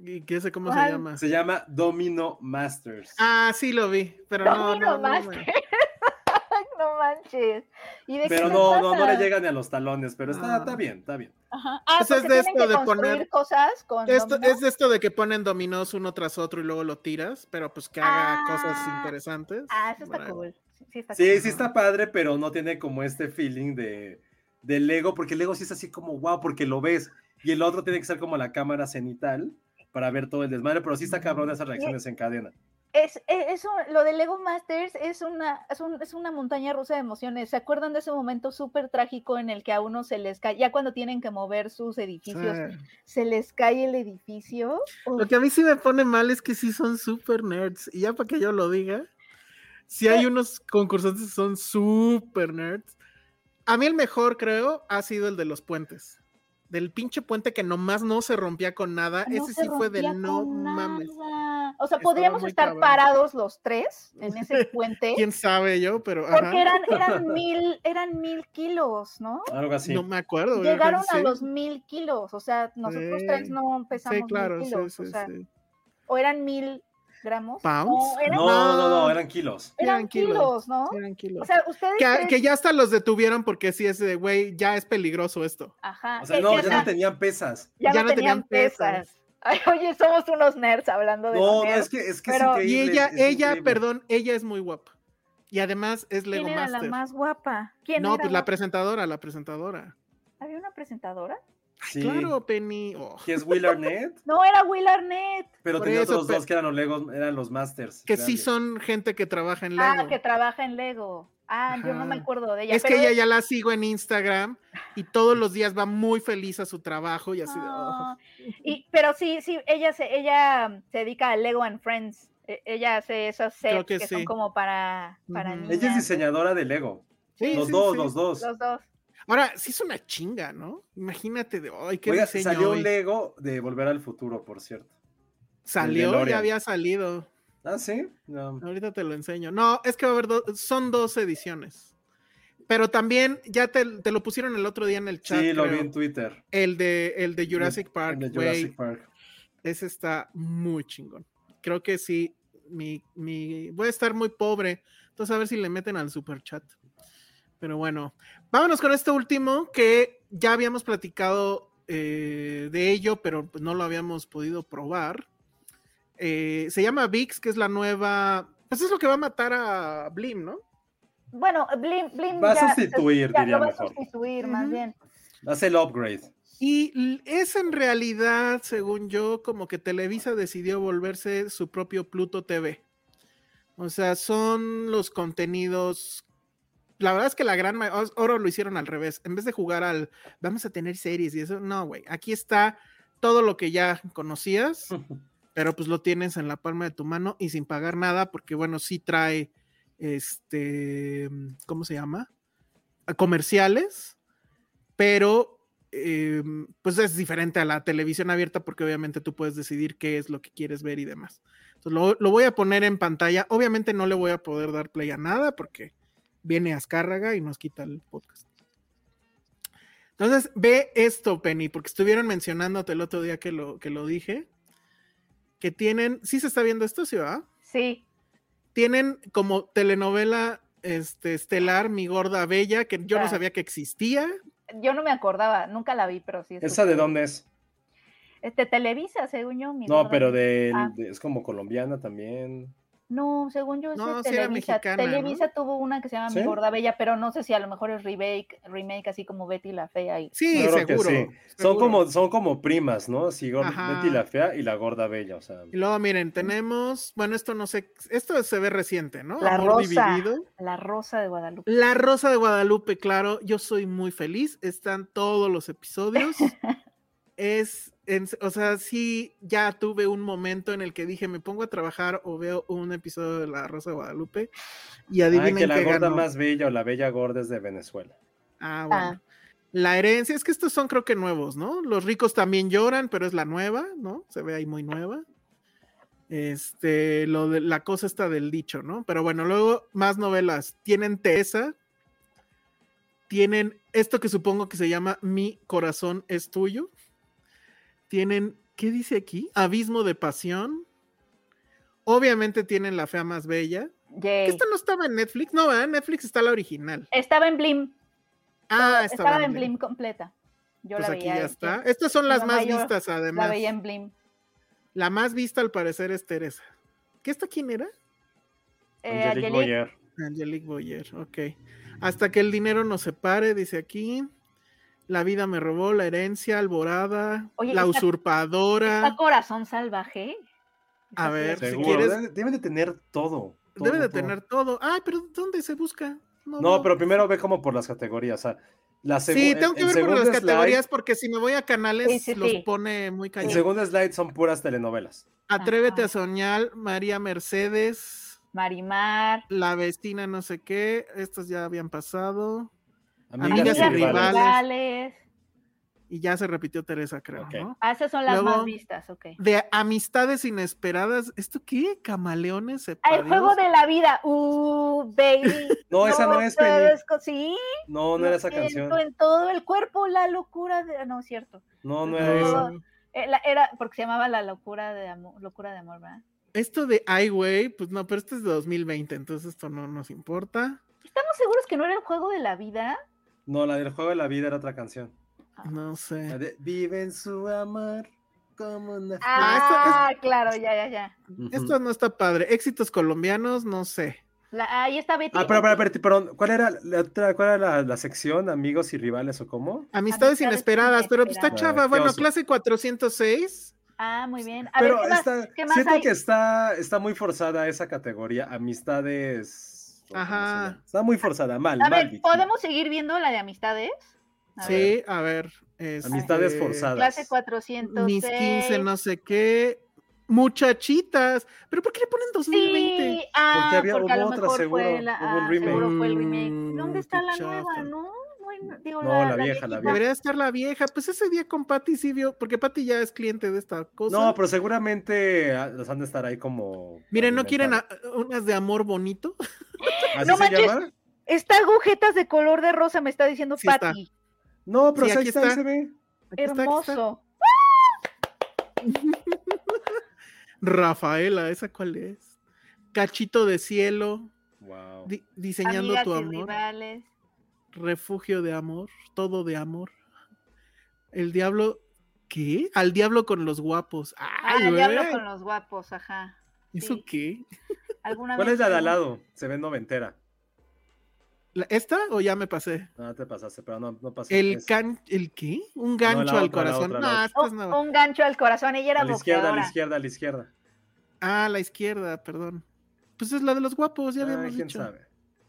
D: ¿Y qué sé cómo
F: ¿Cuál?
D: se llama?
C: Se llama Domino Masters.
D: Ah, sí lo vi, pero no,
F: Domino
D: no, no, no.
F: Masters. Ay, no manches. ¿Y de qué
C: Pero
F: se
C: no, no, no le
F: trata?
C: llega ni a los talones, pero está,
D: No.
C: está bien, está bien.
F: Ajá. Ah,
D: Eso es
F: porque
D: de
F: tienen
D: esto
F: que
D: de
F: construir
D: poner-
F: cosas con
D: Esto,
F: dominó.
D: es de esto de que ponen dominós uno tras otro y luego lo tiras, pero pues que haga cosas
F: Ah.
D: interesantes.
F: Ah, eso está
D: Bueno,
F: cool. Sí, sí está
C: Sí,
F: cool.
C: sí está padre, pero no tiene como este feeling de, de Lego, porque Lego sí es así como wow, porque lo ves. Y el otro tiene que ser como la cámara cenital para ver todo el desmadre, pero sí está cabrón
F: Mm.
C: esas reacciones en cadena.
F: Es, e- eso, lo de Lego Masters es una, es, un- es una montaña rusa de emociones. ¿Se acuerdan de ese momento súper trágico en el que a uno se les cae, ya cuando tienen que mover sus
D: sí.
F: edificios, se les cae el edificio?
D: Lo que a mí sí me pone mal es que sí son super nerds. Y ya para que yo lo diga, si hay unos concursantes que son super nerds. A mí el mejor, creo, ha sido el de los puentes. Del pinche puente que nomás no se rompía con nada.
F: No
D: Ese
F: se
D: sí fue de
F: rompía
D: no
F: con
D: mames.
F: nada. O sea,
D: Estaba
F: podríamos
D: muy
F: estar
D: cabrón.
F: parados los tres en ese puente,
D: ¿Quién sabe yo? Pero
F: porque
D: ajá,
F: eran, eran, mil, eran mil kilos, ¿no?
C: Algo así.
D: no me acuerdo. yo creo
F: Llegaron
D: que
F: a
D: sí.
F: los mil kilos, o sea, nosotros tres
D: Sí.
F: no pesamos
D: Sí, claro,
F: mil
D: sí,
F: kilos,
D: sí,
F: o sea,
D: sí.
F: o eran mil gramos.
D: ¿Pounds?
F: No, eran,
C: No, no, no, no, eran kilos.
F: eran
D: eran
F: kilos,
D: kilos,
F: ¿no?
D: Tranquilo.
F: O sea, ustedes.
D: que,
F: tres-
D: que ya hasta los detuvieron porque sí es de, güey, ya es peligroso esto.
F: Ajá.
C: O sea,
F: que-
C: no,
F: que
C: ya no tenían pesas.
F: ya
D: ya
F: no
D: no tenían
F: tenían pesas. Ay, oye, somos unos nerds hablando de
C: No, no,
F: los nerds.
C: es que es que es
F: Pero-
D: Y
C: increíble,
D: ella,
C: es
D: ella,
C: increíble.
D: perdón, ella es muy guapa. Y además es Lego
F: ¿Quién era
D: Master.
F: la más guapa? ¿Quién
D: no,
F: era
D: pues la
F: guapa?
D: presentadora, la presentadora.
F: ¿Había una presentadora?
C: Sí,
D: Claro, Penny. oh.
C: Que es Will Arnett,
F: No, era Will Arnett.
C: pero
D: Por
C: tenía
D: eso,
C: otros
D: pe-
C: dos que eran los Legos, eran los Masters.
D: Que sí
C: grandes.
D: son gente que trabaja en Lego.
F: Ah, que trabaja en Lego. Ah, yo no me
D: Ajá.
F: acuerdo de ella.
D: es que
F: pero
D: ella ya la sigo en Instagram y todos los días va muy feliz a su trabajo y así de, oh.
F: Ah, y, pero sí, sí, ella se, ella um, se dedica a Lego and Friends. E- ella hace esos
D: Creo
F: sets
D: que
F: que, son
D: sí.
F: como para, para
D: Ujú.
F: niñas.
C: Ella es diseñadora de Lego.
D: Sí,
C: los,
D: sí,
C: dos,
D: sí.
C: los dos,
F: Los dos.
D: Ahora, sí es una chinga, ¿no? Imagínate de, ay, qué
C: Oiga,
D: diseño
C: salió
D: hoy".
C: un Lego de Volver al Futuro, por cierto.
D: Salió,
C: DeLorean.
D: ya había salido.
C: Ah, sí. No.
D: Ahorita te lo enseño. No, es que va a haber dos, son dos ediciones. Pero también ya te, te lo pusieron el otro día en el chat.
C: Sí, lo vi
D: creo.
C: en Twitter.
D: El de, el de Jurassic Park,
C: En el
D: güey.
C: Jurassic Park.
D: Ese está muy chingón. Creo que sí, mi, mi, voy a estar muy pobre. Entonces a ver si le meten al super chat. Pero bueno, vámonos con este último que ya habíamos platicado eh, de ello, pero pues, no lo habíamos podido probar. Eh, se llama VIX, que es la nueva... Pues es lo que va a matar a Blim, ¿no?
F: Bueno, Blim, Blim
C: Va a
F: ya-
C: sustituir,
F: ya lo
C: diría
F: va
C: mejor.
F: a sustituir, más
D: Ujú.
F: bien.
C: Hace el upgrade.
D: Y l- es en realidad, según yo, como que Televisa decidió volverse su propio Pluto TV. O sea, son los contenidos. La verdad es que la gran ma- ahora- ahora lo hicieron al revés. En vez de jugar al vamos a tener series y eso, no, güey. Aquí está todo lo que ya conocías, pero pues lo tienes en la palma de tu mano y sin pagar nada, porque bueno, sí trae este, ¿cómo se llama? A Comerciales, pero eh, pues es diferente a la televisión abierta porque obviamente tú puedes decidir qué es lo que quieres ver y demás. Entonces lo, lo voy a poner en pantalla. Obviamente no le voy a poder dar play a nada porque viene Azcárraga y nos quita el podcast. Entonces ve esto, Penny, porque estuvieron mencionándote el otro día que lo, que lo dije, que tienen, sí se está viendo esto, ¿sí va?
F: Sí.
D: Tienen como telenovela este, estelar Mi Gorda Bella, que yo no
F: Ah.
D: sabía que existía.
F: Yo no me acordaba, nunca la vi, pero sí.
C: ¿Esa de
F: supe.
C: dónde es?
F: Este, Televisa, según yo. mi
C: No,
F: gorda.
C: pero del-
F: Ah.
C: de- es como colombiana también.
F: No, según yo, esa
D: No,
F: es
D: sí era
F: Televisa.
D: mexicana, ¿no?
F: Televisa tuvo una que se llama Mi
C: ¿Sí?
F: Gorda Bella, pero no sé si a lo mejor es remake, remake así como Betty la Fea. Y...
D: Sí,
C: Claro que
D: seguro.
C: sí. Son
D: seguro.
C: como, son como primas, ¿no? Sí, gor-
D: Ajá.
C: Betty la fea y la gorda bella, o sea.
D: Y luego, miren, tenemos, bueno, esto no sé, esto se ve reciente, ¿no?
F: La
D: Amor
F: Rosa.
D: Dividido.
F: La Rosa de Guadalupe.
D: La Rosa de Guadalupe, claro, yo soy muy feliz, están todos los episodios. es, en- o sea, sí, ya tuve un momento en el que dije, me pongo a trabajar o veo un episodio de La Rosa de Guadalupe y
C: Ay,
D: adivinen
C: Ah, que la
D: qué
C: gorda
D: ganó.
C: más bella o la bella gorda es de Venezuela.
D: Ah, bueno. La herencia, es que estos son creo que nuevos, ¿no? Los ricos también lloran, pero es la nueva, ¿no? Se ve ahí muy nueva. Este, lo de la cosa está del dicho, ¿no? Pero bueno, luego más novelas. Tienen Tesa, tienen esto que supongo que se llama Mi corazón es tuyo. Tienen, ¿qué dice aquí? Abismo de pasión. Obviamente tienen La fea más bella.
F: Yay.
D: Esta no estaba en Netflix, no, ¿verdad? En Netflix está la original.
F: Estaba en Blim.
D: Ah,
F: estaba,
D: estaba
F: en
D: Blim.
F: Blim completa. Yo
D: Pues
F: la
D: aquí
F: veía.
D: ya
F: yo
D: está. Estas son las
F: mamá
D: más
F: yo
D: vistas, además.
F: La
D: La,
F: veía en Blim.
D: más vista, al parecer, es Teresa. ¿Qué esta quién era?
F: Eh,
C: Angelique
F: Angelique,
C: Boyer.
D: Angelique Boyer, ok. Hasta que el dinero nos separe, dice aquí. La vida me robó, la herencia, Alborada,
F: Oye,
D: la
F: esta-
D: usurpadora.
F: ¿Está Corazón Salvaje?
D: A ver, si
C: Seguro.
D: quieres-
C: debe- Deben de tener todo. todo,
D: Debe de
C: todo.
D: tener todo. Ay, pero ¿dónde se busca?
C: No,
D: veo.
C: pero primero ve como por las categorías. O sea, la segu-
D: Sí,
C: el-
D: tengo que
C: el
D: ver por
C: segundo
D: las
C: slide-
D: categorías porque si me voy a canales
F: Sí, sí,
D: los
F: sí.
D: pone muy
C: El
D: cañón.
C: segundo slide son puras telenovelas.
D: Atrévete
F: Ajá.
D: a soñar, María Mercedes.
F: Marimar.
D: La Vestina no sé qué, estas ya habían pasado Amigas
F: Amigas y
D: y
F: rivales.
D: rivales. y ya se repitió Teresa, creo,
C: Ok.
D: ¿no?
F: Ah, esas son las
D: Luego-
F: más vistas, ok.
D: De amistades inesperadas, ¿esto qué? Camaleones,
F: Ah, el
D: separados?
F: juego de la vida. Uh, baby.
C: No, esa no es, Penny.
F: puedes co- Sí,
C: No, no
F: lo
C: era esa
F: siento
C: canción.
F: En todo el cuerpo, la locura de. No, es cierto.
C: No, no
D: No.
C: era esa.
F: Eh, la- Era porque se llamaba La locura de amor, locura de amor ¿verdad?
D: Esto de Ai Weiwei, pues no, pero esto es de 2020, entonces esto no nos importa.
F: ¿Estamos seguros que no era el juego de la vida?
C: No, la del juego de la vida era otra canción.
F: Ah.
D: No sé.
C: La de Vive en su amor.
D: como una
F: Ah, claro, ya, ya, ya.
C: Ujú.
D: esto, esto no está padre. Éxitos colombianos, no sé.
F: La- ahí está Betty.
C: Ah, pero, pero, pero, perdón, ¿cuál era la, otra- cuál era la, la sección? ¿Amigos y rivales o cómo?
D: Amistades
F: Amistades
D: inesperadas, pero pues está
C: inesperadas.
D: chava.
C: Ah,
D: Bueno,
C: qué oso.
D: clase 406.
F: Ah, muy bien. A
C: pero
F: ver, ¿qué más,
C: está-
F: qué más
C: siento
F: hay?
C: que está, está muy forzada esa categoría, amistades. o cómo se
D: Ajá.
C: llama. Está muy forzada, mal,
F: A
C: mal,
F: ver,
C: Vicky.
F: ¿podemos seguir viendo la de amistades? A ver,
D: Sí, a ver. este,
C: Amistades forzadas.
F: Clase 400.
D: Mis 15, no sé qué. Muchachitas. ¿Pero por qué le ponen 2020?
F: Sí, ah,
C: Porque
F: porque,
C: había-
F: a
C: hubo
F: lo
C: otra,
F: mejor
C: seguro,
F: fue la,
C: hubo un
F: ah,
C: remake.
F: seguro fue el remake.
D: Mm,
F: ¿Dónde está
D: qué
F: la
D: chafa.
F: nueva? No, no, hay- digo,
C: No, la vieja, la
F: viejita.
C: vieja.
D: Debería estar la vieja. Pues ese día con Patty sí vio, porque Patty ya es cliente de esta cosa.
C: No, pero seguramente ah, los han de estar ahí como.
D: Miren, ¿no quieren
C: alimentando.
D: a- unas de amor bonito?
C: ¿Así
F: ¡No
C: se
F: manches!
C: llama?
F: Está agujetas de color de rosa, me está diciendo
D: Sí está.
F: Patty.
C: No, pero
D: Sí,
C: sí,
D: aquí
C: ahí está, ahí
D: está.
C: se ve.
D: Aquí está, aquí está.
F: Hermoso.
D: Rafaela, ¿esa cuál es? Cachito de cielo,
C: Wow.
D: di- diseñando
F: Amigas
D: tu
F: y
D: amor,
F: rivales.
D: refugio de amor, todo de amor. El diablo, ¿qué? Al diablo con los guapos.
F: Ah,
D: Ay,
F: ya
D: güey,
F: hablo con los guapos, ajá.
D: ¿Eso
F: sí.
D: qué?
F: ¿Alguna
C: ¿Cuál
F: vez
C: es la de al
F: tuvo-
C: lado? Se ve noventera.
D: ¿La- ¿Esta o ya me pasé?
C: No, te pasaste, pero no, no pasó.
D: ¿El,
C: Es
D: can ¿El qué? Un
C: la
D: gancho
C: otra,
D: al
C: la
D: corazón.
C: otra, la
D: No,
C: otra.
D: esta
F: Oh,
D: es nueva.
F: un gancho al corazón, ella era
C: A la izquierda, a la
F: boxeadora.
C: izquierda, a la izquierda.
D: Ah, la izquierda, perdón. Pues es la de los guapos, ya
C: Ah,
D: habíamos
C: ¿Quién
D: dicho.
C: sabe?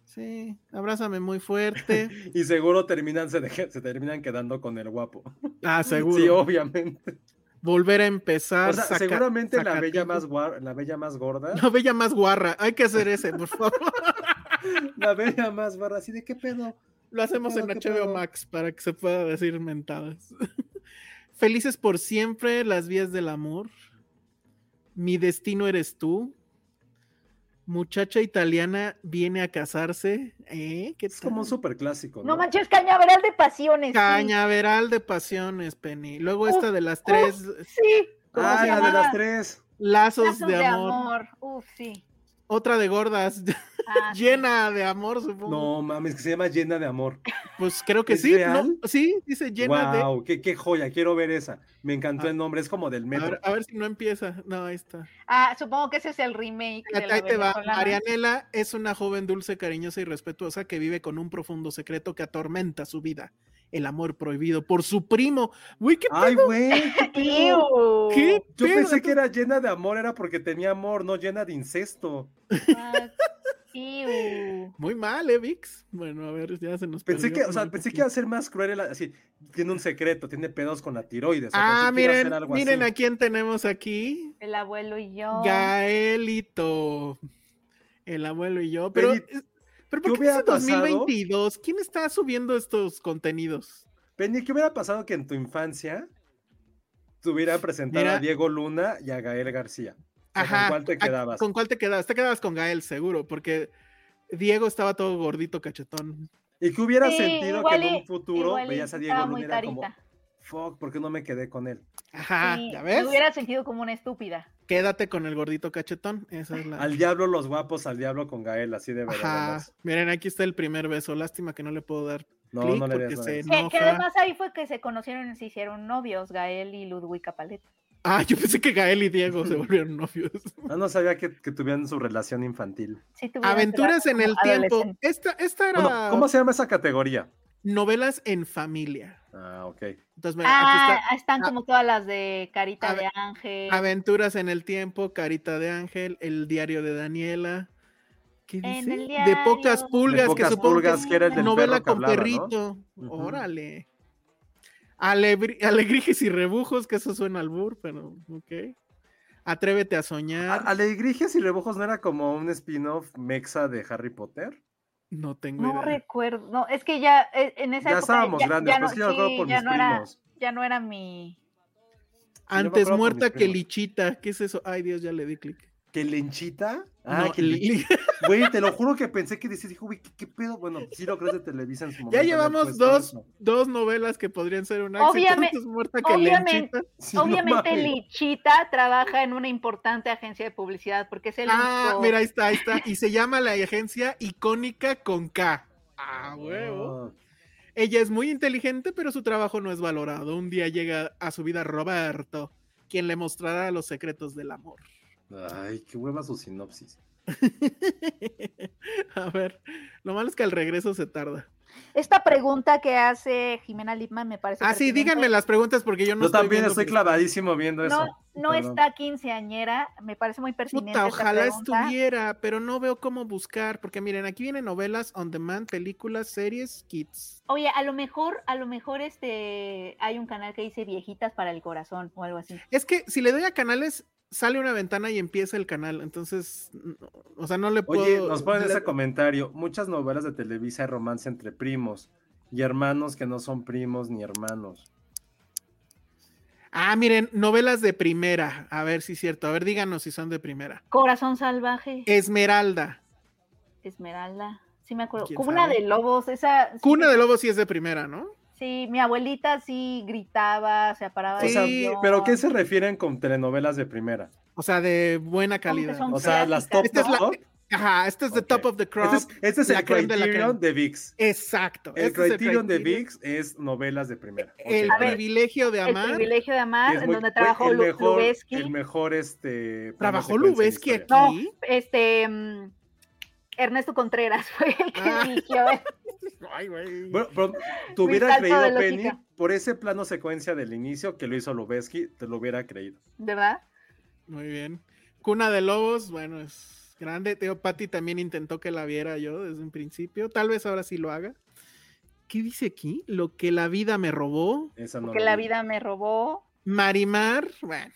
D: Sí, abrázame muy fuerte.
C: Y seguro terminan, se, deje- se terminan quedando con el guapo.
D: Ah, seguro.
C: Sí, obviamente.
D: Volver a
C: O
D: empezar.
C: sea,
D: Ah, saca-
C: seguramente la bella,
D: Zacatecas.
C: más guar- la bella más gorda,
D: La bella más guarra. Hay que hacer ese, por favor.
C: la bella más barra, así de qué pedo.
D: Lo hacemos en
C: Pero, ¿qué
D: HBO
C: pedo?
D: Max para que se pueda decir mentadas. Felices por siempre, las vías del amor. Mi destino eres tú. Muchacha italiana viene a casarse. ¿Eh? ¿Qué
C: Es como un
D: tal?
C: super clásico.
F: No manches, cañaveral de pasiones. sí.
D: Cañaveral de pasiones, Penny. Luego esta de las tres,
F: Sí. ¿Cómo
C: Ah,
F: se
C: la de
F: llamaba?
C: las tres.
D: lazos,
F: Lazos
D: de, amor.
F: Uf, sí.
D: Otra de gordas,
F: Ah, sí.
D: llena de amor, supongo.
C: No mames, que se llama Llena de Amor.
D: Pues creo que
C: ¿Es
D: sí,
C: real?
D: ¿no? Sí, dice llena de.
C: wow, qué, qué joya, quiero ver esa. Me encantó
D: Ah.
C: el nombre, es como del
D: A
C: metro.
D: ver, a ver si no empieza. No, ahí está.
F: Ah, supongo que ese es el remake. de la
D: Ahí te va.
F: venezolana.
D: Marianela es una joven dulce, cariñosa y respetuosa que vive con un profundo secreto que atormenta su vida. El amor prohibido por su primo. Uy, qué
C: Ay,
D: pedo.
C: güey. qué pedo.
F: Ew.
D: ¿Qué
C: Ah, Yo
D: pedo?
C: pensé que era llena de amor, era porque tenía amor, no llena de incesto.
F: Ah, ew.
D: Muy mal, eh, Vix. Bueno, a ver, ya se nos
C: Pensé
D: perdió
C: que,
D: por
C: o sea,
D: algo
C: pensé que
D: aquí.
C: iba a ser más cruel, el- así, tiene un secreto, tiene pedos con la tiroides. o
D: Ah,
C: pensé que iba a ser
D: miren,
C: algo
D: miren
C: así.
D: a quién tenemos aquí.
F: El abuelo y yo.
D: Gaelito. El abuelo y yo. Pero,
C: Benito,
D: es-
C: ¿qué
D: pero ¿por qué dice
C: hubiera pasado?
D: 2022? ¿Quién está subiendo estos contenidos?
C: Penny, ¿qué hubiera pasado que en tu infancia te hubieran presentado
D: Mira.
C: a Diego Luna y a Gael García? O sea,
D: Ajá.
C: ¿Con cuál te
D: ¿a-
C: quedabas?
D: ¿Con cuál te quedabas? Te quedabas con Gael, seguro, porque Diego estaba todo gordito, cachetón.
C: ¿Y qué hubiera
F: Sí,
C: sentido que
F: igual
C: en
F: y-
C: un futuro
F: igual y
C: veías a Diego
F: estaba
C: Luna
F: muy
C: y era como,
F: carita.
C: fuck, ¿por qué no me quedé con él?
D: Ajá,
F: Sí,
D: "Ah, ¿ya ves?
F: Me hubiera sentido como una estúpida.
D: Quédate con el gordito cachetón. Esa es la.
C: Al diablo los guapos, al diablo con Gael, así de verdad.
D: Ajá. Miren, aquí está el primer beso. Lástima que no le puedo dar
C: No,
D: clic
C: no le
D: porque
C: des. no le
D: se
C: des.
F: Que, que
D: enoja.
F: además ahí fue que se conocieron y se hicieron novios, Gael y Ludwika Paleta.
D: Ah, yo pensé que Gael y Diego se volvieron novios.
C: Ah, no sabía que, que tuvieran su relación infantil.
F: Sí, tuvieron su
D: Aventuras
F: relación
D: en el
F: como
D: tiempo.
F: adolescente.
D: Esta, esta era
C: Bueno, ¿cómo se llama esa categoría?
D: novelas en familia.
C: Ah, ok.
D: Entonces, mira, aquí
F: Ah,
D: está.
F: ah, están
D: Ah.
F: como todas las de Carita
D: A
F: de
D: ver,
F: Ángel.
D: Aventuras en el tiempo, Carita de Ángel, El diario de Daniela. ¿Qué
F: En
D: dice?
F: el
D: De pocas
F: diario.
D: pulgas,
C: De
D: que
C: pocas
D: supongo que
C: pulgas,
D: es
C: que era el del
D: novela
C: perro que
D: con
C: hablaba, ¿no?
D: perrito.
C: Ujú.
D: Órale. Alebri- Alegrijes y rebujos, que eso suena al bur, pero ok. Atrévete a
C: A-
D: soñar.
C: Alegrijes y Rebujos no era como un spin-off mexa de Harry Potter.
D: No tengo
F: No
D: idea.
F: recuerdo, no, es que ya eh, en esa
C: Ya
F: época
C: estábamos
F: ya,
C: grandes,
F: ya
C: pues
F: no-
C: que yo me acuerdo
F: sí,
C: por
F: ya
C: mis
F: no era,
C: primos.
F: ya no era mi,
D: Antes
C: acuerdo con
D: muerta
C: mis
D: que
C: primos.
D: lichita. ¿Qué es eso? Ay, Dios, ya le di clic.
C: ¿Que Lenchita? Ah,
D: No,
C: que
D: li-
C: Lenchita. Güey, te lo juro que pensé que decías, dijo, güey, ¿qué, qué pedo? Bueno, sí lo crees de Televisa en su momento.
D: Ya
C: había
D: llevamos
C: puesto
D: dos,
C: eso.
D: dos novelas que podrían ser una éxito.
F: Obviame-
D: Antes muerta que
F: obviamente-
D: lichita.
C: Sí, no
F: obviamente
C: mames.
F: Lichita trabaja en una importante agencia de publicidad porque es el
D: Ah,
F: único-
D: mira, ahí está, ahí está. Y se llama la agencia icónica con K. Ah, huevo. Ella es muy inteligente, pero su trabajo no es valorado. Un día llega a su vida Roberto, quien le mostrará los secretos del amor.
C: Ay, qué hueva su sinopsis.
D: A ver, lo malo es que al regreso se tarda.
F: Esta pregunta que hace Jimena Lipman me parece.
D: Ah, sí,
F: pertinente.
D: díganme las preguntas porque yo no
C: Yo
D: estoy
C: también
D: viendo
C: estoy
D: películas.
C: clavadísimo viendo eso.
F: No, no
C: Perdón.
F: está quinceañera, me parece muy pertinente.
D: Puta,
F: esta
D: ojalá
F: pregunta.
D: estuviera, pero no veo cómo buscar, porque miren, aquí vienen novelas on demand, películas, series, kids.
F: Oye, a lo mejor, a lo mejor este hay un canal que dice viejitas para el corazón o algo así.
D: Es que si le doy a canales, sale una ventana y empieza el canal, entonces, no, o sea, no le puedo...
C: Oye, nos ponen
D: le-
C: ese comentario. Muchas novelas de Televisa hay romance entre primos y hermanos que no son primos ni hermanos.
D: Ah, miren, novelas de primera, a ver si es cierto, a ver, díganos si son de primera.
F: Corazón salvaje,
D: Eh. Esmeralda,
F: Esmeralda, sí me acuerdo.
D: ¿Quién
F: Cuna
D: sabe?
F: de lobos, esa. sí,
D: Cuna de Lobos sí es de primera, ¿no?
F: Sí, mi abuelita sí gritaba, se aparaba.
C: O
F: del
C: sea,
F: sillón.
C: ¿pero qué se refieren con telenovelas de primera?
D: O sea, de buena
F: ¿Cómo que
D: calidad.
F: son
C: O sea, las top,
D: Esta es la-
C: ¿no?
D: Ajá, este es de
C: Ok.
D: Top of the Crop.
C: Este es, este es
D: la
C: el
D: creme de la
C: criterion
D: creme.
C: de VIX.
D: Exacto.
C: El
D: este es
C: criterion de
D: criterio.
C: VIX es novelas de primera. Ok,
D: El
F: A ver,
C: perfecto.
D: privilegio de
F: El
D: amar.
F: privilegio de amar,
C: Es
F: Eh, ah, en
C: muy-
F: donde
C: fue
F: trabajó
C: el
F: Lu-
C: mejor,
F: Lubeski.
C: el mejor este.
D: ¿Trabajó
C: plano
D: Lubeski
C: secuencia en la
D: aquí?
C: historia.
F: No, este mm, Ernesto Contreras fue el que
D: Ah.
F: dirigió.
D: Ay, güey.
C: Bueno, pero te hubiera
F: salto de
C: creído, Penny,
F: lógica.
C: por ese plano secuencia del inicio que lo hizo Lubeski, te lo hubiera creído.
F: ¿Verdad?
D: Muy bien. Cuna de Lobos, bueno, es grande. Teo Patti también intentó que la viera yo desde un principio. Tal vez ahora sí lo haga. ¿Qué dice aquí? Lo que la vida me robó.
C: Esa no
F: Porque
C: la
F: la
C: vi.
F: vida me robó.
D: Marimar, bueno.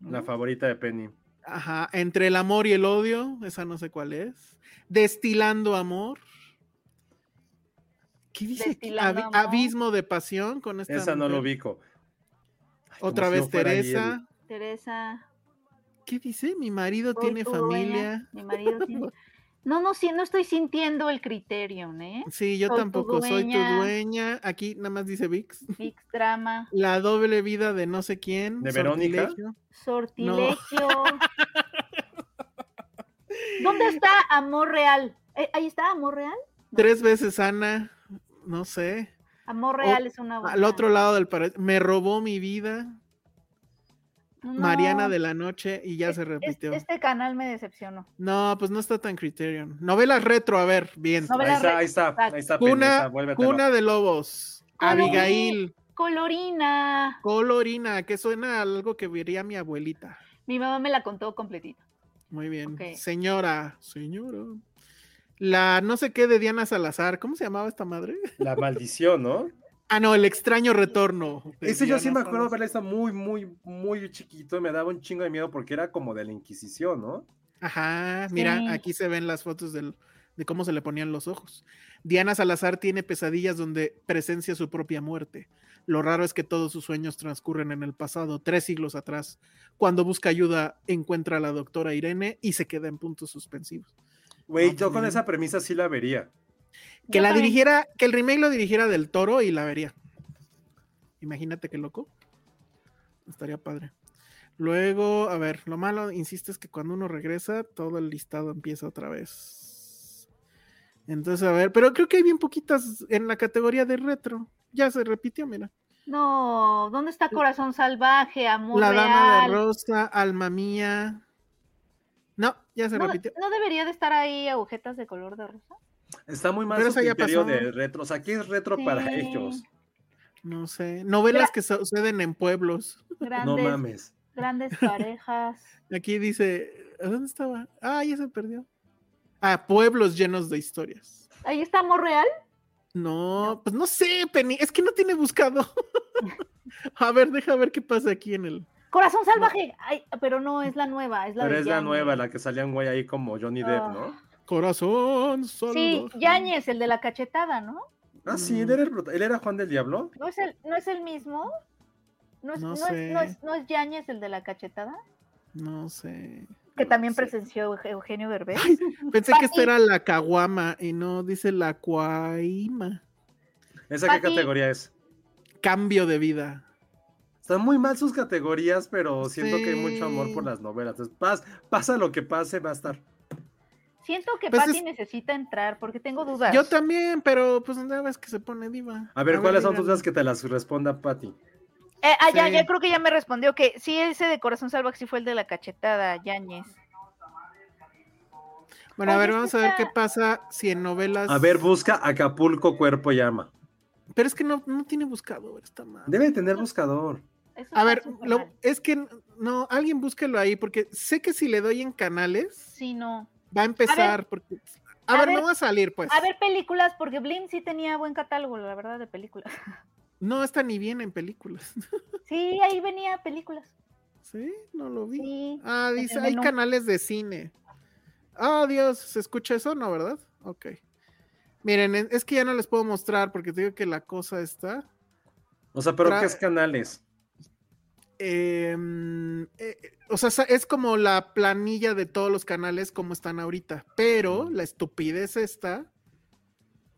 C: La favorita de Penny.
D: Ajá. Entre el amor y el odio, esa no sé cuál es. Destilando amor. ¿Qué dice aquí?
F: Destilando
D: Abi-
F: amor.
D: Abismo de pasión con esta.
C: Esa no lo
D: mujer.
C: ubico. Ay, como
D: Otra
C: si yo
D: vez
C: fuera ahí
D: Teresa.
C: el-
F: Teresa.
D: ¿Qué dice? Mi marido
F: soy
D: tiene
F: tu dueña,
D: familia.
F: Mi marido tiene- No, no, sí, no estoy sintiendo el criterio, ¿eh?
D: Sí, yo
F: Soy tu
D: tampoco soy tu
F: dueña.
D: dueña. Aquí nada más dice Vix.
F: Big drama.
D: La doble vida de no sé quién.
C: ¿De Verónica?
D: sortilegio.
F: Sortilegio. ¿Dónde está amor real? Eh, ahí está amor real.
D: Tres veces Ana. No sé.
F: Amor
D: O-
F: real es una.
D: Al
F: buena.
D: otro lado del paraíso. Me robó mi vida.
F: No,
D: Mariana de la noche. Y ya
F: es-
D: se
F: es-
D: repitió.
F: Este canal me decepcionó.
D: No, pues no está tan Criterion. Novelas retro, a ver, bien.
F: Novela
C: Ahí está,
F: re-
C: ahí está, ahí está Penny.
D: Cuna-
C: esa, vuélvetela.
D: Cuna de lobos.
F: Ay.
D: Abigail.
F: Colorina.
D: Colorina, que suena a algo que vería mi abuelita.
F: Mi mamá me la contó completita.
D: Muy bien.
F: Ok.
D: Señora, señora. La no sé qué de Diana Salazar. ¿Cómo se llamaba esta madre?
C: La maldición, ¿no?
D: Ah, no, el extraño retorno. de
C: Ese yo sí me
D: Diana
C: acuerdo
D: Salazar.
C: verla esta muy, muy, muy chiquito y me daba un chingo de miedo porque era como de la Inquisición, ¿no?
D: Ajá, mira,
F: Sí.
D: aquí se ven las fotos del- de cómo se le ponían los ojos. Diana Salazar tiene pesadillas donde presencia su propia muerte. Lo raro es que todos sus sueños transcurren en el pasado, tres siglos atrás. Cuando busca ayuda, encuentra a la doctora Irene y se queda en puntos suspensivos.
C: Güey,
D: Ah,
C: yo con
D: mira.
C: esa premisa sí la vería.
D: Que
F: Yo
D: la
F: también.
D: dirigiera, que el remake lo dirigiera del toro y la vería. Imagínate qué loco. Estaría padre. Luego, a ver, lo malo, insisto, es que cuando uno regresa, todo el listado empieza otra vez. Entonces, a ver, pero creo que hay bien poquitas en la categoría de retro. Ya se repitió, mira.
F: No, ¿dónde está Corazón Salvaje? Amor
D: la dama
F: real.
D: de rosa, alma mía. No, ya se
F: ¿No,
D: repitió.
F: no debería de estar ahí agujetas de color de rosa?
C: Está muy mal
D: Pero
C: su
D: esa ya
C: criterio
D: pasó.
C: de retro. O sea, ¿qué es retro para
F: Sí.
C: ellos?
D: No sé. Novelas que suceden en pueblos.
C: No
F: Grandes,
C: mames.
F: grandes parejas.
D: Aquí dice, ¿a dónde estaba? Ah, ya se perdió. Ah, pueblos llenos de historias.
F: Ahí está amor real.
D: No, pues no sé, Penny, es que no tiene buscado. a ver, deja ver qué pasa aquí en el.
F: Corazón salvaje. Ay, pero no es la nueva, es la
C: Pero
F: de Ah.
C: es la
F: Yañez.
C: nueva, la que salía un güey ahí como Johnny Depp, ¿no?
D: Corazón, solo.
F: Sí, Yañez, el de la cachetada, ¿no?
C: Ah, sí, él
D: Mm.
C: era, el prota- él era Juan del Diablo.
F: ¿No es el, no es el mismo? ¿No es,
D: No
F: no, es, no,
D: sé.
F: es, no es Yañez el de la cachetada?
D: No sé.
F: Que
D: No
F: también
D: sé.
F: presenció Euge- Eugenio Derbez.
D: Pensé que esta
F: Pati.
D: era la caguama y no dice la cuaima.
C: ¿Esa qué
F: Pati.
C: categoría es?
D: Cambio de vida.
C: Están muy mal sus categorías, pero siento que hay mucho amor por
D: Sí.
C: las novelas. Entonces, pas- pasa lo que pase, va a estar.
F: Siento que
D: Pues
F: Patty
D: es-
F: necesita entrar porque tengo dudas.
D: Yo también, pero pues nada más que se pone diva.
C: A ver, Pues ¿cuáles son tus
D: díganme.
C: dudas que te las responda Patty?
F: Eh, ah, ya,
D: Sí.
F: ya creo que ya me respondió que sí, ese de Corazón Salvaje sí fue el de la cachetada, Yañez.
D: Bueno, a
F: Oye,
D: ver,
F: es
D: vamos
F: que
D: a ver
F: está-
D: qué pasa si en novelas.
C: A ver, busca Acapulco Cuerpo Llama.
D: Pero es que no, no tiene buscador, está mal.
C: Debe de tener buscador.
F: Eso
D: A
F: está
D: ver,
F: súper
D: lo-
F: mal.
D: es que n- no, alguien búsquelo ahí, porque sé que si le doy en canales,
F: Sí, no.
D: va a empezar. porque, a,
F: a
D: ver,
F: ver,
D: no va a salir, pues.
F: A ver, películas, porque Blim sí tenía buen catálogo, la verdad, de películas.
D: No está ni bien en películas.
F: Sí, ahí venía películas.
D: ¿Sí? No lo vi.
F: Sí.
D: Ah,
F: en el
D: dice, hay
F: menú.
D: canales de cine. Ah, Dios, ¿se escucha eso? No, ¿verdad? Ok. Miren, en- es que ya no les puedo mostrar porque te digo que la cosa está.
C: O sea, pero
D: Tra-
C: ¿qué es canales?
D: em, eh, eh, o sea, sa- es como la planilla de todos los canales como están ahorita, pero la estupidez esta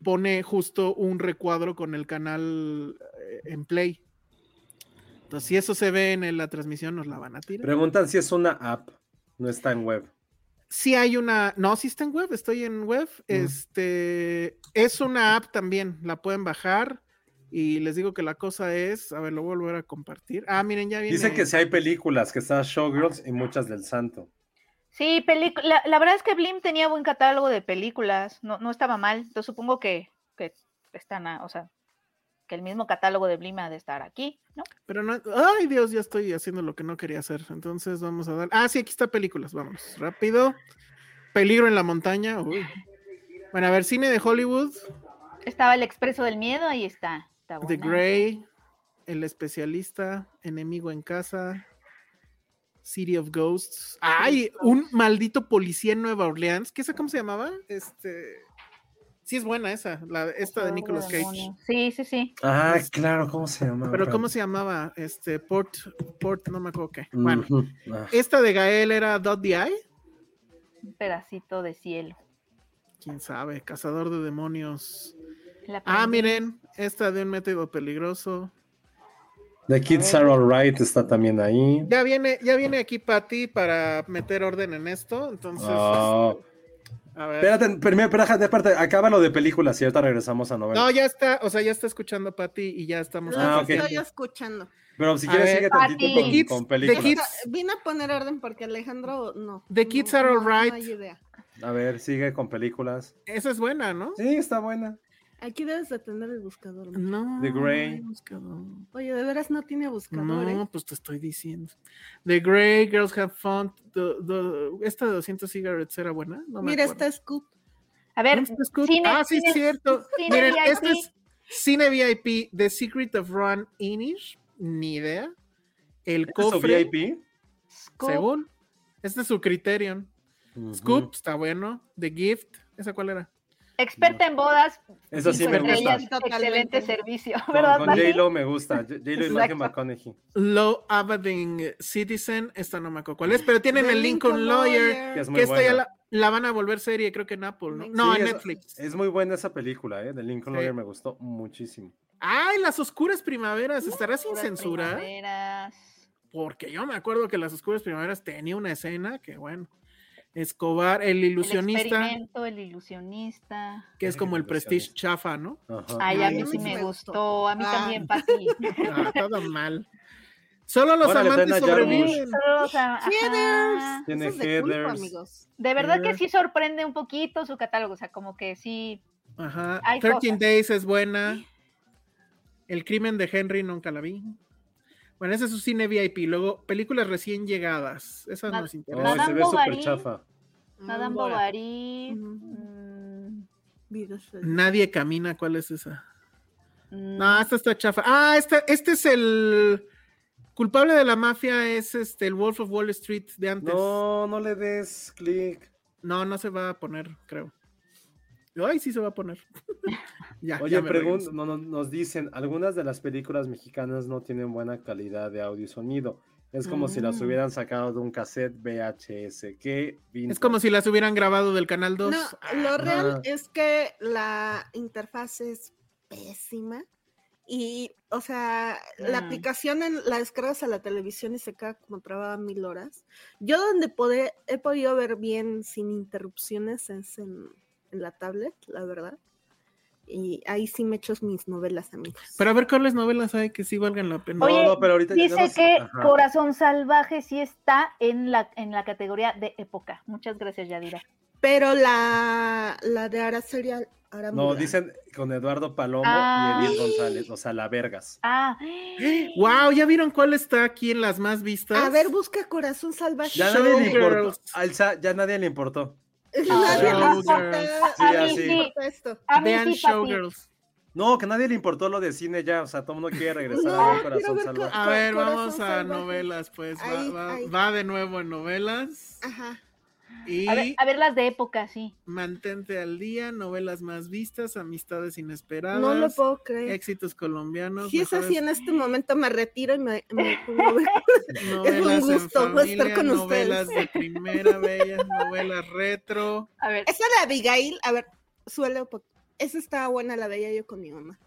D: pone justo un recuadro con el canal eh, en play. Entonces, si eso se ve en el- la transmisión, nos la van a tirar.
C: Preguntan si es una app. No está en web.
D: si hay una, no, si está en web, estoy en web, este, es una app también, la pueden bajar y les digo que la cosa es, a ver, lo voy a volver a compartir. Ah, miren, ya viene.
C: Dice que si hay películas, que está Showgirls y muchas del Santo.
F: Sí, pelicu- la, la verdad es que Blim tenía buen catálogo de películas, no, no estaba mal. Entonces supongo que, que están, a- o sea, que el mismo catálogo de Blim ha de estar aquí, ¿no?
D: Pero no, ay Dios, ya estoy haciendo lo que no quería hacer. Entonces vamos a dar. Ah, sí, aquí está películas, vamos, rápido. Peligro en la montaña. uy. Bueno, a ver, cine de Hollywood,
F: Estaba El Expreso del Miedo, ahí está. está
D: The
F: buena.
D: Grey, El especialista, Enemigo en casa, City of Ghosts. Ay, un maldito policía en Nueva Orleans. ¿Qué esa cómo se llamaba? Este, sí es buena esa, la, esta de
F: Juego
D: Nicolas Cage.
F: demonios. Ah, Sí, sí, sí.
C: Ah, claro, ¿cómo se llama?
D: Pues, Pero cómo se llamaba, este Port, Port, no me acuerdo qué.
C: Ujú,
D: Bueno,
C: ah.
D: esta de Gael era Dot the Eye.
F: Un pedacito de cielo.
D: quién sabe, cazador de demonios.
F: La
D: Ah,
F: prendí.
D: miren, esta de un método peligroso. Eh,
C: The Kids Are Alright está también ahí.
D: Ya viene, ya viene aquí Patty para meter orden en esto, entonces.
C: Ah,
D: eh, A ver.
C: espérate, primero, espérate, espérate, acaba lo de películas y ahorita regresamos a novela.
D: No, ya está, o sea, ya está escuchando Patty y ya estamos.
C: Ah,
G: Los
C: ok.
G: estoy escuchando.
C: Pero si
D: A
C: quieres
D: ver.
C: sigue tantito
F: The
C: con,
D: Kids-
C: con
D: The
C: películas.
D: Kids-
G: Vine a poner orden porque Alejandro no.
D: The
G: no,
D: kids are
G: no,
D: alright.
G: No hay idea.
C: A ver, sigue con películas.
D: Esa es buena, ¿no?
C: Sí, está buena.
G: Aquí debes de tener el buscador. ma.
D: No.
C: The Grey.
D: no hay buscador.
G: Oye, de veras no tiene buscador, ¿eh?
D: No, pues te estoy diciendo. The Grey, Girls Have Fun. the- the- esta de 200 cigarettes era buena. No me
G: Mira,
D: acuerdo.
G: está Scoop.
F: A ver,
D: ¿Dónde está Scoop?
F: cine-
D: ah, sí,
F: cine-
D: es cierto.
F: cine
D: Miren,
F: VIP.
D: este es Cine VIP, The Secret of Ron Inish, ni idea. El
C: ¿Este es su
D: cofre,
C: VIP?
F: Scoop.
D: según. Este es su Criterion.
C: Ujú.
D: Scoop, está bueno. The Gift, ¿esa cuál era?
F: Experta en bodas.
C: Esa sí
F: y
C: me gusta.
F: sorpresas,
G: Sí, totalmente.
F: Excelente servicio,
C: Con,
F: ¿verdad,
C: con
F: Pati?
C: J-Lo me gusta. J- J-Lo y Matthew
F: Exacto.
C: McConaughey.
D: Low Aberdeen Citizen, esta no me acuerdo cuál es, pero tienen
G: The
D: el Lincoln Lawyer,
C: que es muy
D: que esta ya
C: buena.
D: la, la van a volver serie, creo que en Apple, ¿no?
G: Me
D: No,
C: Sí,
D: en
C: es-
D: Netflix.
C: Es muy buena esa película, ¿eh? De Lincoln
D: Sí.
C: Lawyer me gustó muchísimo.
D: Ay, Las Oscuras Primaveras, ¿estará sin
F: Puras
D: censura?
F: primaveras.
D: porque yo me acuerdo que Las Oscuras Primaveras tenía una escena que, bueno, Escobar, el
F: El
D: ilusionista,
F: experimento, el ilusionista.
D: que es como el Prestige
C: Ilusionista.
D: chafa, ¿no?
C: Ajá.
F: Ay, a
G: Ay,
F: mí
G: a
F: sí
G: mí
F: me
G: me gustó.
F: gustó, a mí
G: Ah.
F: también, Pati.
D: Ah, todo mal. Solo los
C: Órale,
D: amantes
C: Tena Jarmusch.
F: Sí,
D: sobreviven.
F: solo, o sea, ajá.
G: Heathers.
C: Tiene
G: Eso es de culto,
C: Heathers.
G: amigos.
F: De verdad que
D: Heathers.
F: sí sorprende un poquito su catálogo, o sea, como que sí.
D: Ajá.
F: Hay
D: 13
F: cosas.
D: Days es buena. El crimen de Henry nunca la vi. Bueno, ese es su cine VIP. Luego, películas recién llegadas. Esas
F: Ma-
D: nos
C: Ay,
D: interesan.
C: se
F: Madame
C: ve súper
F: Bovary.
C: chafa.
D: Mm,
F: Madame
G: Bora.
F: Bovary.
G: Ujú.
F: mm,
G: Vidas.
D: Nadie camina. ¿Cuál es esa?
F: mm,
D: No, esta está chafa. Ah, esta, este es el culpable de la mafia, es este el Wolf of Wall Street de antes.
C: No,
D: No,
C: no le des clic.
D: no, se va a poner, creo. Ay, sí se va a poner. ya,
C: Oye,
D: ya me
C: pregun-
D: regreso.
C: no, no, nos dicen, algunas de las películas mexicanas no tienen buena calidad de audio y sonido. Es como si las
F: Mm.
C: hubieran sacado de un cassette VHS. Qué
D: Es como si las hubieran grabado del canal 2.
G: No, lo
C: Ah.
G: real es que la interfaz es pésima y, o sea, la
F: Mm.
G: aplicación en, la descargas a la televisión y se queda como trabada mil horas. Yo donde podré- he podido ver bien sin interrupciones es en, en la tablet, la verdad. y ahí sí me echo mis novelas, amigos.
D: Pero a ver cuáles novelas hay que sí valgan la pena.
F: Oye,
C: no, pero ahorita
F: dice
C: llegamos-
F: que
C: Ajá.
F: Corazón Salvaje sí está en la, en la categoría de época. Muchas gracias, Yadira.
G: Pero la, la de Araceli Al- Arámbula.
C: No, dicen con Eduardo Palomo
F: Ah.
C: y Edith González, o sea, la vergas.
F: Ah,
D: Wow, ¿ya vieron cuál está aquí en las más vistas?
G: A ver, busca Corazón Salvaje.
C: Ya nadie le importó.
D: Showgirls.
C: Alza, ya nadie le importó.
G: Nadie le importa,
D: Showgirls.
C: Sí,
G: nadie
C: así.
G: le importa esto.
F: a mí
D: Vean
F: sí, papi.
D: Showgirls.
C: No, que nadie le importó lo de cine ya, o sea, todo el mundo quiere regresar
G: Pues No,
C: a ver
G: quiero
C: Corazón
G: ver
C: Salvaje.
G: Cor-
D: A ver,
G: Corazón
D: vamos a
G: salvaje.
D: novelas, pues. Va,
G: Ahí,
D: va-
G: ahí. Ah,
D: va de nuevo en novelas.
G: Ajá.
D: Y
F: A ver, a ver las de época, sí.
D: mantente al día, novelas más vistas, amistades inesperadas,
G: No lo puedo creer.
D: éxitos colombianos.
G: Si es así,
D: eh,
G: en
D: mejores
G: este momento me retiro y me, me pongo a ver.
D: novelas
G: es un
D: en
G: gusto estar
D: familia,
G: con
D: novelas
G: ustedes.
D: de primera, bellas, novelas retro.
F: A ver,
G: Esa de Abigail, a ver, suele un poco. Esa estaba buena, la veía yo con mi mamá.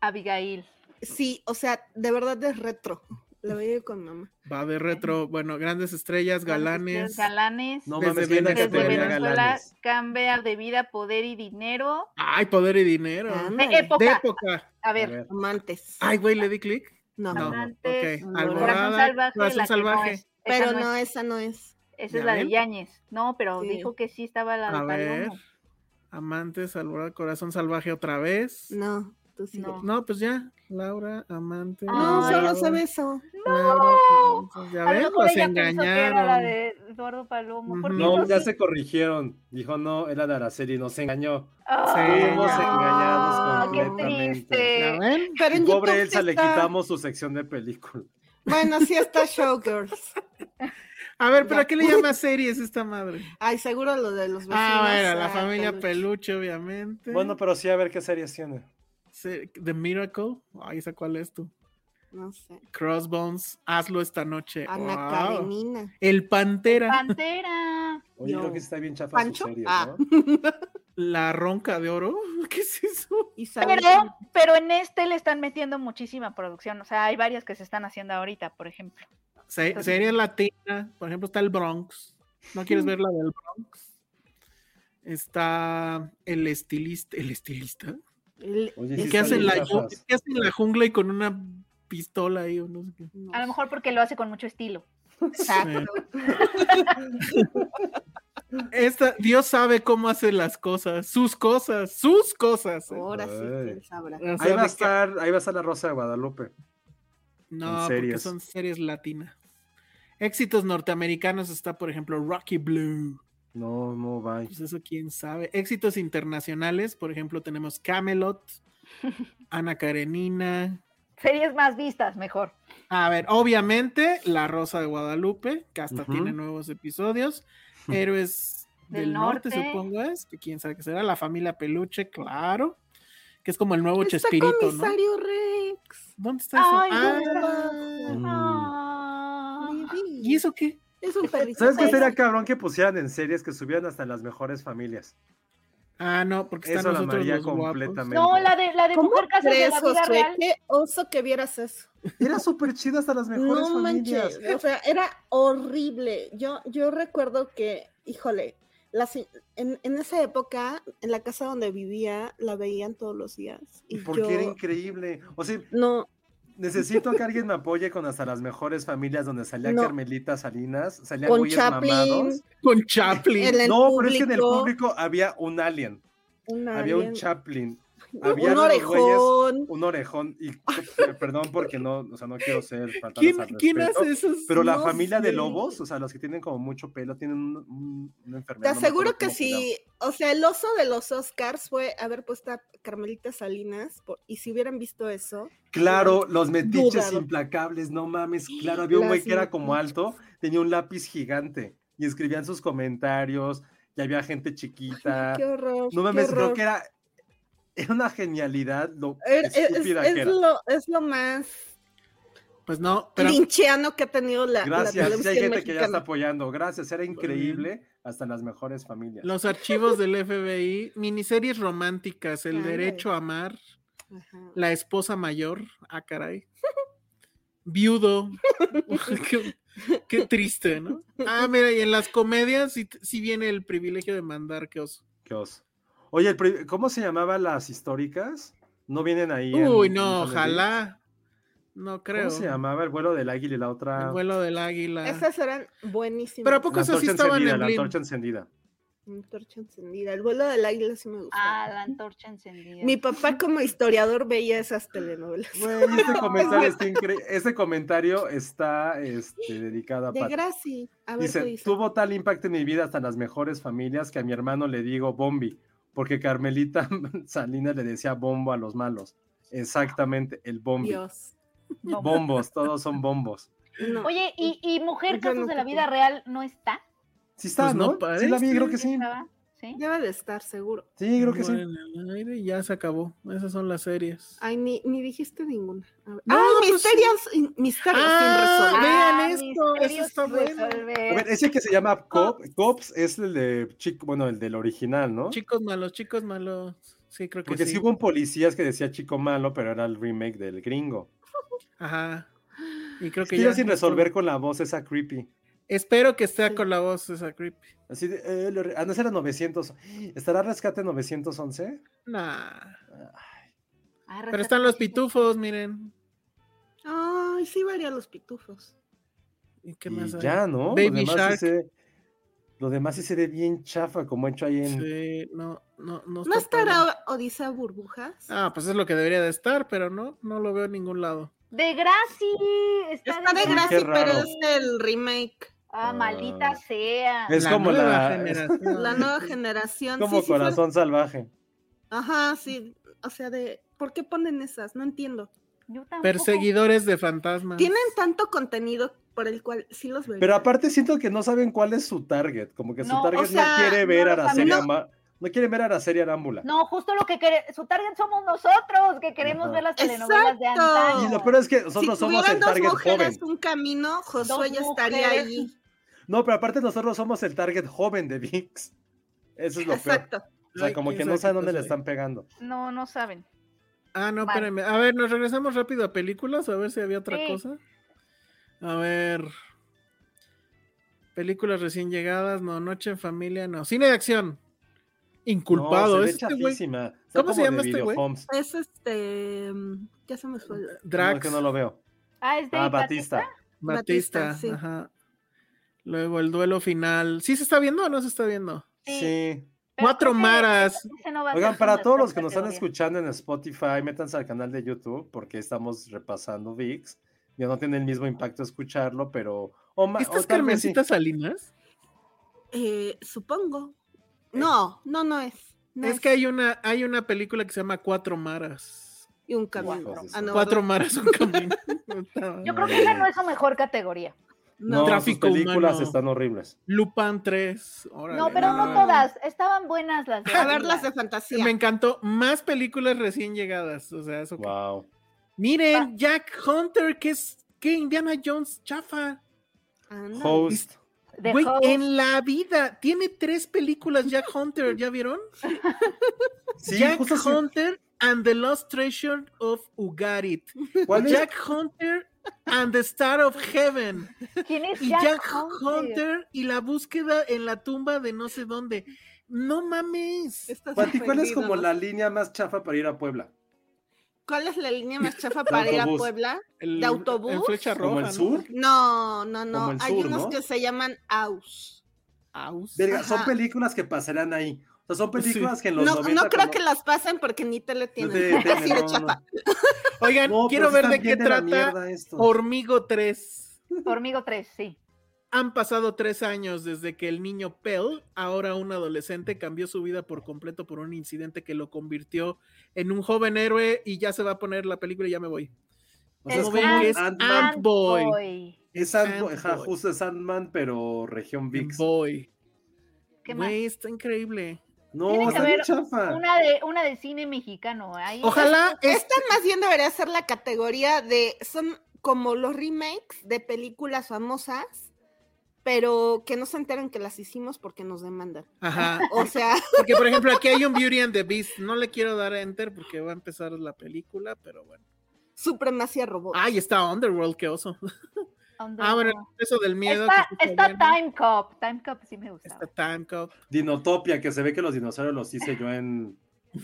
F: Abigail.
G: Sí, o sea, de verdad es retro. La veía yo con mi mamá.
D: Va de retro, bueno, grandes estrellas, galanes.
F: Galanes.
C: No
D: Desde
C: mames, bien la
F: Desde
C: categoría
D: Venezuela.
F: Venezuela,
C: galanes.
F: cambia de vida, poder y dinero.
D: Ay, poder y dinero.
G: Ándale.
F: De época.
D: Mm, De época.
F: A
C: A
F: ver,
C: ver,
G: Amantes.
D: Ay, güey, le di clic.
G: no,
D: No,
F: Amantes,
D: ok.
G: no.
F: Corazón
D: Alborada,
F: Salvaje.
D: Corazón
F: la que no
D: Salvaje.
F: es. Esa
G: pero
F: no es.
G: no, esa no es.
F: Esa es
D: ¿Ya
F: la de
D: ven?
F: Yañez. No, pero
G: Sí.
F: dijo que sí estaba la de
D: A ver.
F: Palomo.
D: Amantes, alborada, corazón salvaje otra vez.
G: No, tú sí.
F: No.
G: No,
D: No, pues ya. Laura, amante.
F: No, Ay,
G: solo
D: Laura,
G: sabe eso.
D: Laura, Corazón. Ya
F: A lo
D: ven,
F: mejor
D: los
F: ella pensó que era la
D: pues, engañaron.
F: de Eduardo Palomo. ¿Por
D: Ujú.
F: qué
C: no,
F: no
C: ya
F: sé?
C: se corrigieron. Dijo, no, era de Araceli, nos engañó.
F: Ay,
D: Estuvimos
F: no,
C: engañados
F: ah, qué
C: completamente.
D: ¿Ya
F: triste.
D: ven?
G: Pero en YouTube
C: Pobre
G: sí
C: Elsa, le
G: está-
C: quitamos su sección de película.
G: Bueno, sí está Showgirls.
D: A ver, ¿pero
G: Ya.
D: a qué le llama series esta madre?
G: Ay, seguro lo de los vecinos.
D: Ah, bueno, la
G: ah,
D: familia
G: peluche.
D: Peluche, obviamente.
C: Bueno, pero sí, a ver qué series tiene.
D: Se- The Miracle. Ay, ¿esa cuál es tú?
G: No sé.
D: Crossbones, hazlo esta noche.
G: Ana
D: Wow.
G: Karenina.
D: El Pantera,
F: Pantera.
C: Oye,
G: No.
C: creo que está bien chafa
G: ¿Pancho?
C: sus series,
G: Ah.
C: ¿no?
D: La Ronca de Oro. ¿Qué es eso?
G: Isabel.
F: Pero, pero en este le están metiendo muchísima producción. O sea, hay varias que se están haciendo ahorita, por ejemplo.
D: Se- serie latina. Por ejemplo, está El Bronx. ¿No quieres ver la del Bronx? Está El Estilista. ¿El Estilista?
G: El-
C: Oye,
D: ¿Qué
C: sí
D: que
C: está
D: hace en
C: bien
D: la,
C: chafa.
D: ju- que hace en la jungla y con una pistola ahí o no sé qué.
G: no
F: A lo
G: sé.
F: mejor porque lo hace con mucho estilo.
G: Exacto.
D: Esta, Dios sabe cómo hace las cosas, sus cosas, sus cosas. ¿eh?
G: Ahora sí,
C: Ay.
G: quién sabrá.
D: O sea,
C: Ahí
D: de
C: va a
D: que-
C: estar, ahí va a estar la Rosa de Guadalupe.
D: No, porque
C: series.
D: son series latinas. Éxitos norteamericanos está, por ejemplo, Rocky Blue.
C: No, no, bye.
D: Pues eso quién sabe. Éxitos internacionales, por ejemplo, tenemos Camelot, Ana Karenina.
F: Series más vistas, mejor.
D: A ver, obviamente, La Rosa de Guadalupe, que hasta
C: Ujú.
D: tiene nuevos episodios. Héroes
F: Del
D: del, norte,
F: Norte.
D: supongo es, que quién sabe qué será. La familia Peluche, claro. Que es como el nuevo
G: Está
D: Chespirito, ¿no?
G: comisario Rex.
D: ¿Dónde está eso?
F: Ay, ¿dónde
D: Ah,
C: Mm.
F: Ah.
G: Ah, baby.
D: ¿Y eso qué?
G: Es un perrito.
C: ¿Sabes qué
G: Ay,
C: sería cabrón que pusieran en series que subieran hasta las mejores familias?
D: Ah, no, porque están
C: Eso la
D: nosotros
C: maría
D: los guapos.
C: completamente.
F: No, la de, la de
G: ¿Cómo
F: Mujer Casas de
G: crees,
F: la Vida
G: Josué?
F: Real.
G: Qué oso que vieras eso.
C: Era súper chida hasta las mejores
G: No
C: familias.
G: manches. O sea, era horrible. Yo, yo recuerdo que, híjole, la se- en, en esa época, en la casa donde vivía, la veían todos los días. Y
C: Porque
G: yo,
C: era increíble. O sea,
G: no,
C: necesito que alguien me apoye con hasta las mejores familias donde salía
G: No.
C: Carmelita Salinas, salían
G: Con
C: güeyes
G: Chaplin.
C: mamados.
D: Con Chaplin.
G: en el
C: no, pero es que en el
G: público,
C: público había un alien,
G: un
C: había un
G: alien,
C: Chaplin,
G: un
C: había los
G: orejón.
C: un orejón y perdón porque no, o sea, no quiero ser fatal.
D: ¿Quién, quién hace esos?
C: Pero la
D: no
C: familia de
D: sé.
C: lobos, o sea, los que tienen como mucho pelo, tienen un- un- una
G: Te
C: enfermedad. no me
G: aseguro
C: acuerdo
G: que
C: cómo se llama.
G: si, o sea, el oso de los Oscars fue haber puesto a Carmelita Salinas, por- y si hubieran visto eso,
C: Claro, los metiches
G: Dudado.
C: implacables, no mames. Claro, había un
G: mm, Las
C: güey que era como
G: metiches.
C: alto, tenía un lápiz gigante y escribían sus comentarios y había gente chiquita.
G: qué horror.
C: No
G: qué
C: mames, creo
G: horror.
C: que era, era una genialidad lo
G: Era- es- es-
C: estúpida que
G: es
C: era.
G: lo, es lo más
D: Pues no, pero
G: lincheano que ha tenido la, la
C: Gracias, sí hay
G: televisión
C: gente que ya está
G: mexicana.
C: apoyando. Gracias, era increíble hasta las mejores familias.
D: los archivos del FBI, miniseries románticas, El
G: Ándale.
D: Derecho a Amar,
G: Ajá.
D: La Esposa Mayor, ah, caray. Viudo. qué, qué triste, ¿no? Ah, mira, y en las comedias sí, sí viene el privilegio de mandar, qué oso.
C: Qué oso. Oye, el pri- ¿cómo se llamaban las históricas? No vienen ahí. en-
D: Uy,
C: en
D: no,
C: Family Day?
D: ojalá. No creo.
C: ¿Cómo se llamaba el vuelo del águila y la otra?
D: El vuelo del águila.
G: Esas eran buenísimas.
D: Pero ¿a
C: La
D: poco esas sí
C: antorcha
D: estaban
C: encendida,
D: en
C: la
D: Blim?
C: antorcha encendida.
G: Antorcha encendida. El vuelo del águila sí me gustaba.
F: Ah, la antorcha encendida.
G: Mi papá como historiador veía esas telenovelas.
C: Güey, este comentario está increíble. Este comentario está este, dedicado a
G: De
C: Pat.
G: Graci. A ver qué
C: Dice,
G: dice.
C: tuvo tal impacto en mi vida hasta en las mejores familias que a mi hermano le digo Bombi, porque Carmelita Salinas le decía bombo a los malos. Exactamente, el bombi.
G: Dios.
F: Bombo.
C: Bombos, todos son bombos.
G: No.
F: Oye, ¿y, y Mujer
G: Yo
F: Casos
G: no
F: de la
G: supe.
F: Vida Real no está?
C: Sí está,
D: Pues no
C: ¿no? sí la vi, creo que
F: ¿Sí
C: sí.
F: estaba? ¿Sí?
G: Debe de estar seguro.
C: Sí, creo que sí.
D: Vuela en el aire y ya se acabó. Esas son las series.
G: Ay, ni, ni dijiste ninguna. A ver.
D: No,
G: Ay,
D: pues sí.
G: misterios, in- misterios
D: Ah,
G: sin resolver.
D: vean esto, eso
F: Misterios
D: está
F: sin
D: bueno.
F: resolver.
C: A ver, ese que se llama Cop, Cops es el de chico, bueno, el del original, ¿no?
D: Chicos malos, chicos malos. Sí, creo que
C: Porque
D: sí.
C: sí hubo un policías que decía chico malo, pero era el remake del gringo.
D: Ajá. Y creo que ya.
C: Quiero sin resolver con la voz esa creepy.
D: Espero que esté con la voz esa creepy.
C: Así de, eh, lo re- ah, no, ese era 900. ¿Estará Rescate 911?
D: Nah.
F: Ah,
D: Pero
F: rescate
D: están los
F: Pitufos.
D: pitufos, miren.
G: Ay, sí varía los pitufos.
D: ¿Y qué
C: Y
D: más hay?
C: ya, ¿no?
D: Baby
C: lo, demás
D: Shark.
C: Sí se, lo demás sí se ve bien chafa, como hecho ahí en...
D: Sí, no, no, no.
G: ¿No
D: está padre.
G: estará Odisea Burbujas?
D: Ah, pues es lo que debería de estar, pero no, no lo veo en ningún lado.
F: De Graci. Está,
G: Está de
C: Sí, qué
G: Graci, pero
C: raro.
G: es el remake.
F: Ah, maldita
C: Ah.
F: sea.
C: Es como
D: nueva
C: la-
D: generación.
G: La nueva generación.
C: Ah. Como
G: sí, sí fue-
C: corazón salvaje.
G: Ajá, sí. O sea, de ¿por qué ponen esas? No entiendo.
F: Yo tampoco.
D: Perseguidores de fantasmas.
G: Tienen tanto contenido por el cual sí los veo.
C: Ah. Pero aparte siento que no saben cuál es su target. Como que su
F: No, o
C: target
G: sea,
C: no quiere ver
F: no
C: a
F: lo
C: la serie
G: saben.
C: ama- No quiere ver a la serie arámbula.
F: No, justo lo que queremos. Su target somos nosotros, que queremos
C: Ajá.
F: ver las telenovelas de
G: Exacto.
F: antaño.
C: Y lo peor es que
G: Oh. si
C: nosotros somos
G: tuvieran
C: el
G: dos
C: target
G: mujeres
C: joven.
G: un camino, Josué
F: Dos
G: ya estaría
F: mujeres.
G: ahí.
C: No, pero aparte nosotros somos el target joven de VIX. Eso es lo peor.
G: Exacto.
C: O sea,
D: Ay,
C: como
D: quién
C: que
D: sabe
C: no
D: qué
C: saben dónde
D: cosa
C: le
D: hay.
C: están pegando.
F: No, no saben.
D: Ah, no,
F: Vale.
D: espérenme. A ver, nos regresamos rápido a películas, a ver si había otra
F: Sí.
D: cosa. A ver. Películas recién llegadas, no, Noche en Familia, no. Cine de acción.
C: No,
D: Inculpado,
C: se ve
D: es este güey.
C: chafísima. Está
D: ¿Cómo se
C: como de
D: llama este güey?
C: videohomes.
G: Es este. mm, Ya se me fue. el-
C: No, es
D: Drax,
C: que no lo veo.
F: Ah, es de
C: Ah,
F: Batista.
C: Batista.
D: Batista.
G: Batista, sí.
D: ajá. Luego el duelo final. ¿Sí se está viendo o no se está viendo?
F: Sí.
C: Sí.
F: Pero
D: Cuatro
F: creo que
D: maras.
F: ese no va a
C: Oigan,
F: ser
C: para
F: nuestra
C: todos los que nos están
F: categoría.
C: escuchando en Spotify, métanse al canal de YouTube porque estamos repasando VIX. Ya no tiene el mismo impacto escucharlo, pero... O ma-
D: ¿Estas
C: o tal vez sí.
D: Carmencitas Salinas?
G: Eh, supongo. No, no, no es. no
D: Es que hay una, hay una película que se llama Cuatro maras.
G: Y un camino.
C: Hijos de
G: Ah,
C: su-
G: no,
D: Cuatro
G: dos-
D: maras un camino. Está-
F: Yo creo que esa no es su mejor categoría.
C: No,
G: No,
C: sus
D: Tráfico
C: películas
D: humano.
C: están horribles.
D: Lupin 3. órale,
F: No, pero no
D: mames.
F: todas. Estaban buenas las de.
G: a ver las de
D: Me
G: fantasía.
D: encantó. Más películas recién llegadas. O sea, eso. que-
C: Wow.
D: Miren, Jack Hunter, que es que Indiana Jones chafa.
G: Ándale.
C: Host.
F: The
D: Güey,
F: Host.
D: en la vida. Tiene tres películas Jack Hunter, ¿ya vieron?
C: Sí,
D: Jack
C: justo sí.
D: Hunter and the Lost Treasure of Ugarit.
C: ¿Cuál es?
D: Jack Hunter and the Star of Heaven.
F: ¿Quién es
D: Y
F: Jack,
D: Jack,
F: Hunter?
D: Hunter. y la búsqueda en la tumba de no sé dónde. No mames.
G: Estás
C: Pati, ¿cuál es
G: ofendido,
C: como
G: ¿no?
C: la línea más chafa para ir a Puebla?
G: ¿Cuál es la línea más chafa para ir a
C: autobús.
G: Puebla?
D: El,
G: ¿De autobús?
D: En flecha roja.
C: ¿Como el
D: ¿no?
C: sur?
G: No, no,
C: Como
G: no.
C: el
G: Hay
C: sur,
G: unos
C: ¿no?
G: que se llaman aus.
D: Aus.
C: Verga, son
G: Ajá.
C: películas que pasarán ahí. O sea, son películas que en los
G: No,
C: 90...
G: no creo
C: cuando-
G: que las pasen porque ni tele
C: No
G: tienen.
C: te detienen,
G: Así de
C: no, no.
G: chafa.
D: Oigan,
C: No, pero
D: quiero
C: sí
D: ver de
C: están
D: qué
C: bien la
D: trata
C: mierda esto.
D: Hormigo 3.
F: Hormigo 3, sí.
D: Han pasado tres años desde que el niño Pell, ahora un adolescente, cambió su vida por completo por un incidente que lo convirtió en un joven héroe y ya se va a poner la película y ya me voy.
C: O sea, es
D: ¿Cómo
C: como
D: ven que es
C: Ant-Man.
D: Ant- Boy.
C: Es Ant-Boy,
D: Ant-Boy.
C: ajá, justo es Ant-Man, pero región VIX.
D: Voy.
F: ¿Qué más?
D: Güey, está increíble.
C: No,
F: Tiene que
C: está bien
F: haber
C: chafa.
F: Una de, una de cine mexicano. ahí-
D: Ojalá es
G: Esta más bien debería ser la categoría de. Son como los remakes de películas famosas, pero que no se enteren que las hicimos porque nos demandan.
D: Ajá.
G: O sea,
D: Porque, por ejemplo, aquí hay un Beauty and the Beast. No le quiero dar a enter porque va a empezar la película, pero bueno.
F: Oh.
G: supremacía robot.
D: Ay, está Underworld, qué oso.
F: Honduras.
D: Ah, bueno, eso del miedo.
F: Está,
D: que justo
F: está
D: ayer, ¿no?
F: Time Cop. Time Cop sí me gustaba.
D: Está Time Cop.
C: Dinotopia, que se ve que los dinosaurios los hice yo en,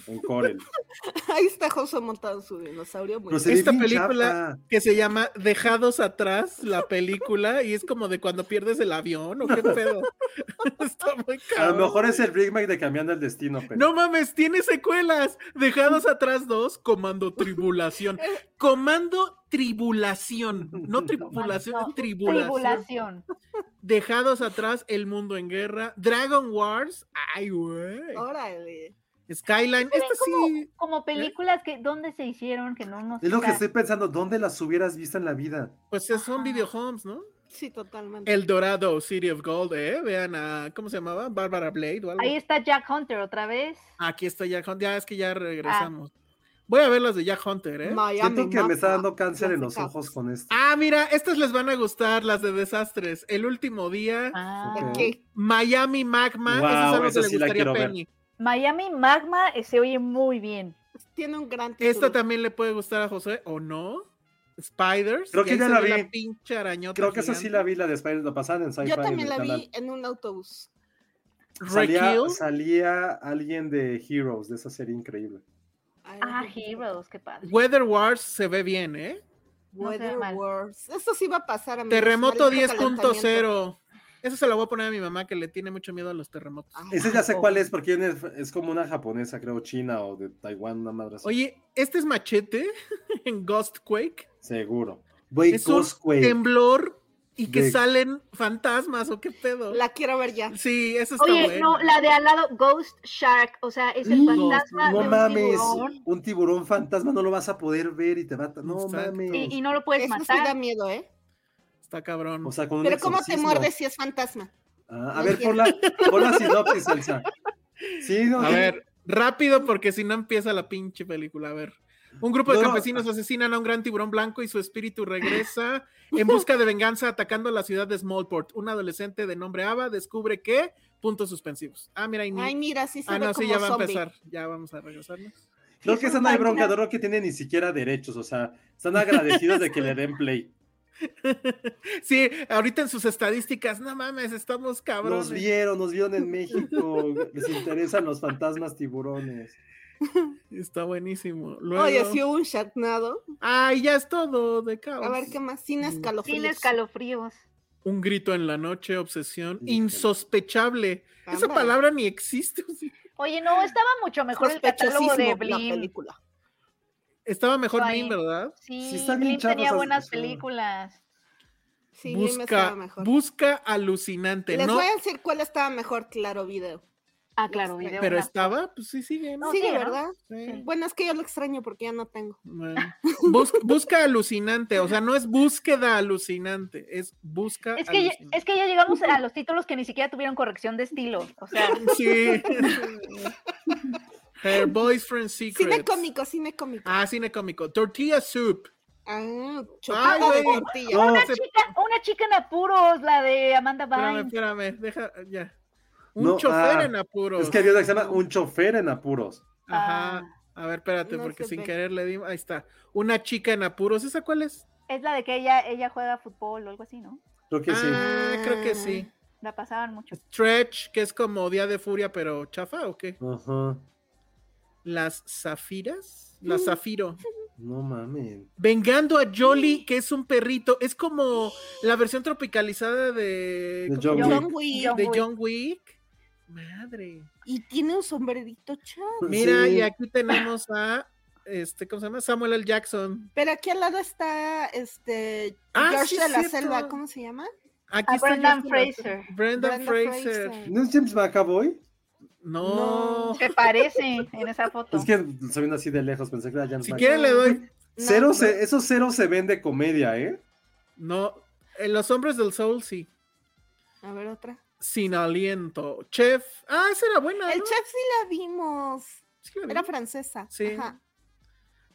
C: en Corel.
G: Ahí está José montado en su dinosaurio. Muy
C: Pero se
G: bien.
C: ve
D: Esta
C: bien
D: película-
C: chafa.
D: Que se llama Dejados Atrás, la película, y es como de cuando pierdes el avión, o qué pedo. está muy
C: A
D: caro.
C: lo mejor es el remake de Cambiando el Destino, pero.
D: No mames, tiene secuelas. Dejados atrás dos, Comando Tribulación. Comando Tribulación. No tribulación, tribulación.
F: Comando Tribulación.
D: Dejados atrás, El Mundo en Guerra. Dragon Wars. Ay, güey.
G: Órale.
D: Skyline.
F: Pero
D: Esta
F: como,
D: sí.
F: como películas que dónde se hicieron que no nos
C: Es lo que
F: ca-
C: estoy pensando, ¿dónde las hubieras visto en la vida?
D: Pues son videohomes, ¿no?
G: Sí, totalmente.
D: El Dorado, City of Gold, ¿eh? Vean a. ¿Cómo se llamaba? Bárbara Blade o algo.
F: Ahí está Jack Hunter otra vez.
D: Aquí está Jack Hunter. Ya es que ya regresamos. Voy a ver las de Jack Hunter, ¿eh?
G: Miami,
C: Siento que me está
G: Mapa,
C: dando cáncer en los
G: clásica.
C: ojos con esto.
D: Ah, mira, estas les van a gustar, las de desastres. El último día.
F: Ah.
G: ¿De
C: Ok.
G: qué?
D: Miami Magma,
C: Wow,
D: eso es algo
C: esa
D: que le
C: sí la
D: gustaría a
C: quiero ver.
D: Penny.
F: Miami Magma eh, se oye muy bien.
G: Tiene un gran título.
D: Esta también le puede gustar a José, ¿o no? Spiders.
C: Creo
D: y
C: que
D: ahí
C: ya
D: se
C: la
D: ve
C: vi.
D: pinche arañota
C: Creo que esa sí la
D: gigante.
C: vi, la de Spider, la pasaban en Sci-Fi.
G: Yo
C: en el
G: también la vi
C: canal.
G: en un autobús.
C: Salía,
D: Rekill.
C: salía alguien de Heroes, de esa serie increíble.
G: Ay,
F: Ah,
G: no sé.
F: Heroes, qué padre.
D: Weather Wars se ve bien, ¿eh?
F: No Mm, se ve
G: Weather
F: mal.
G: Wars. Esto sí va a pasar a
D: Terremoto 10.0. Eso se la voy a poner a mi mamá que le tiene mucho miedo a los terremotos.
F: Ah,
C: Esa ya sé cuál es, porque es, es como una japonesa, creo, china o de Taiwán, una madre así.
D: Oye, este es machete en Ghostquake.
C: Seguro. Güey,
D: es un
C: Ghostquake.
D: temblor y que
C: De-
D: salen fantasmas o qué pedo.
G: La quiero ver ya.
D: Sí, eso está
F: Oye,
D: bueno.
F: no, la de al lado, Ghost Shark, o sea, es el
D: Mm.
F: fantasma
C: No
F: de un
C: mames,
F: tiburón
C: un tiburón fantasma no lo vas a poder ver y te va a... No
D: Exacto.
C: mames.
F: y, y no lo puedes
G: Eso sí da
F: matar.
G: miedo, ¿eh?
D: Está cabrón.
C: O sea, con un
G: Pero ¿cómo te
C: exorcismo.
G: muerdes si es fantasma?
C: Ah, a ver, por la, por la sinopsis, Elsa. Sí, no,
D: A
C: sí.
D: ver, rápido, porque si no empieza la pinche película. A ver. Un grupo de
C: No. ah.
D: campesinos asesinan a un gran tiburón blanco y su espíritu regresa en busca de venganza atacando la ciudad de Smallport. Un adolescente de nombre Ava descubre que... Puntos suspensivos. Ah, mira, ahí ni-
G: Ay, mira, sí se
D: Ah,
G: ve
D: no, sí,
G: como
D: ya va a
G: zombie.
D: empezar. Ya vamos a regresarnos.
C: Creo que esa no hay bronca,
F: Máquina.
C: no creo que tiene ni siquiera derechos, o sea, están agradecidos de que le den play.
D: Sí, ahorita en sus estadísticas, no mames, estamos cabrones.
C: Nos vieron, nos vieron en México, les interesan los fantasmas tiburones.
D: Está buenísimo. Luego...
G: Oye, sí hubo un charnado.
D: Ay, ya es todo de caos.
G: A ver qué más. Sin escalofríos.
F: Sin escalofríos.
D: Un grito en la noche, obsesión,
C: Híjole.
D: insospechable. Esa
G: Ándale.
D: palabra ni existe.
F: Oye, no, estaba mucho mejor el catálogo de
G: Sospechosísimo la
F: Blim.
G: película.
D: Estaba mejor
F: Ay.
D: Blim, ¿verdad?
F: Sí,
C: Sí, están bien
F: Blim tenía
C: chavas,
F: buenas
C: o sea.
F: películas.
G: Sí, Blim estaba
D: busca,
G: mejor.
D: busca alucinante,
G: Les
D: ¿no?
G: voy a decir cuál estaba mejor, claro, video.
F: Ah, claro, video.
D: Pero
F: una-
D: estaba, pues sí, sigue, ¿no?
F: No,
G: Sigue,
F: sí, ¿no?
G: ¿verdad?
D: Sí.
G: Bueno, es que yo lo extraño porque ya no tengo.
D: Bueno. Bus- busca alucinante, o sea, no es búsqueda alucinante, es busca
F: Es que, ya,
D: alucinante.
F: es que ya llegamos a los títulos que ni siquiera tuvieron corrección de estilo. O sea,
D: Sí. Her boyfriend secret.
G: Cine cómico, cine cómico.
D: Ah, cine cómico. Tortilla soup.
G: Ah, chocado
D: Ay,
G: de
D: güey.
G: tortilla.
D: No,
F: una
D: se-
F: chica, una chica en apuros, la de Amanda
D: Espérame,
F: Bynes.
D: espérame, deja, ya. Un
C: No,
D: chofer
C: ah,
D: en apuros.
C: Es que había una que se llama Un chofer en apuros.
D: Ajá.
F: Ah.
D: A ver, espérate,
G: No
D: porque
G: se
D: sin
G: ve.
D: querer le dimos. Ahí está. Una chica en apuros. ¿Esa cuál es?
F: Es la de que ella, ella juega fútbol o algo así, ¿no?
C: Creo que sí.
D: Ah, creo que sí.
F: La pasaban mucho.
D: Stretch, que es como Día de Furia, pero chafa o qué?
C: Ajá.
D: Las zafiras.
F: Mm.
D: La zafiro.
C: No mamen.
D: Vengando a Jolly, que es un perrito. Es como la versión tropicalizada de.
C: De
D: ¿cómo se
C: John
D: llama?
G: John Wick.
F: John
D: de
F: Wick.
D: John Wick. Madre.
G: Y tiene un sombrerito chavo.
D: Mira,
C: Pues Sí.
D: y aquí tenemos a este, ¿cómo se llama? Samuel L. Jackson.
G: Pero aquí al lado está este
D: Ah,
G: George
D: sí,
G: de la
D: cierto.
G: Selva, ¿cómo se llama?
D: Aquí
F: A
D: está
F: Brendan
D: Justin
F: Fraser.
D: Bieber. Brendan
G: Brenda
D: Fraser.
C: ¿No es James McAvoy?
D: No.
F: Se parece en esa foto.
C: Es que se ven así de lejos, pensé que era James
D: Si
C: McAvoy.
D: quieren le doy. eh.
C: Cero
G: No,
C: se, esos ceros se ven de comedia, ¿eh?
D: No. En los hombres del Soul, sí.
G: A ver otra.
D: Sin aliento. Chef. Ah, esa era buena.
G: El
D: ¿no?
G: chef sí la vimos.
D: Sí la vi.
G: Era francesa.
D: Sí.
G: Ajá.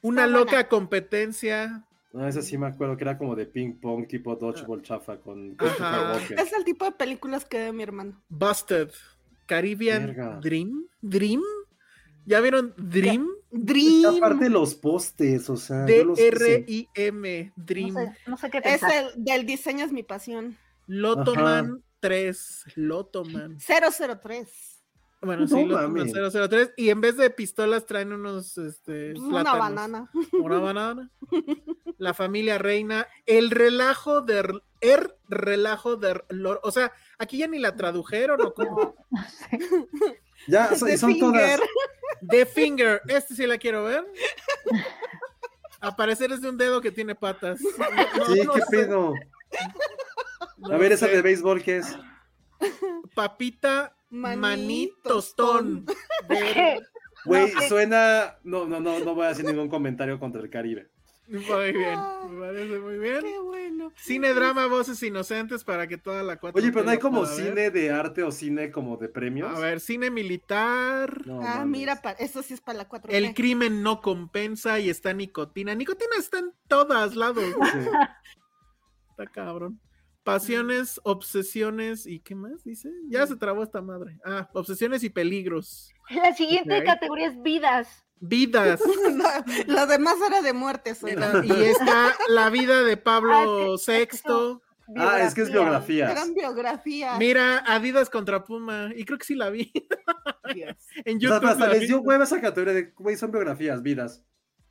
D: Una
G: buena.
D: loca competencia.
C: No, Ah, esa sí me acuerdo que era como de ping pong, tipo dodgeball chafa con
D: Ajá.
C: Christopher Walken.
G: Es el tipo de películas que ve mi hermano.
D: Busted. Caribbean
C: Verga.
D: Dream. Dream. ¿Ya vieron Dream?
C: Y
D: Dream.
C: aparte los postes, o sea, yo los hice.
D: D-R-I-M. Dream.
F: No sé, no sé qué
G: Es
F: pensar.
G: el del diseño es mi pasión.
D: Lotoman 3. Lotoman.
G: 003.
D: Bueno,
C: No
D: sí, Lotoman
C: mames.
D: 003. Y en vez de pistolas traen unos este,
G: Una
D: plátanos.
G: banana.
D: Una banana. La familia reina. El relajo de. r- El relajo de. r- lor- O sea, aquí ya ni la tradujeron o cómo.
C: Ya, son,
G: The
C: son todas.
G: Finger.
D: The Finger. Este sí la quiero ver. Aparecer es de un dedo que tiene patas. No,
C: Sí,
D: no
C: qué
D: sé,
C: pedo.
D: no
C: A ver, esa
D: sé.
C: de béisbol que es.
D: Papita
G: Maní
D: maní tostón.
F: ¿Qué?
C: Güey,
F: No sé.
C: suena. No, no, no, no voy a hacer ningún comentario contra el Caribe.
D: Muy bien, me parece muy bien.
G: Qué bueno.
D: Cine, drama, voces inocentes para que toda la cuatro.
C: Oye, pero no hay como
D: pueda ver.
C: cine de arte o cine como de premios.
D: A ver, cine militar.
C: No,
G: Ah,
C: mames.
G: mira, pa- eso sí es para la 4
D: El crimen no compensa y está nicotina. Nicotina está en todos lados. güey.
C: Sí.
D: Está cabrón. Pasiones, obsesiones y qué más dice. Ya se trabó esta madre. Ah, obsesiones y peligros.
F: La siguiente
D: Ok.
F: categoría es vidas.
D: Vidas.
G: lo demás era de muerte. solo.
D: Era- y está la vida de Pablo
F: Ah, sí, es que
D: VI.
C: Ah, es que es biografías.
G: Gran biografía.
D: Mira, Adidas contra Puma. Y creo que sí la vi.
G: Dios.
D: En
C: O sea,
D: YouTube.
C: hasta
D: la
C: les
D: vi.
C: dio hueva esa categoría de, güey, son biografías, vidas.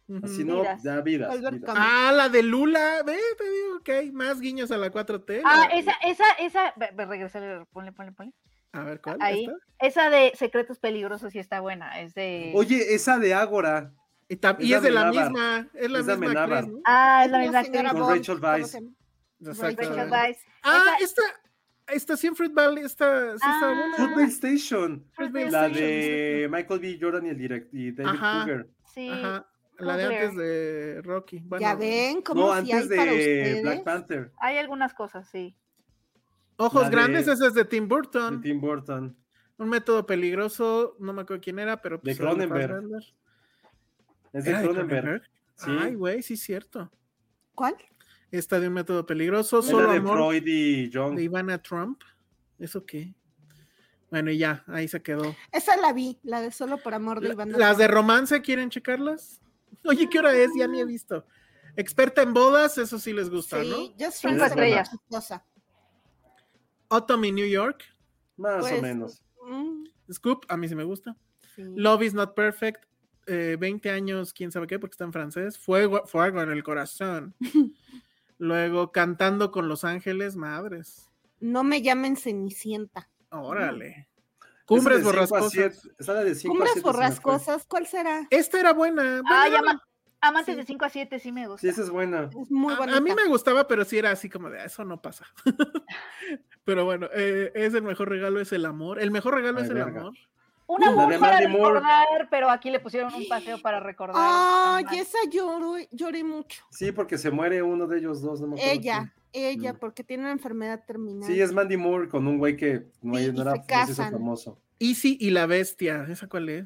D: Ujú.
C: Así no,
F: Vidas.
C: ya vidas.
G: Albert
C: vidas.
G: Camus.
D: Ah, la de Lula. Ve, te digo que hay más guiños a la 4T.
F: Ah, esa, esa, esa, ve- ve, regrésale, ponle, ponle, ponle.
D: a ver, ¿cuál?
F: ahí.
D: ¿Esta?
F: Esa de secretos peligrosos sí está buena. Es de.
C: Oye, esa de Ágora,
D: Y, tam- y
C: Es
D: es, de la
C: Amenábar.
D: misma. Es la
C: Es de
D: misma
C: Amenábar.
D: actriz, ¿no?
F: ah, es la
G: Una
F: misma
G: señora
F: actriz.
C: Con
G: Bond,
C: Rachel
G: ¿cómo
C: Weisz.
G: se llama?
D: Exactamente.
F: Rachel Weisz.
D: Ah,
F: Esa-
D: esta, estación Fruit Valley, esta, sí está
F: Ah.
D: buena.
C: Football Station,
D: Fruitvale
C: la
D: Station,
C: de Michael B. Jordan y, el direct, y David
D: Ajá.
C: Cougar.
F: Sí.
D: Ajá, la de
F: Coogler.
D: antes de Rocky. Bueno,
G: Ya ven cómo
C: No,
G: si hay
C: antes
G: para
C: de
G: ustedes.
C: Black Panther,
F: Hay algunas cosas, sí.
D: Ojos
C: La de-
D: grandes, esa es de Tim
C: de
D: Burton.
C: Tim Burton.
D: Un método peligroso, no me acuerdo quién era, pero... pues,
C: De
D: era
C: Cronenberg.
D: Fassbender.
C: Es de
D: ¿Era
C: Cronenberg.
D: Cronenberg?
C: Sí.
D: Ay, güey, sí es cierto.
G: ¿Cuál?
D: Esta de un método peligroso,
C: Es
D: solo
C: la de
D: amor
C: Freud y John.
D: de Ivana Trump. ¿Eso qué? Bueno, y ya, ahí se quedó.
G: Esa la vi, la de Solo por Amor de Iván.
D: ¿Las de romance quieren checarlas? Oye, ¿qué hora es? Ya ni he visto. Experta en bodas, eso sí les gusta,
G: Sí,
D: ¿no?
G: Just
F: Cinco
G: Friends era
F: estrellas.
G: chistosa.
D: Autumn in New York,
C: Más o
G: Pues,
C: menos.
G: mm,
D: Scoop, a mí sí me gusta.
G: sí.
D: Love is not perfect, eh, 20 años, quién sabe qué, porque está en francés. Fuego, fuego en el corazón. Luego, Cantando con los ángeles, madres.
G: No me llamen Cenicienta.
D: Órale. Cumbres
C: Esa de cinco a
D: borrascosas.
C: siete- Esa la de 5
G: Cumbres borrascosas, ¿cuál será?
D: Esta era buena.
F: Ah,
D: Bueno,
F: ama- Amantes
G: Sí.
F: de 5 a 7 sí me gusta.
C: Sí, esa es buena.
G: Es muy
D: a-
G: bonita.
D: a, mí me gustaba, pero sí era así como de "Ah, eso no pasa. pero bueno, eh, es el mejor regalo, es el amor. El mejor regalo
C: Ay,
D: es el
C: verga.
D: amor.
C: La
F: Una
C: de
F: voz para
C: Mandy Moore.
F: recordar, pero aquí le pusieron un paseo para recordar.
G: Ay,
F: Tan mal.
G: esa lloró, lloré mucho.
C: Sí, porque se muere uno de ellos dos, no me acuerdo
G: Ella, ella,
C: Mm.
G: porque tiene una enfermedad terminal.
C: quién. Sí, es Mandy Moore con un güey que no,
G: Sí, y
C: no era
G: se
C: no se hizo
G: casan.
C: famoso.
D: Easy y la bestia, ¿esa cuál es?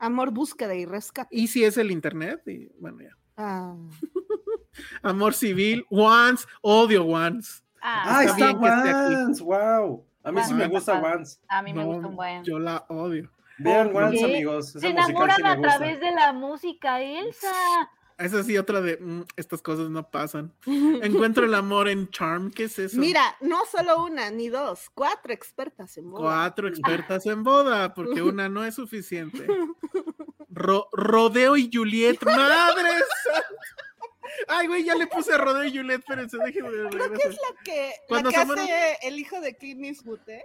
G: Amor, búsqueda y rescate.
D: Easy es el internet y bueno, ya.
G: Ah.
D: Amor civil, once, odio once.
F: Ah,
C: Ah,
D: está
C: está
D: bien que esté aquí.
C: Vans, wow. A mí sí me
D: Vans.
C: gusta
F: Vans.
C: Vans.
F: a mí me
D: No,
F: gusta un buen.
D: Yo la odio.
C: Vean
D: ¿Por
C: Vans,
F: qué?
C: amigos.
F: Se
C: Ese musical sí
F: enamoran
C: me
F: a
C: gusta.
F: través de la música, Elsa.
D: Esa sí, otra de "Mm, estas cosas no pasan. Encuentro el amor en Charm, ¿qué es eso?
G: Mira, no solo una ni dos, cuatro expertas en moda.
D: Cuatro expertas en boda, porque una no es suficiente. Ro- Rodeo y Juliet, madres. Ay, güey, ya le puse a Rodeo y Juliet, espérense, déjenme de
G: Creo que
D: regreso.
G: es la que, la
D: Cuando
G: que
D: se
G: hace
D: muere-
G: el hijo de Clint Eastwood, ¿eh?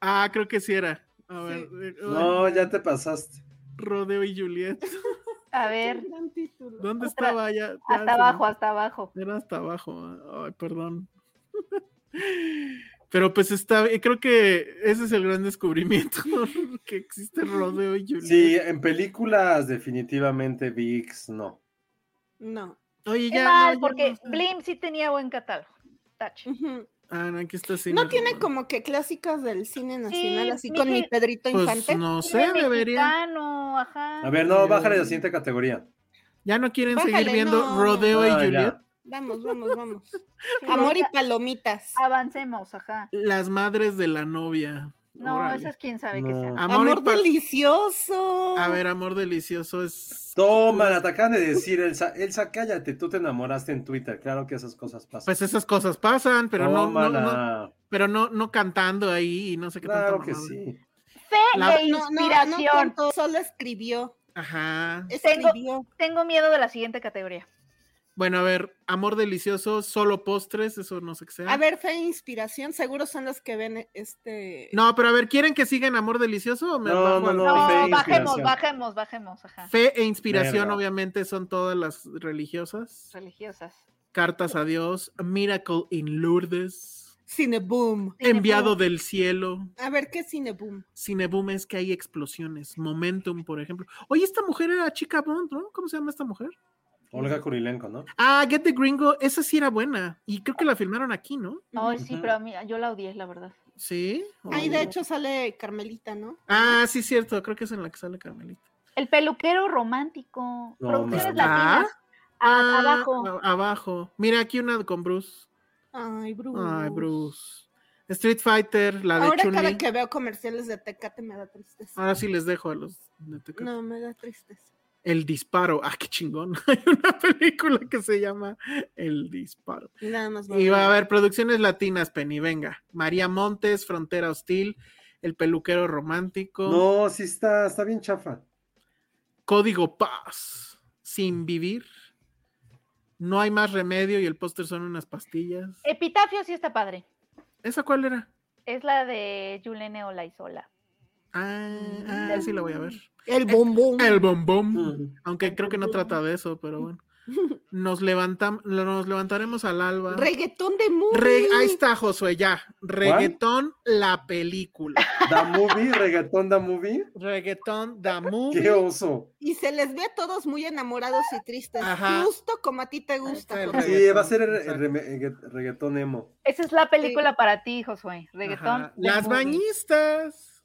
D: Ah, creo que sí era. A ver, eh,
C: No, ya te pasaste.
D: Rodeo y Juliet.
F: A ver,
G: Qué gran título.
D: ¿Dónde
F: Otra-
D: estaba? Ya, ya se me-
F: hasta abajo, hasta abajo.
D: Era hasta abajo. ah, Ay, perdón. Pero pues está, eh, creo que ese es el gran descubrimiento que existe Rodeo y Juliet.
C: Sí, en películas definitivamente VIX no.
G: No.
D: Oye,
F: Qué
D: ya.
F: mal,
D: no, ya
F: porque
D: no sé.
F: Blim sí tenía buen catálogo. Tache.
G: Ujú.
D: Ah, no, aquí está
G: No tiene como que clásicos del cine nacional,
F: Sí,
G: así con mi
F: mire.
G: Pedrito Infante.
D: Pues no sé,
F: Cine
D: debería.
F: mexicano, ajá.
C: A ver, no, bájale a la siguiente categoría.
D: Ya no quieren seguir
G: Bájale,
D: viendo
G: no.
D: Rodeo y
C: Ah, ya.
D: Juliet.
G: Vamos, vamos, vamos.
F: Sí,
G: Amor y
F: ahorita
G: palomitas.
F: Avancemos, ajá.
D: Las madres de la novia.
F: No,
D: Órale.
F: eso es quién sabe qué
C: No.
F: sea.
G: Amor,
D: y pa-
G: delicioso.
D: A ver, amor delicioso es.
C: Toma, la te acaban de decir, Elsa. Elsa, cállate, tú te enamoraste en Twitter. Claro que esas cosas pasan.
D: Pues esas cosas pasan, pero no, no, no,
C: Tómala.
D: pero no, no cantando ahí y no sé qué tanta
C: Claro que
D: mamada.
C: sí.
F: Fe
D: La-
F: de
G: No, no, no
F: inspiración.
G: cantó, solo escribió.
D: Ajá.
G: Escribió.
F: Tengo miedo de la siguiente categoría.
D: Bueno, a ver, amor delicioso, solo postres, eso no sé qué sea.
G: A ver, fe e inspiración, seguro son los que ven este.
D: No, pero a ver, ¿quieren que sigan amor delicioso o me
C: No,
D: bajo
C: no,
D: al-
C: no,
F: No,
C: fe e
F: bajemos,
C: inspiración.
F: bajemos, bajemos, ajá.
D: Fe e inspiración,
C: Verga.
D: obviamente, son todas las religiosas.
F: Religiosas.
D: Cartas a Dios, Miracle in Lourdes,
G: Cineboom.
F: Cineboom.
D: Enviado del Cielo,
G: A ver, ¿qué es Cineboom?
D: Cineboom es que hay explosiones, Momentum, por ejemplo. Oye, esta mujer era chica Bond, ¿no? ¿Cómo se llama esta mujer?
C: Olga Kurilenko, ¿no?
D: Ah, Get the Gringo, esa sí era buena. Y creo que la filmaron aquí, ¿no?
F: Ay, sí,
C: Ujú.
F: pero a mí, yo la odié, la verdad.
D: Sí.
G: Ahí
D: o-
G: de hecho sale Carmelita, ¿no?
D: Ah, sí, cierto, creo que es en la que sale Carmelita.
F: El peluquero romántico.
C: No,
F: Producciones
C: mames.
F: latinas. A-
D: Ah,
F: abajo.
D: a- abajo. Mira, aquí una con Bruce.
G: Ay, Bruce.
D: Ay, Bruce. Street Fighter, la Ah, de
G: Ahora cada
D: Chun-Li.
G: que veo comerciales de Tecate me da tristeza.
D: Ahora sí les dejo a los Ah, de Tecate.
G: No, me da tristeza.
D: El disparo. Ah, qué chingón. Hay una película que se llama El disparo.
G: Nada más.
D: Y va a
G: volver.
D: haber producciones latinas, Penny. Venga. María Montes, Frontera Hostil, El peluquero romántico,
C: No, sí está, está bien chafa.
D: Código Paz, Sin vivir. No hay más remedio y el póster son unas pastillas.
F: Epitafio sí está padre.
D: ¿Esa cuál era?
F: Es la de Yulene Olaizola.
D: Ah, ah, sí la voy a ver.
G: El bombón.
D: El bombón.
C: Mm.
D: Aunque creo que no trata de eso, pero bueno. Nos, levantam- nos levantaremos al alba.
G: Reggaetón de movie.
D: Re- ahí está, Josué, ya. Reggaetón, la película.
C: Da movie, reggaetón da movie.
D: Reggaetón, The
C: Qué
D: Movie.
C: oso.
G: Y se les ve a todos muy enamorados y tristes.
D: Ajá.
G: Justo como a ti te gusta.
D: está el
G: José.
C: Sí,
D: Reggaetón,
C: va a ser el- el
D: exacto.
C: reme- el reggaetón emo.
F: Esa es la película para ti, Josué. Reggaetón.
D: Ajá.
F: de
D: Las
F: movie.
D: bañistas.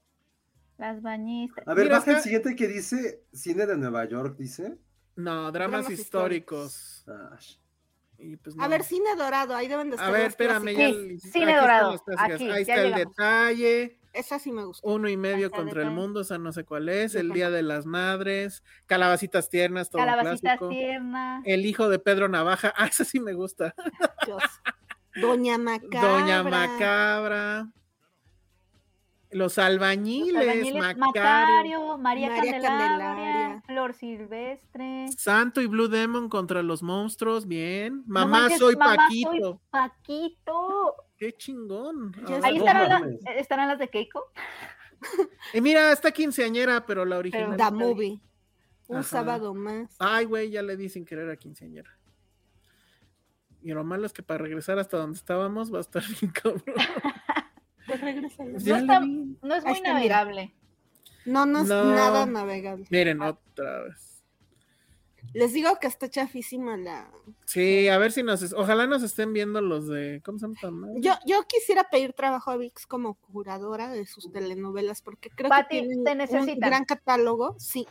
F: Las bañistas.
C: A ver,
D: Mira,
C: baja el
D: acá-
C: siguiente que dice cine de Nueva York, dice.
D: No, dramas,
G: Dramas
D: históricos.
C: Ah, sh-
D: Y pues
G: A
D: no.
G: ver, cine dorado, ahí deben de estar.
D: A ver,
G: las
D: espérame. Ya
G: clásicas.
F: Sí,
D: el-
F: Cine
D: aquí están
F: Dorado,
D: las clásicas.
F: aquí,
D: Ahí
F: ya
D: está el
F: llegamos.
D: detalle.
G: Esa sí me gusta.
D: Uno y medio
F: Hasta
D: contra el
F: detalle.
D: mundo, o sea, no sé cuál es. El
G: Ujú.
D: Día de las Madres. Calabacitas tiernas, todo un
F: Calabacitas
D: clásico. Eh,
F: tiernas.
D: El hijo de Pedro Navaja. Ah, esa sí me gusta.
G: Dios. Doña Macabra.
D: Doña Macabra. Los albañiles,
F: Los albañiles,
D: Macario,
F: Macario, María,
G: María
F: Candelaria,
G: Candelaria.
F: Flor Silvestre,
D: Santo y Blue Demon contra los monstruos, bien.
F: No
D: Mamá
F: manches,
D: soy
F: mamá soy-
D: Paquito.
F: Paquito.
D: Qué chingón.
G: Ya
D: Ah,
G: sé.
F: Ahí
C: no
F: estarán, la-
C: mames.
F: estarán las de Keiko.
D: Y mira, está quinceañera, pero la original.
G: Da Movie. Un
D: Ajá. Ah.
G: sábado más.
D: Ay, güey, ya le di sin querer a quinceañera. Y lo malo es que para regresar hasta donde estábamos va a estar bien cabrón.
G: Pues regrésalo.
D: Ya le
F: está-
D: di.
F: No es
G: Ahí
F: muy
G: está, mira.
F: navegable.
G: No, no es
D: No.
G: nada navegable.
D: Miren, otra vez.
G: Les digo que está chafísima la.
D: Sí, a ver si nos. es- Ojalá nos estén viendo los de. ¿Cómo se llama? esta madre?
G: Yo, yo quisiera pedir trabajo a Vix como curadora de sus telenovelas, porque creo
F: Pati,
G: que tiene
F: te
G: un
F: necesitan.
G: gran catálogo, sí.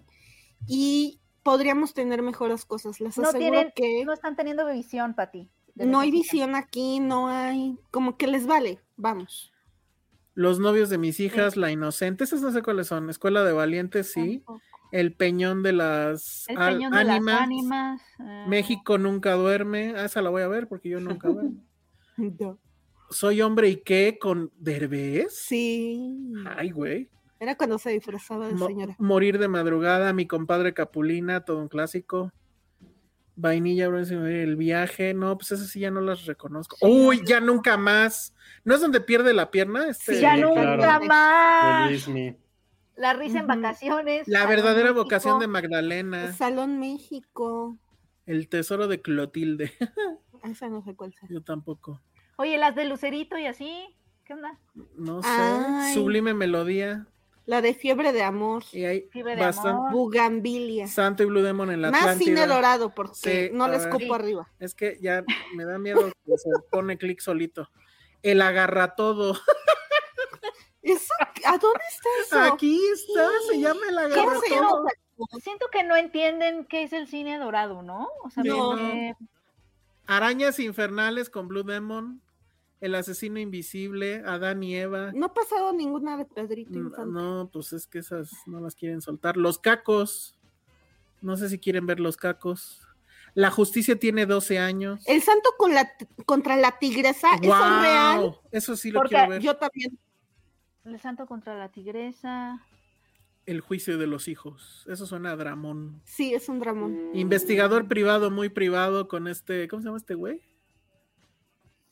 G: Y podríamos tener mejores cosas. Les
F: No
G: aseguro
F: tienen-
G: que
F: No están teniendo visión, Pati. de
G: no hay
F: Necesitan.
G: visión aquí, no hay. Como que les vale. Vamos.
D: Los novios de mis hijas, La Inocente, esas no sé cuáles son. Escuela de Valientes, sí.
G: Tampoco.
D: El Peñón de las
F: El
D: Al-
F: Peñón de las ánimas. ah,
D: México nunca duerme. Ah, esa la voy a ver porque yo nunca duermo.
G: No.
D: Soy hombre y qué con Derbez.
G: Sí.
D: Ay, güey.
G: Era cuando se disfrazaba de
D: Mo-
G: señora.
D: morir de madrugada, mi compadre Capulina, todo un clásico. Vainilla, Bronce, el viaje. No, pues esas sí ya no las reconozco. Uy, ya nunca más. ¿No es donde pierde la pierna? Este,
G: Sí,
F: Ya
C: Sí,
F: nunca
C: claro.
F: más.
C: Feliz mi.
F: La risa en
G: Ujú.
F: vacaciones.
D: La
F: Salón
D: verdadera
F: México,
D: vocación de Magdalena.
G: Salón México.
D: El tesoro de Clotilde.
G: Esa no sé cuál sea.
D: Yo tampoco.
F: Oye, las de Lucerito y así. ¿Qué onda?
D: No sé.
G: Ay.
D: Sublime melodía.
G: La de fiebre de amor.
D: Y hay
F: Fiebre de
D: bastante.
F: amor.
G: Bugambilia.
D: Santo y Blue Demon en la
G: Más cine
D: Atlántida.
G: dorado porque
D: Sí,
G: no
D: a
G: les
D: ver.
G: cupo
F: Sí.
G: arriba.
D: Es que ya me da miedo que se pone clic solito. El agarra todo.
G: ¿Eso? ¿A dónde está eso?
D: Aquí está, se llama el
G: ¿Cómo
D: agarra
G: se
D: todo.
G: llama?
F: Siento que no entienden qué es el cine dorado, ¿no? O sea,
D: No.
F: porque-
D: Arañas infernales con Blue Demon. El asesino invisible, Adán y Eva.
G: No ha pasado ninguna de Pedrito
D: Mm, No,
G: Infante.
D: no, pues es que esas no las quieren soltar. Los cacos. No sé si quieren ver los cacos. La justicia tiene 12 años.
G: El santo con la, contra la tigresa, eso es
D: ¡Guau!
G: real.
D: Eso sí lo
F: Porque
D: quiero ver.
G: Yo también.
F: El santo contra la tigresa.
D: El juicio de los hijos. Eso suena a dramón.
G: Sí, es un
F: Mm.
G: dramón.
D: Investigador privado, muy privado, con este. ¿Cómo se llama este güey?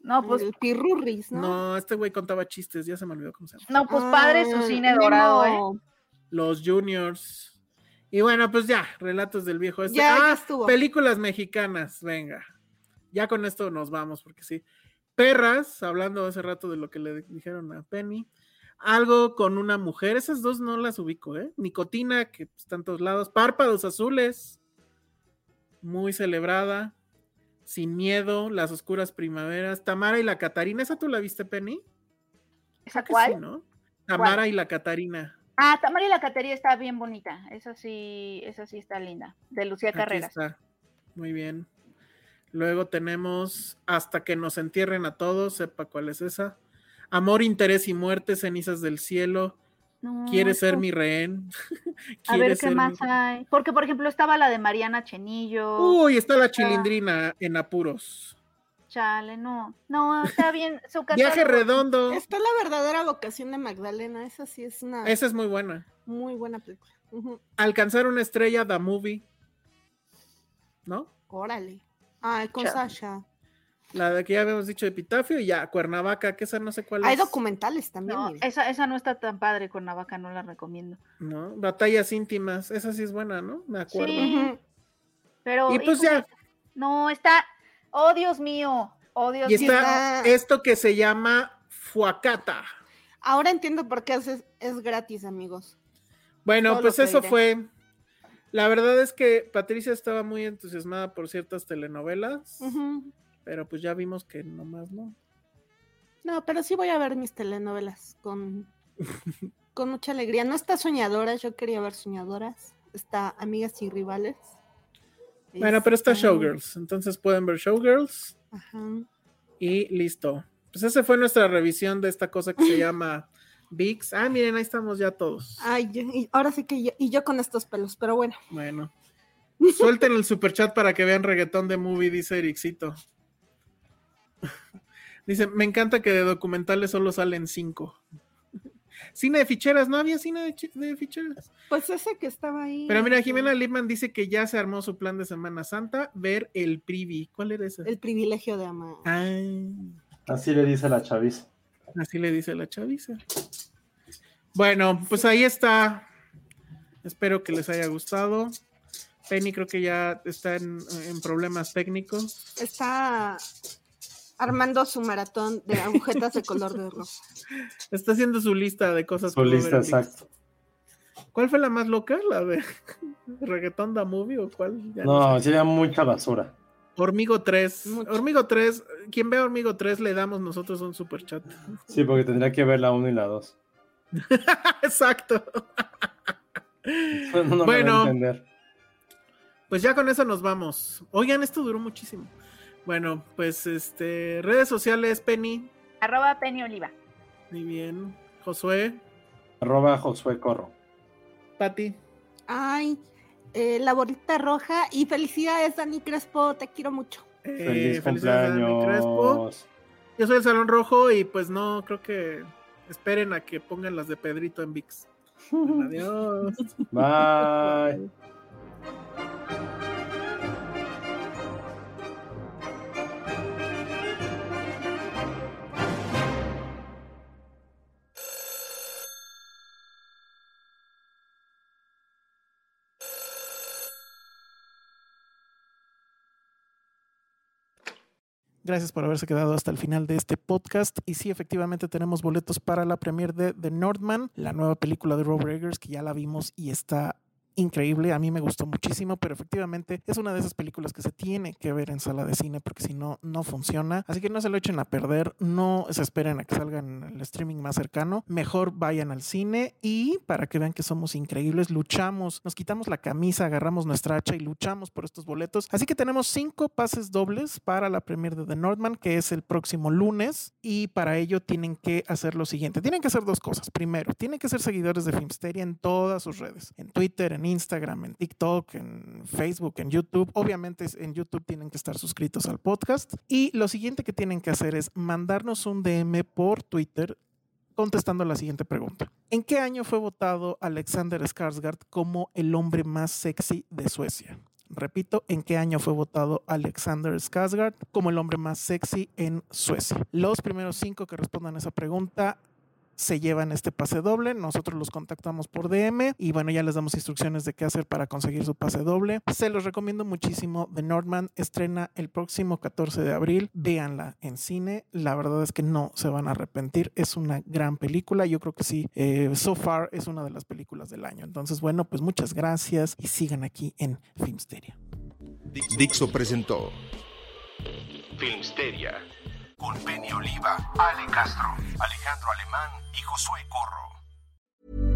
F: No, pues,
G: el pirurris,
D: No,
G: ¿no?
D: este güey contaba chistes, ya se me olvidó cómo se llama.
F: no, pues padre su
G: Ah,
F: cine dorado, ¿eh?
G: Memo.
D: Los Juniors. Y bueno, pues ya, relatos del viejo este.
G: Ya, ya
D: Ah,
G: estuvo.
D: películas mexicanas, venga. Ya con esto nos vamos, porque sí. Perras, hablando hace rato de lo que le dijeron a Penny. Algo con una mujer, esas dos no las ubico, ¿eh? Nicotina, que está en todos lados. Párpados azules, muy celebrada. Sin miedo, Las Oscuras Primaveras. Tamara y la Catarina, ¿esa tú la viste, Penny?
F: ¿Esa
D: Que sí,
F: cuál?
D: ¿no? Tamara y la Catarina.
F: Ah, Tamara y la Catería está bien bonita. Esa sí, esa sí está linda. De Lucía
D: Aquí
F: Carreras.
D: está. Muy bien. Luego tenemos Hasta que nos entierren a todos, sepa cuál es esa. Amor, interés y muerte, cenizas del cielo.
F: No,
D: Quiere ser
F: pues,
D: mi rehén.
F: A
D: Quiere
F: ver qué
D: ser
F: más
D: mi-
F: hay. Porque, por ejemplo, estaba la de Mariana Chenillo.
D: Uy, está la chilindrina en apuros.
F: Chale, no. No, está bien. Su
D: Viaje
F: catálogo-
D: redondo.
G: Está la verdadera vocación de Magdalena. Esa sí es una
D: Esa es muy buena.
G: muy buena película. Ujú.
D: Alcanzar una estrella, The Movie. ¿No?
G: Órale. Ay, con
F: Chao.
G: Sasha.
D: La de que ya habíamos dicho Epitafio y ya Cuernavaca, que esa no sé cuál
G: Hay
D: es.
G: documentales también.
F: No,
G: miren.
F: esa, esa no está tan padre con Navaca, no la recomiendo.
D: ¿No? Batallas íntimas. Esa sí es buena, ¿no? Me acuerdo.
F: Sí.
G: Ujú.
F: Pero.
D: Y pues
F: híjole,
D: ya,
F: No, está. Oh, Dios mío. Oh, Dios
D: Y
F: mío.
D: está
G: está-
D: esto que se llama Fuacata.
G: Ahora entiendo por qué es, es gratis, amigos.
D: Bueno,
G: Todo lo
D: pues
G: que
D: eso
G: diré.
D: fue. La verdad es que Patricia estaba muy entusiasmada por ciertas telenovelas,
G: Ujú.
D: pero pues ya vimos que nomás no.
G: No, pero sí voy a ver mis telenovelas con, con mucha alegría. No está Soñadoras, yo quería ver Soñadoras. Está Amigas y Rivales.
D: Bueno, pero está
G: Está-
D: Showgirls, entonces pueden ver Showgirls
G: Ajá.
D: y listo. Pues esa fue nuestra revisión de esta cosa que se llama VIX. Ah, miren, ahí estamos ya todos.
G: Ay, yo- y ahora sí que yo, y yo con estos pelos, pero bueno.
D: Bueno. Suelten el superchat para que vean reggaetón de movie, dice Ericito. Dice, me encanta que de documentales solo salen cinco. Cine de ficheras, no había cine de, chi- de ficheras.
G: Pues ese que estaba ahí.
D: Pero mira,
G: este,
D: Jimena Lipman dice que ya se armó su plan de Semana Santa, ver el Privi. ¿Cuál era ese?
G: El privilegio de amar.
D: Ah. Ay,
H: Así le dice la chaviza.
D: así le dice la chaviza. Bueno, pues ahí está. Espero que les haya gustado. Penny creo que ya está en- en problemas técnicos.
G: Está armando su maratón de agujetas de color de rosa.
D: Está haciendo su lista de cosas.
H: Su
D: por ver
H: lista,
D: en Vix.
H: exacto.
D: ¿Cuál fue la más loca? ¿La de Reggaeton da Movie o cuál? Ya no
H: No,
D: sé.
H: sería mucha basura.
D: Hormigo 3.
G: Mucho.
D: Hormigo 3. Quien vea Hormigo 3 le damos nosotros un super chat.
H: Sí, porque tendría que ver la 1 y la 2.
D: Exacto.
H: No, no me va a
D: Bueno.
H: entender.
D: Pues ya con eso nos vamos. Oigan, esto duró muchísimo. Bueno, pues este redes sociales, Penny.
F: Arroba Penny Oliva.
D: Muy bien. Josué,
H: Arroba Josué Corro.
D: Patti.
G: Ay, eh, la bolita roja y felicidades, Dani Crespo, te quiero mucho.
D: eh,
H: Feliz
D: felicidades a Dani Crespo.
H: cumpleaños.
D: Yo soy el Salón Rojo y pues no, creo que esperen a que pongan las de Pedrito en VIX. Bueno, Adiós.
H: Bye.
D: Gracias por haberse quedado hasta el final de este podcast. Y sí, efectivamente tenemos boletos para la premiere de The Northman, la nueva película de Rob Eggers, que ya la vimos y está increíble, a mí me gustó muchísimo, pero efectivamente es una de esas películas que se tiene que ver en sala de cine porque si no, no funciona. Así que no se lo echen a perder, no se esperen a que salgan en el streaming más cercano, mejor vayan al cine y para que vean que somos increíbles, luchamos, nos quitamos la camisa, agarramos nuestra hacha y luchamos por estos boletos. Así que tenemos cinco pases dobles para la premier de The Northman, que es el próximo lunes, y para ello tienen que hacer lo siguiente, tienen que hacer dos cosas. Primero, tienen que ser seguidores de Filmsteria en todas sus redes, en Twitter, en Instagram, en TikTok, en Facebook, en YouTube. Obviamente en YouTube tienen que estar suscritos al podcast. Y lo siguiente que tienen que hacer es mandarnos un DM por Twitter contestando la siguiente pregunta. ¿En qué año fue votado Alexander Skarsgård como el hombre más sexy de Suecia? Repito, ¿en qué año fue votado Alexander Skarsgård como el hombre más sexy en Suecia? Los primeros cinco que respondan a esa pregunta se llevan este pase doble. Nosotros los contactamos por DM y bueno, ya les damos instrucciones de qué hacer para conseguir su pase doble. Se los recomiendo muchísimo. The Northman estrena el próximo 14 de abril. Véanla en cine. La verdad es que no se van a arrepentir. Es una gran película. Yo creo que sí. eh, so far es una de las películas del año. Entonces, bueno, pues muchas gracias y sigan aquí en Filmsteria.
I: Dixo presentó
B: Filmsteria. Con Penny Oliva, Ale Castro, Alejandro Alemán y Josué Corro.